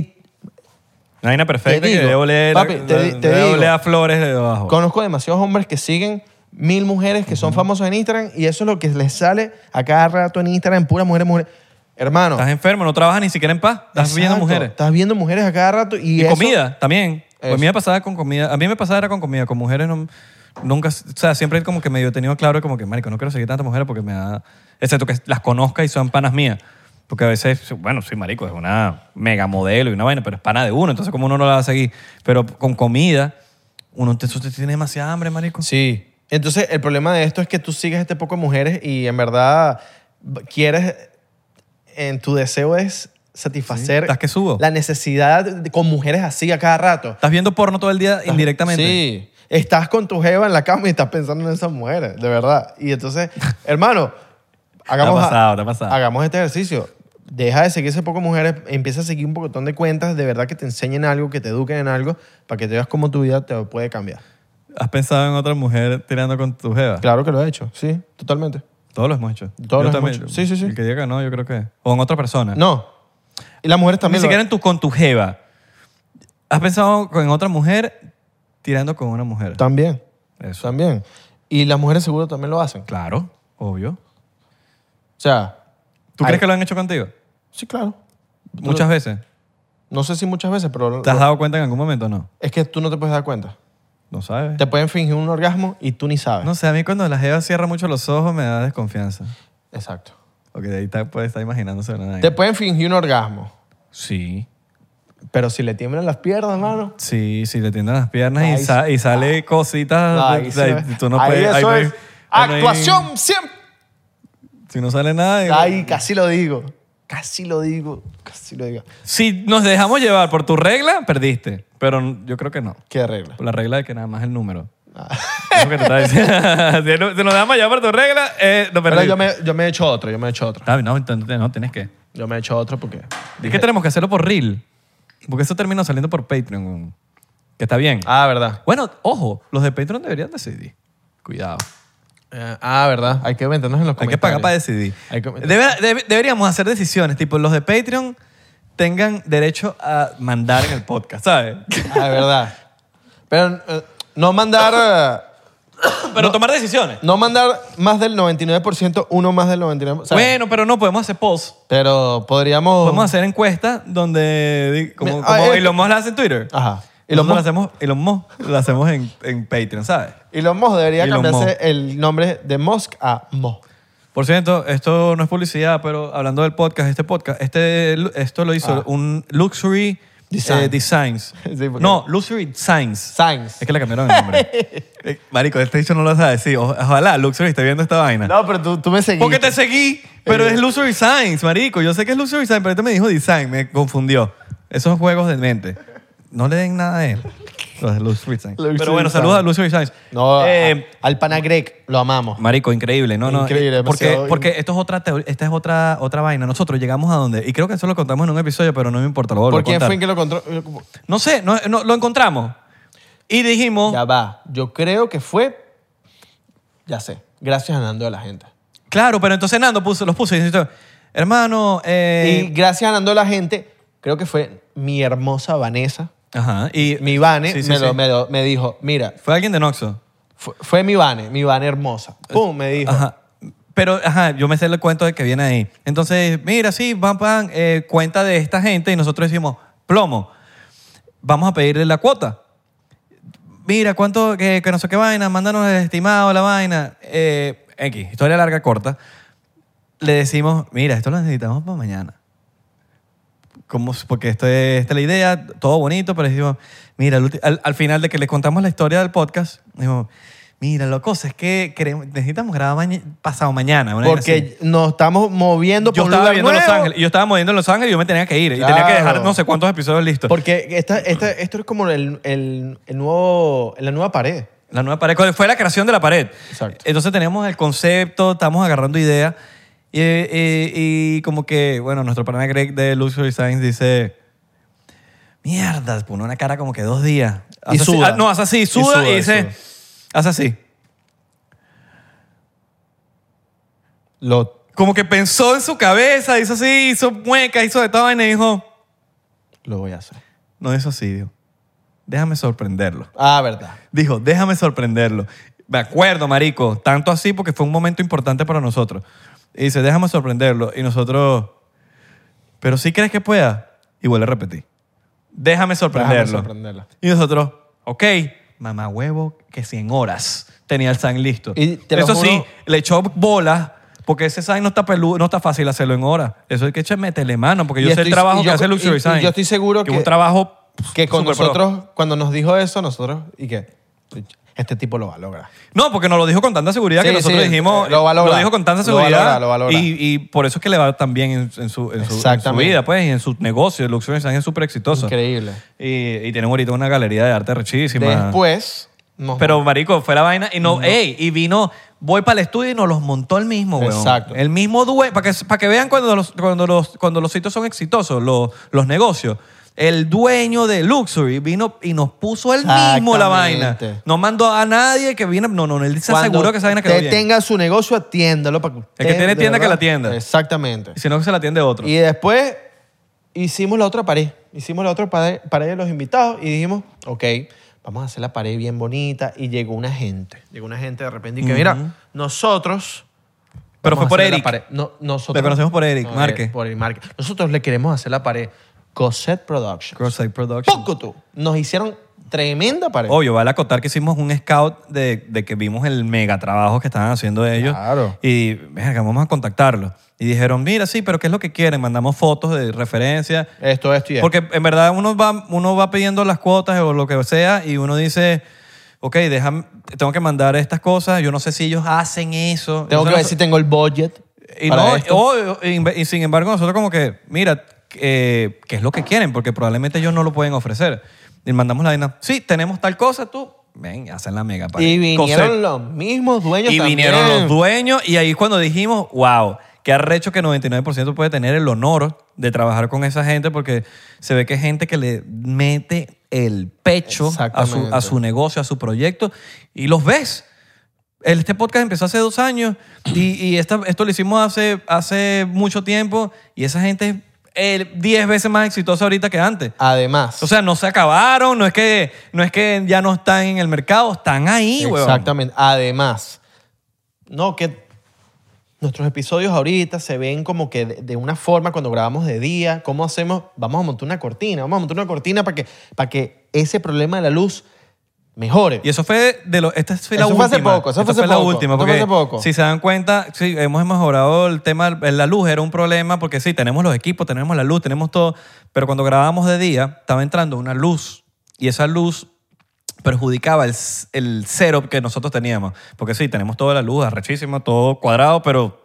S1: Una vaina perfecta
S2: digo,
S1: que debo leer,
S2: papi, te di- te digo.
S1: a flores de debajo.
S2: conozco demasiados hombres que siguen mil mujeres que son famosas en Instagram y eso es lo que les sale a cada rato en Instagram, puras mujeres, mujeres. Hermano.
S1: Estás enfermo, no trabajas ni siquiera en paz. Estás viendo
S2: exacto,
S1: mujeres.
S2: Estás viendo mujeres a cada rato
S1: Y
S2: y, eso-
S1: comida también. Pues a mí
S2: Eso.
S1: me pasaba con comida. A mí me pasaba era con comida. Con mujeres no- nunca... O sea, siempre como que medio he tenido claro como que, marico, no quiero seguir tantas mujeres porque me da... Excepto que las conozca y son panas mías. Porque a veces, bueno, sí, marico, es una mega modelo y una vaina, pero es pana de uno. Entonces, como uno no la va a seguir. Pero con comida, uno te- usted tiene demasiada hambre, marico.
S2: Sí. Entonces, el problema de esto es que tú sigues este poco de mujeres y en verdad b- quieres, en tu deseo es
S1: Sí,
S2: satisfacer
S1: estás que subo.
S2: la necesidad de- con mujeres así a cada rato.
S1: Estás viendo porno todo el día indirectamente.
S2: Sí. Estás con tu jeva en la cama y estás pensando en esas mujeres, de verdad. Y entonces, hermano,
S1: Te
S2: hagamos,
S1: ha pasado, te ha pasado.
S2: hagamos este ejercicio. Deja de seguir ese poco de mujeres, empieza a seguir un pocotón de cuentas de verdad que te enseñen algo, que te eduquen en algo, para que te veas cómo tu vida te puede cambiar.
S1: ¿Has pensado en otra mujer tirando con tu jeva?
S2: Claro que lo he hecho, sí, totalmente.
S1: Todos los hemos hecho.
S2: Todos
S1: Yo
S2: lo hemos
S1: también.
S2: hecho. Sí, sí, sí.
S1: El que diga que no, yo creo que. O en otra persona.
S2: No. Y las mujeres
S1: Ah. Ni
S2: también. lo-
S1: siquiera en tu, con tu jeva. ¿Has pensado en otra mujer tirando con una mujer?
S2: También.
S1: Eso.
S2: También. Y las mujeres seguro también lo hacen.
S1: Claro, obvio.
S2: O sea.
S1: ¿Tú
S2: hay-
S1: crees que lo han hecho contigo?
S2: Sí, claro.
S1: Muchas veces.
S2: No sé si muchas veces, pero.
S1: ¿Te has dado cuenta en algún momento o no?
S2: Es que tú no te puedes dar cuenta.
S1: No sabes.
S2: Te pueden fingir un orgasmo y tú ni sabes.
S1: No sé, a mí cuando la jeva cierra mucho los ojos me da desconfianza.
S2: Exacto.
S1: Porque de ahí está- puede estar imaginándose una vaina.
S2: Te pueden fingir un orgasmo.
S1: Sí.
S2: Pero si le tiemblan las piernas, mano.
S1: Sí, sí, le tienden las piernas y,
S2: Ahí
S1: sa- y sale cositas.
S2: Ahí
S1: o
S2: se
S1: sea,
S2: ve.
S1: y tú no
S2: Ah. Ahí
S1: puedes- Ah, pues, ahí
S2: eso
S1: no hay-
S2: es.
S1: ahí no hay-
S2: Actuación siempre.
S1: Si no sale nada. y-
S2: Ahí casi lo digo. Casi lo digo. Casi lo digo.
S1: Si nos dejamos llevar por tu regla, perdiste. Pero n- yo creo que no.
S2: Qué regla.
S1: Por la regla de que nada más el número.
S2: Ah.
S1: Eso que te estaba diciendo. si, no- si nos dejamos llevar por tu regla, eh, no
S2: Pero
S1: perdiste.
S2: yo me, yo me he hecho otro, yo me he hecho otro.
S1: Ah, no, entonces no, tienes que.
S2: Yo me he hecho otro porque.
S1: Es que tenemos que hacerlo por Reel. Porque eso termina saliendo por Patreon. weón. Que está bien.
S2: Ah, verdad.
S1: Bueno, ojo, los de Patreon deberían decidir. Cuidado.
S2: Eh, ah, ¿verdad? Hay que vendernos en los
S1: Hay que
S2: comentarios.
S1: pagar para decidir.
S2: Hay que-
S1: Debe- debe- deberíamos hacer decisiones, tipo los de Patreon tengan derecho a mandar en el podcast, ¿sabes?
S2: Ah, es verdad. Pero eh, no mandar...
S1: Pero tomar decisiones.
S2: eh, No mandar más del 99%, uno más del 99%. o sea,
S1: Bueno, pero no podemos hacer posts.
S2: Pero podríamos...
S1: Podemos hacer encuestas donde, di- como,
S2: Me-
S1: como
S2: ah, eh,
S1: Elon Musk la hace en Twitter.
S2: Ajá.
S1: Y lo
S2: Elon Musk,
S1: hacemos, Elon Musk lo hacemos en, en Patreon, ¿sabes?
S2: Elon Musk debería
S1: Elon
S2: cambiarse
S1: Musk.
S2: el nombre de Musk a Mo.
S1: Por cierto, esto no es publicidad, pero hablando del podcast, este podcast, este, lu- esto lo hizo
S2: Ah.
S1: un Luxury
S2: Design.
S1: eh, Designs.
S2: Sí, porque-
S1: no, Luxury Science.
S2: Sainz.
S1: Es que le cambiaron el nombre. Eh, Marico, este dicho no lo sabe. Sí, o- ojalá Luxury esté viendo esta vaina.
S2: No, pero tú, tú me seguiste.
S1: Porque te seguí, pero es Luxury Science, marico. Yo sé que es Luxury Science, pero este me dijo design, me confundió. Esos juegos de mente. No le den nada a él. Los de Luz Wittgenstein.
S2: Luz
S1: Pero bueno,
S2: Wittgenstein.
S1: saludos a Luz Wittgenstein.
S2: No,
S1: Eh,
S2: a- al pana Greg lo amamos.
S1: Marico, increíble, ¿no? no,
S2: Increíble,
S1: eh, porque,
S2: demasiado.
S1: porque esto es otra teor- esta es otra, otra vaina. Nosotros llegamos a donde, y creo que eso lo contamos en un episodio, pero no me importa, lo vuelvo
S2: ¿Por
S1: a
S2: quién
S1: contar.
S2: fue que lo encontró?
S1: No sé, no- no, lo encontramos. Y dijimos,
S2: Ya va. Yo creo que fue. Ya sé. Gracias a Nando de la gente.
S1: claro, pero entonces Nando puso, los puso y dice, hermano, eh,
S2: y gracias a Nando de la gente, creo que fue mi hermosa Vanessa.
S1: ajá, y
S2: Mi Vane
S1: Sí, sí,
S2: me,
S1: sí.
S2: lo- me lo- me dijo, mira,
S1: fue alguien de Noxo.
S2: fue, fue mi Vane, mi Vane hermosa. Pum, me dijo.
S1: Ajá. Pero, ajá, yo me sé el cuento de que viene ahí. Entonces, mira, sí, van, van, eh, cuenta de esta gente y nosotros decimos, plomo, vamos a pedirle la cuota. Mira, cuánto, que, que no sé qué vaina, mándanos el estimado, la vaina. Eh, X, historia larga, corta. Le decimos, mira, esto lo necesitamos para mañana. Como, porque esto es- esta es la idea, todo bonito, pero decimos, mira, al, ulti- al- al final de que le contamos la historia del podcast, dijimos, mira, la cosa es que queremos- necesitamos grabar maña- pasado mañana. una vaina así.
S2: Porque nos estamos moviendo
S1: yo
S2: por un
S1: estaba
S2: lugar
S1: viviendo en Los
S2: nuevo.
S1: Ángeles, yo estaba moviendo en Los Ángeles y yo me tenía que ir. Y tenía que
S2: Claro.
S1: dejar no sé cuántos episodios listos.
S2: Porque esta, esta- esto es como el, el- el nuevo, la nueva pared.
S1: La nueva pared. Fue la creación de la pared.
S2: Exacto.
S1: Entonces tenemos el concepto, estamos agarrando ideas. Y, y- y como que, bueno, nuestro pana Greg de Luxury Science dice, mierda, pone una cara como que dos días.
S2: Y
S1: Hace así-
S2: suda.
S1: ah, no, hace así,
S2: Y
S1: suda y,
S2: suda, y
S1: dice,
S2: suda.
S1: hace así.
S2: Lo,
S1: Como que pensó en su cabeza, hizo así, hizo mueca, hizo de todo y dijo,
S2: lo voy a hacer.
S1: no, eso sí, dijo, déjame sorprenderlo.
S2: Ah, verdad.
S1: Dijo, déjame sorprenderlo. Me acuerdo, marico, tanto así porque fue un momento importante para nosotros. Y dice, déjame sorprenderlo. Y nosotros, pero si crees que pueda. Y vuelve a repetir, déjame sorprenderlo.
S2: Déjame sorprenderlo.
S1: Y nosotros, ok, mamá huevo, que 100 horas tenía el sign listo.
S2: Y te lo
S1: Eso
S2: juro-
S1: sí, le echó bolas. Porque ese sign no está peludo, no está fácil hacerlo en horas. Eso hay que echarle metele mano, porque
S2: Y
S1: yo sé el
S2: estoy-
S1: trabajo
S2: y
S1: que
S2: yo-
S1: hace Luxury
S2: y- y
S1: Sign.
S2: yo estoy seguro
S1: es un
S2: que-
S1: trabajo
S2: Que con
S1: super pro.
S2: nosotros, cuando nos dijo eso, nosotros, y que este tipo lo va a lograr.
S1: No, porque nos lo dijo con tanta seguridad
S2: Sí,
S1: que nosotros
S2: sí,
S1: dijimos.
S2: eh, lo va a lograr.
S1: dijo con tanta
S2: Lo va a
S1: seguridad.
S2: lograr, lo va a lograr.
S1: Y, y por eso es que le va tan bien en, en su, en su- en su
S2: Exactamente.
S1: vida, pues, y en su negocio. Luxury Design es súper exitoso.
S2: Increíble.
S1: Y, y tenemos ahorita una galería de arte rechísima.
S2: Después, nos
S1: Pero, marico, fue la vaina y no, ey, y vino, voy para el estudio y nos los montó el mismo, weón.
S2: Exacto.
S1: El mismo dueño, para que, para que vean cuando los, cuando, los, cuando los sitios son exitosos, los, los negocios. El dueño de Luxury vino y nos puso él mismo la vaina.
S2: Exactamente.
S1: No mandó a nadie que viene, no, no, él se
S2: Cuando
S1: aseguró que esa vaina quedó
S2: usted
S1: bien.
S2: tenga su negocio, atiéndalo. Para
S1: El que tiene tienda, que la atienda.
S2: tienda Exactamente.
S1: Y Si no, que se la atiende otro.
S2: Y después hicimos la otra pared. Hicimos la otra pared, pared de los invitados y dijimos, ok, vamos a hacer la pared bien bonita. Y llegó una gente. Llegó una gente de repente y que,
S1: Ujú.
S2: mira, nosotros...
S1: Pero fue
S2: vamos
S1: por
S2: a hacer la
S1: Eric.
S2: pared". No, nosotros,
S1: Le conocemos por Eric
S2: No,
S1: Márquez.
S2: eh, Por Eric Márquez. Nosotros le queremos hacer la pared Cosette Production.
S1: Cross-site Production.
S2: Poco tú. Nos hicieron tremenda pared.
S1: Obvio, vale acotar que hicimos un scout de, de que vimos el mega trabajo que estaban haciendo ellos.
S2: Claro.
S1: Y, verga, vamos a contactarlos. Y dijeron, mira, sí, pero ¿qué es lo que quieren? Mandamos fotos de referencia.
S2: Esto, esto y esto.
S1: Porque en verdad uno va, uno va pidiendo las cuotas o lo que sea y uno dice, ok, déjame, tengo que mandar estas cosas. Yo no sé si ellos hacen eso.
S2: tengo
S1: Yo
S2: que
S1: no
S2: ver
S1: sé-
S2: si tengo el budget.
S1: y,
S2: para
S1: no,
S2: esto.
S1: o- o- y- y sin embargo, nosotros como que, mira, eh, ¿qué es lo que quieren? Porque probablemente ellos no lo pueden ofrecer. Y mandamos la vaina, sí, tenemos tal cosa, tú, ven, hacen la mega pared.
S2: y vinieron
S1: Cosé.
S2: los mismos dueños
S1: Y
S2: también.
S1: vinieron los dueños y ahí es cuando dijimos, wow, qué arrecho que 99% puede tener el honor de trabajar con esa gente porque se ve que es gente que le mete el pecho a su,
S2: Exactamente.
S1: a su negocio, a su proyecto y los ves. El- Este podcast empezó hace dos años y, y esta- esto lo hicimos hace, hace mucho tiempo y esa gente es eh, 10 veces más exitosa ahorita que antes.
S2: Además.
S1: O sea, no se acabaron, no es que, no es que ya no están en el mercado, están ahí, weón.
S2: Exactamente. Además, no, que nuestros episodios ahorita se ven como que de, de una forma cuando grabamos de día. ¿Cómo hacemos? Vamos a montar una cortina. Vamos a montar una cortina para que, para que ese problema de la luz mejore.
S1: Y eso fue de lo, esta fue la
S2: Eso fue
S1: última.
S2: hace poco, eso fue
S1: Esta
S2: hace
S1: la
S2: poco,
S1: última,
S2: eso fue
S1: porque
S2: hace poco.
S1: si se dan cuenta, sí, hemos mejorado el tema, de la luz era un problema, porque sí, tenemos los equipos, tenemos la luz, tenemos todo, pero cuando grabábamos de día, estaba entrando una luz y esa luz perjudicaba el, s- el setup que nosotros teníamos. Porque sí, tenemos toda la luz, arrechísima, todo cuadrado, pero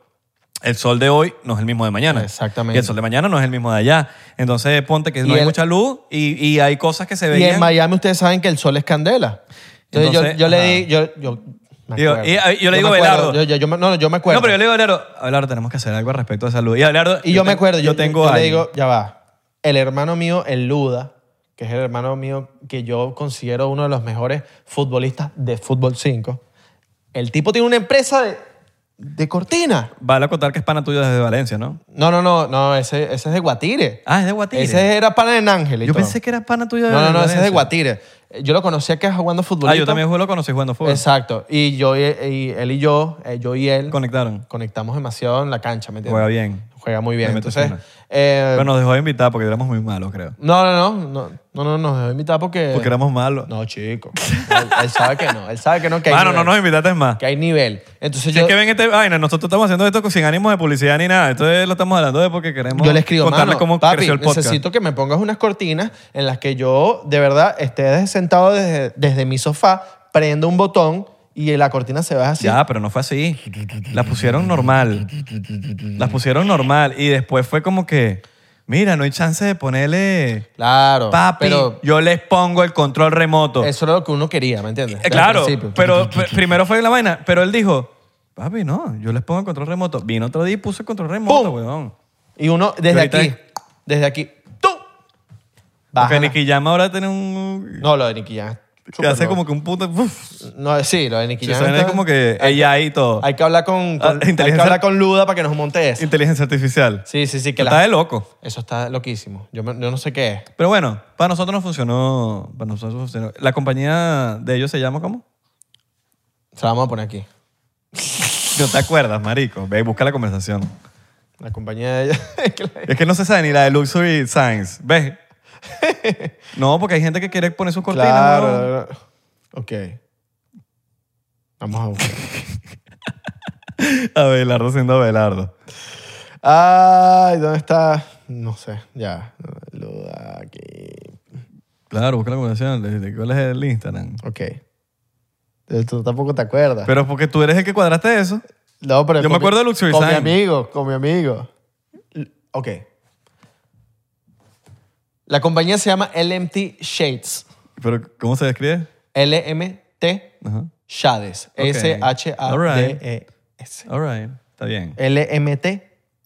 S1: el sol de hoy no es el mismo de mañana.
S2: Exactamente.
S1: Y el sol de mañana no es el mismo de allá. Entonces, ponte que no
S2: Y
S1: hay
S2: el-
S1: mucha luz y, y hay cosas que se
S2: Y
S1: veían.
S2: en Miami ustedes saben que el sol es candela. Entonces, yo-
S1: Entonces,
S2: yo, le
S1: ajá.
S2: di... Yo, yo, me
S1: Digo,
S2: acuerdo.
S1: y- y yo le digo
S2: me acuerdo.
S1: Belardo.
S2: Yo- yo- yo me- no, no, yo me acuerdo.
S1: No, pero yo le digo a Abelardo, Abelardo, tenemos que hacer algo al respecto de salud. Y Abelardo,
S2: Y yo, me
S1: te-
S2: acuerdo, yo,
S1: yo tengo
S2: yo le
S1: algo.
S2: digo, ya va. El hermano mío, el Luda, que es el hermano mío que yo considero uno de los mejores futbolistas de fútbol 5. El tipo tiene una empresa de, de cortina.
S1: Vale a contar que es pana tuyo desde Valencia, ¿no?
S2: No, no, no, no, ese, ese es de Guatire.
S1: Ah, es de Guatire.
S2: Ese era pana de Nángel. y
S1: yo
S2: todo.
S1: pensé que era pana tuyo
S2: No,
S1: de
S2: no, no, ese es de
S1: Valencia.
S2: Guatire. Eh, Yo lo conocí acá jugando fútbol.
S1: Ah, yo también lo conocí jugando fútbol.
S2: Exacto. Y yo y, y él y yo, eh, yo y él,
S1: Conectaron.
S2: conectamos demasiado en la cancha, ¿me entiendes?
S1: Juega bien.
S2: Juega muy bien.
S1: Le metes
S2: Entonces,
S1: una.
S2: eh,
S1: Pero nos dejó de invitar porque éramos muy malos, creo.
S2: No, no, no, no, no, no, nos dejó invitar porque...
S1: Porque éramos malos.
S2: No, chico. él, él sabe que no, él sabe que no, que hay
S1: Bueno, no
S2: nivel.
S1: nos invitaste más.
S2: Que hay nivel. Entonces
S1: Si
S2: yo,
S1: es que ven este vaina, nosotros estamos haciendo esto sin ánimos de publicidad ni nada. Entonces lo estamos hablando de porque queremos
S2: yo le escribo,
S1: contarle
S2: mano,
S1: cómo
S2: papi,
S1: creció el podcast.
S2: necesito que me pongas unas cortinas en las que yo, de verdad, esté des- sentado desde, desde mi sofá, prendo un botón y la cortina se baja así.
S1: Ya, pero no fue así. Las pusieron normal. Las pusieron normal. Y después fue como que, mira, no hay chance de ponerle...
S2: Claro.
S1: Papi,
S2: Pero
S1: yo les pongo el control remoto.
S2: eso era lo que uno quería, ¿me entiendes?
S1: Eh,
S2: Al
S1: claro,
S2: principio.
S1: pero pr- primero fue la vaina. Pero él dijo, papi, no, yo les pongo el control remoto. Vino otro día y puso el control remoto,
S2: ¡Pum!
S1: weón.
S2: Y uno desde
S1: Y ahorita
S2: aquí,
S1: es-
S2: desde aquí, ¡tú! Baja
S1: Porque
S2: la-
S1: Nicky Jam ahora tiene un...
S2: No, lo de Nicky Jam.
S1: que hace como que un puto... uf,
S2: No, sí, lo de Nicky
S1: se
S2: Jam.
S1: suena
S2: está-
S1: como que ella y todo.
S2: Hay que hablar con, con-
S1: Ah,
S2: hay que
S1: inteligencia-
S2: hablar con Luda para que nos monte eso.
S1: Inteligencia artificial.
S2: Sí, sí, sí. Que
S1: Está
S2: la-
S1: de loco.
S2: Eso está loquísimo. Yo, me- yo no sé qué es.
S1: Pero bueno, para nosotros no funcionó. Para nosotros no funcionó. La compañía de ellos se llama ¿cómo?
S2: Se la vamos a poner aquí.
S1: No te acuerdas, marico. Ve, busca la conversación.
S2: La compañía de ella.
S1: Es que no se sabe ni la de Luxury Science. ¿Ves? No, porque hay gente que quiere poner sus cortinas. weón.
S2: claro. Ok. Vamos a buscar.
S1: Abelardo siendo Abelardo.
S2: Ay, ¿dónde está? No sé. Ya. Luda aquí.
S1: Claro, busca la conversación. Le- le- ¿Cuál es el Instagram?
S2: Ok. Eh, Tú tampoco te acuerdas.
S1: Pero es porque tú eres el que cuadraste eso.
S2: no, pero
S1: yo me
S2: con mi-
S1: acuerdo de Luxury
S2: Con mi
S1: Sign.
S2: amigo, con mi amigo. L- Ok. La compañía se llama LMT Shades.
S1: Pero, ¿cómo se describe?
S2: LMT
S1: Ajá.
S2: Shades.
S1: Ok.
S2: E S-H-A-D-E-S.
S1: All right. Está bien.
S2: LMT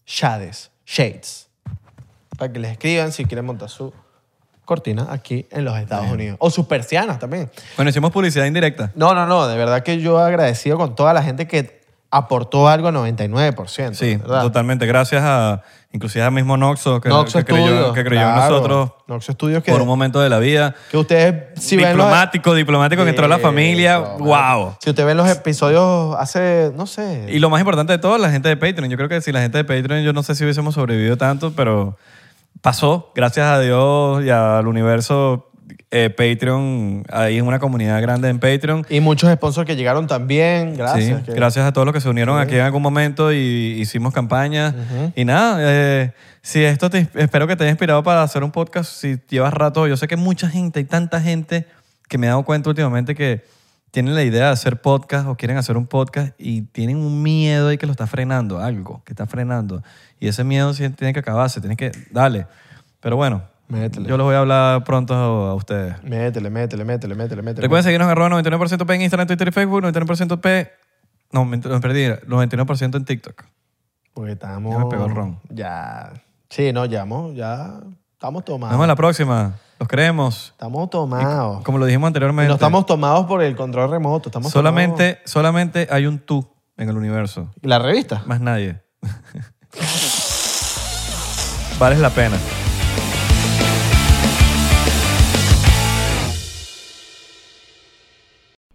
S2: Shades. Shades. Para que les escriban si quieren montar su cortina aquí en los Estados Unidos. O sus persianas también.
S1: Bueno, hicimos publicidad indirecta.
S2: No, no, no. De verdad que yo agradecido con toda la gente que aportó algo al 99%.
S1: Sí,
S2: ¿verdad?
S1: totalmente. Gracias a, inclusive a mismo Noxo, que,
S2: Noxo
S1: que creyó,
S2: Studios,
S1: que creyó en
S2: claro.
S1: nosotros
S2: Noxo Studios que,
S1: por un momento de la vida.
S2: que ustedes si ven los-
S1: diplomático, diplomático que entró a la
S2: Sí,
S1: familia.
S2: claro.
S1: ¡Wow!
S2: Si ustedes ven los episodios hace, no sé,
S1: Y lo más importante de todo, la gente de Patreon. Yo creo que sin la gente de Patreon, yo no sé si hubiésemos sobrevivido tanto, pero pasó. Gracias a Dios y al universo, eh, Patreon, ahí es una comunidad grande en Patreon.
S2: Y muchos sponsors que llegaron también. Gracias.
S1: Sí,
S2: que-
S1: gracias a todos los que se unieron aquí en algún momento y hicimos campaña. Y nada, eh, si esto te, espero que te haya inspirado para hacer un podcast, si llevas rato, yo sé que mucha gente, hay tanta gente que me he dado cuenta últimamente que tienen la idea de hacer podcast o quieren hacer un podcast y tienen un miedo ahí que lo está frenando, algo que está frenando. Y ese miedo sí tiene que acabarse, tiene que, dale. Pero bueno,
S2: Métele.
S1: yo les voy a hablar pronto a- a ustedes.
S2: Métele, métele, métele, métele, métele.
S1: Recuerden seguirnos en arroba 99% P en Instagram, Twitter y Facebook, 99% P. No, ment- no perdí, 99% en TikTok.
S2: Porque estamos.
S1: Ya me pegó el ron.
S2: Ya. Sí, no, ya, mo- ya estamos
S1: Nos
S2: tomados.
S1: vemos en la próxima. Los creemos.
S2: Estamos tomados.
S1: Como lo dijimos anteriormente.
S2: No estamos tomados por el control remoto. Estamos tomados-
S1: este? solamente, solamente hay un tú en el universo.
S2: La revista.
S1: Más nadie. Vales la pena.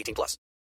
S4: 18 plus.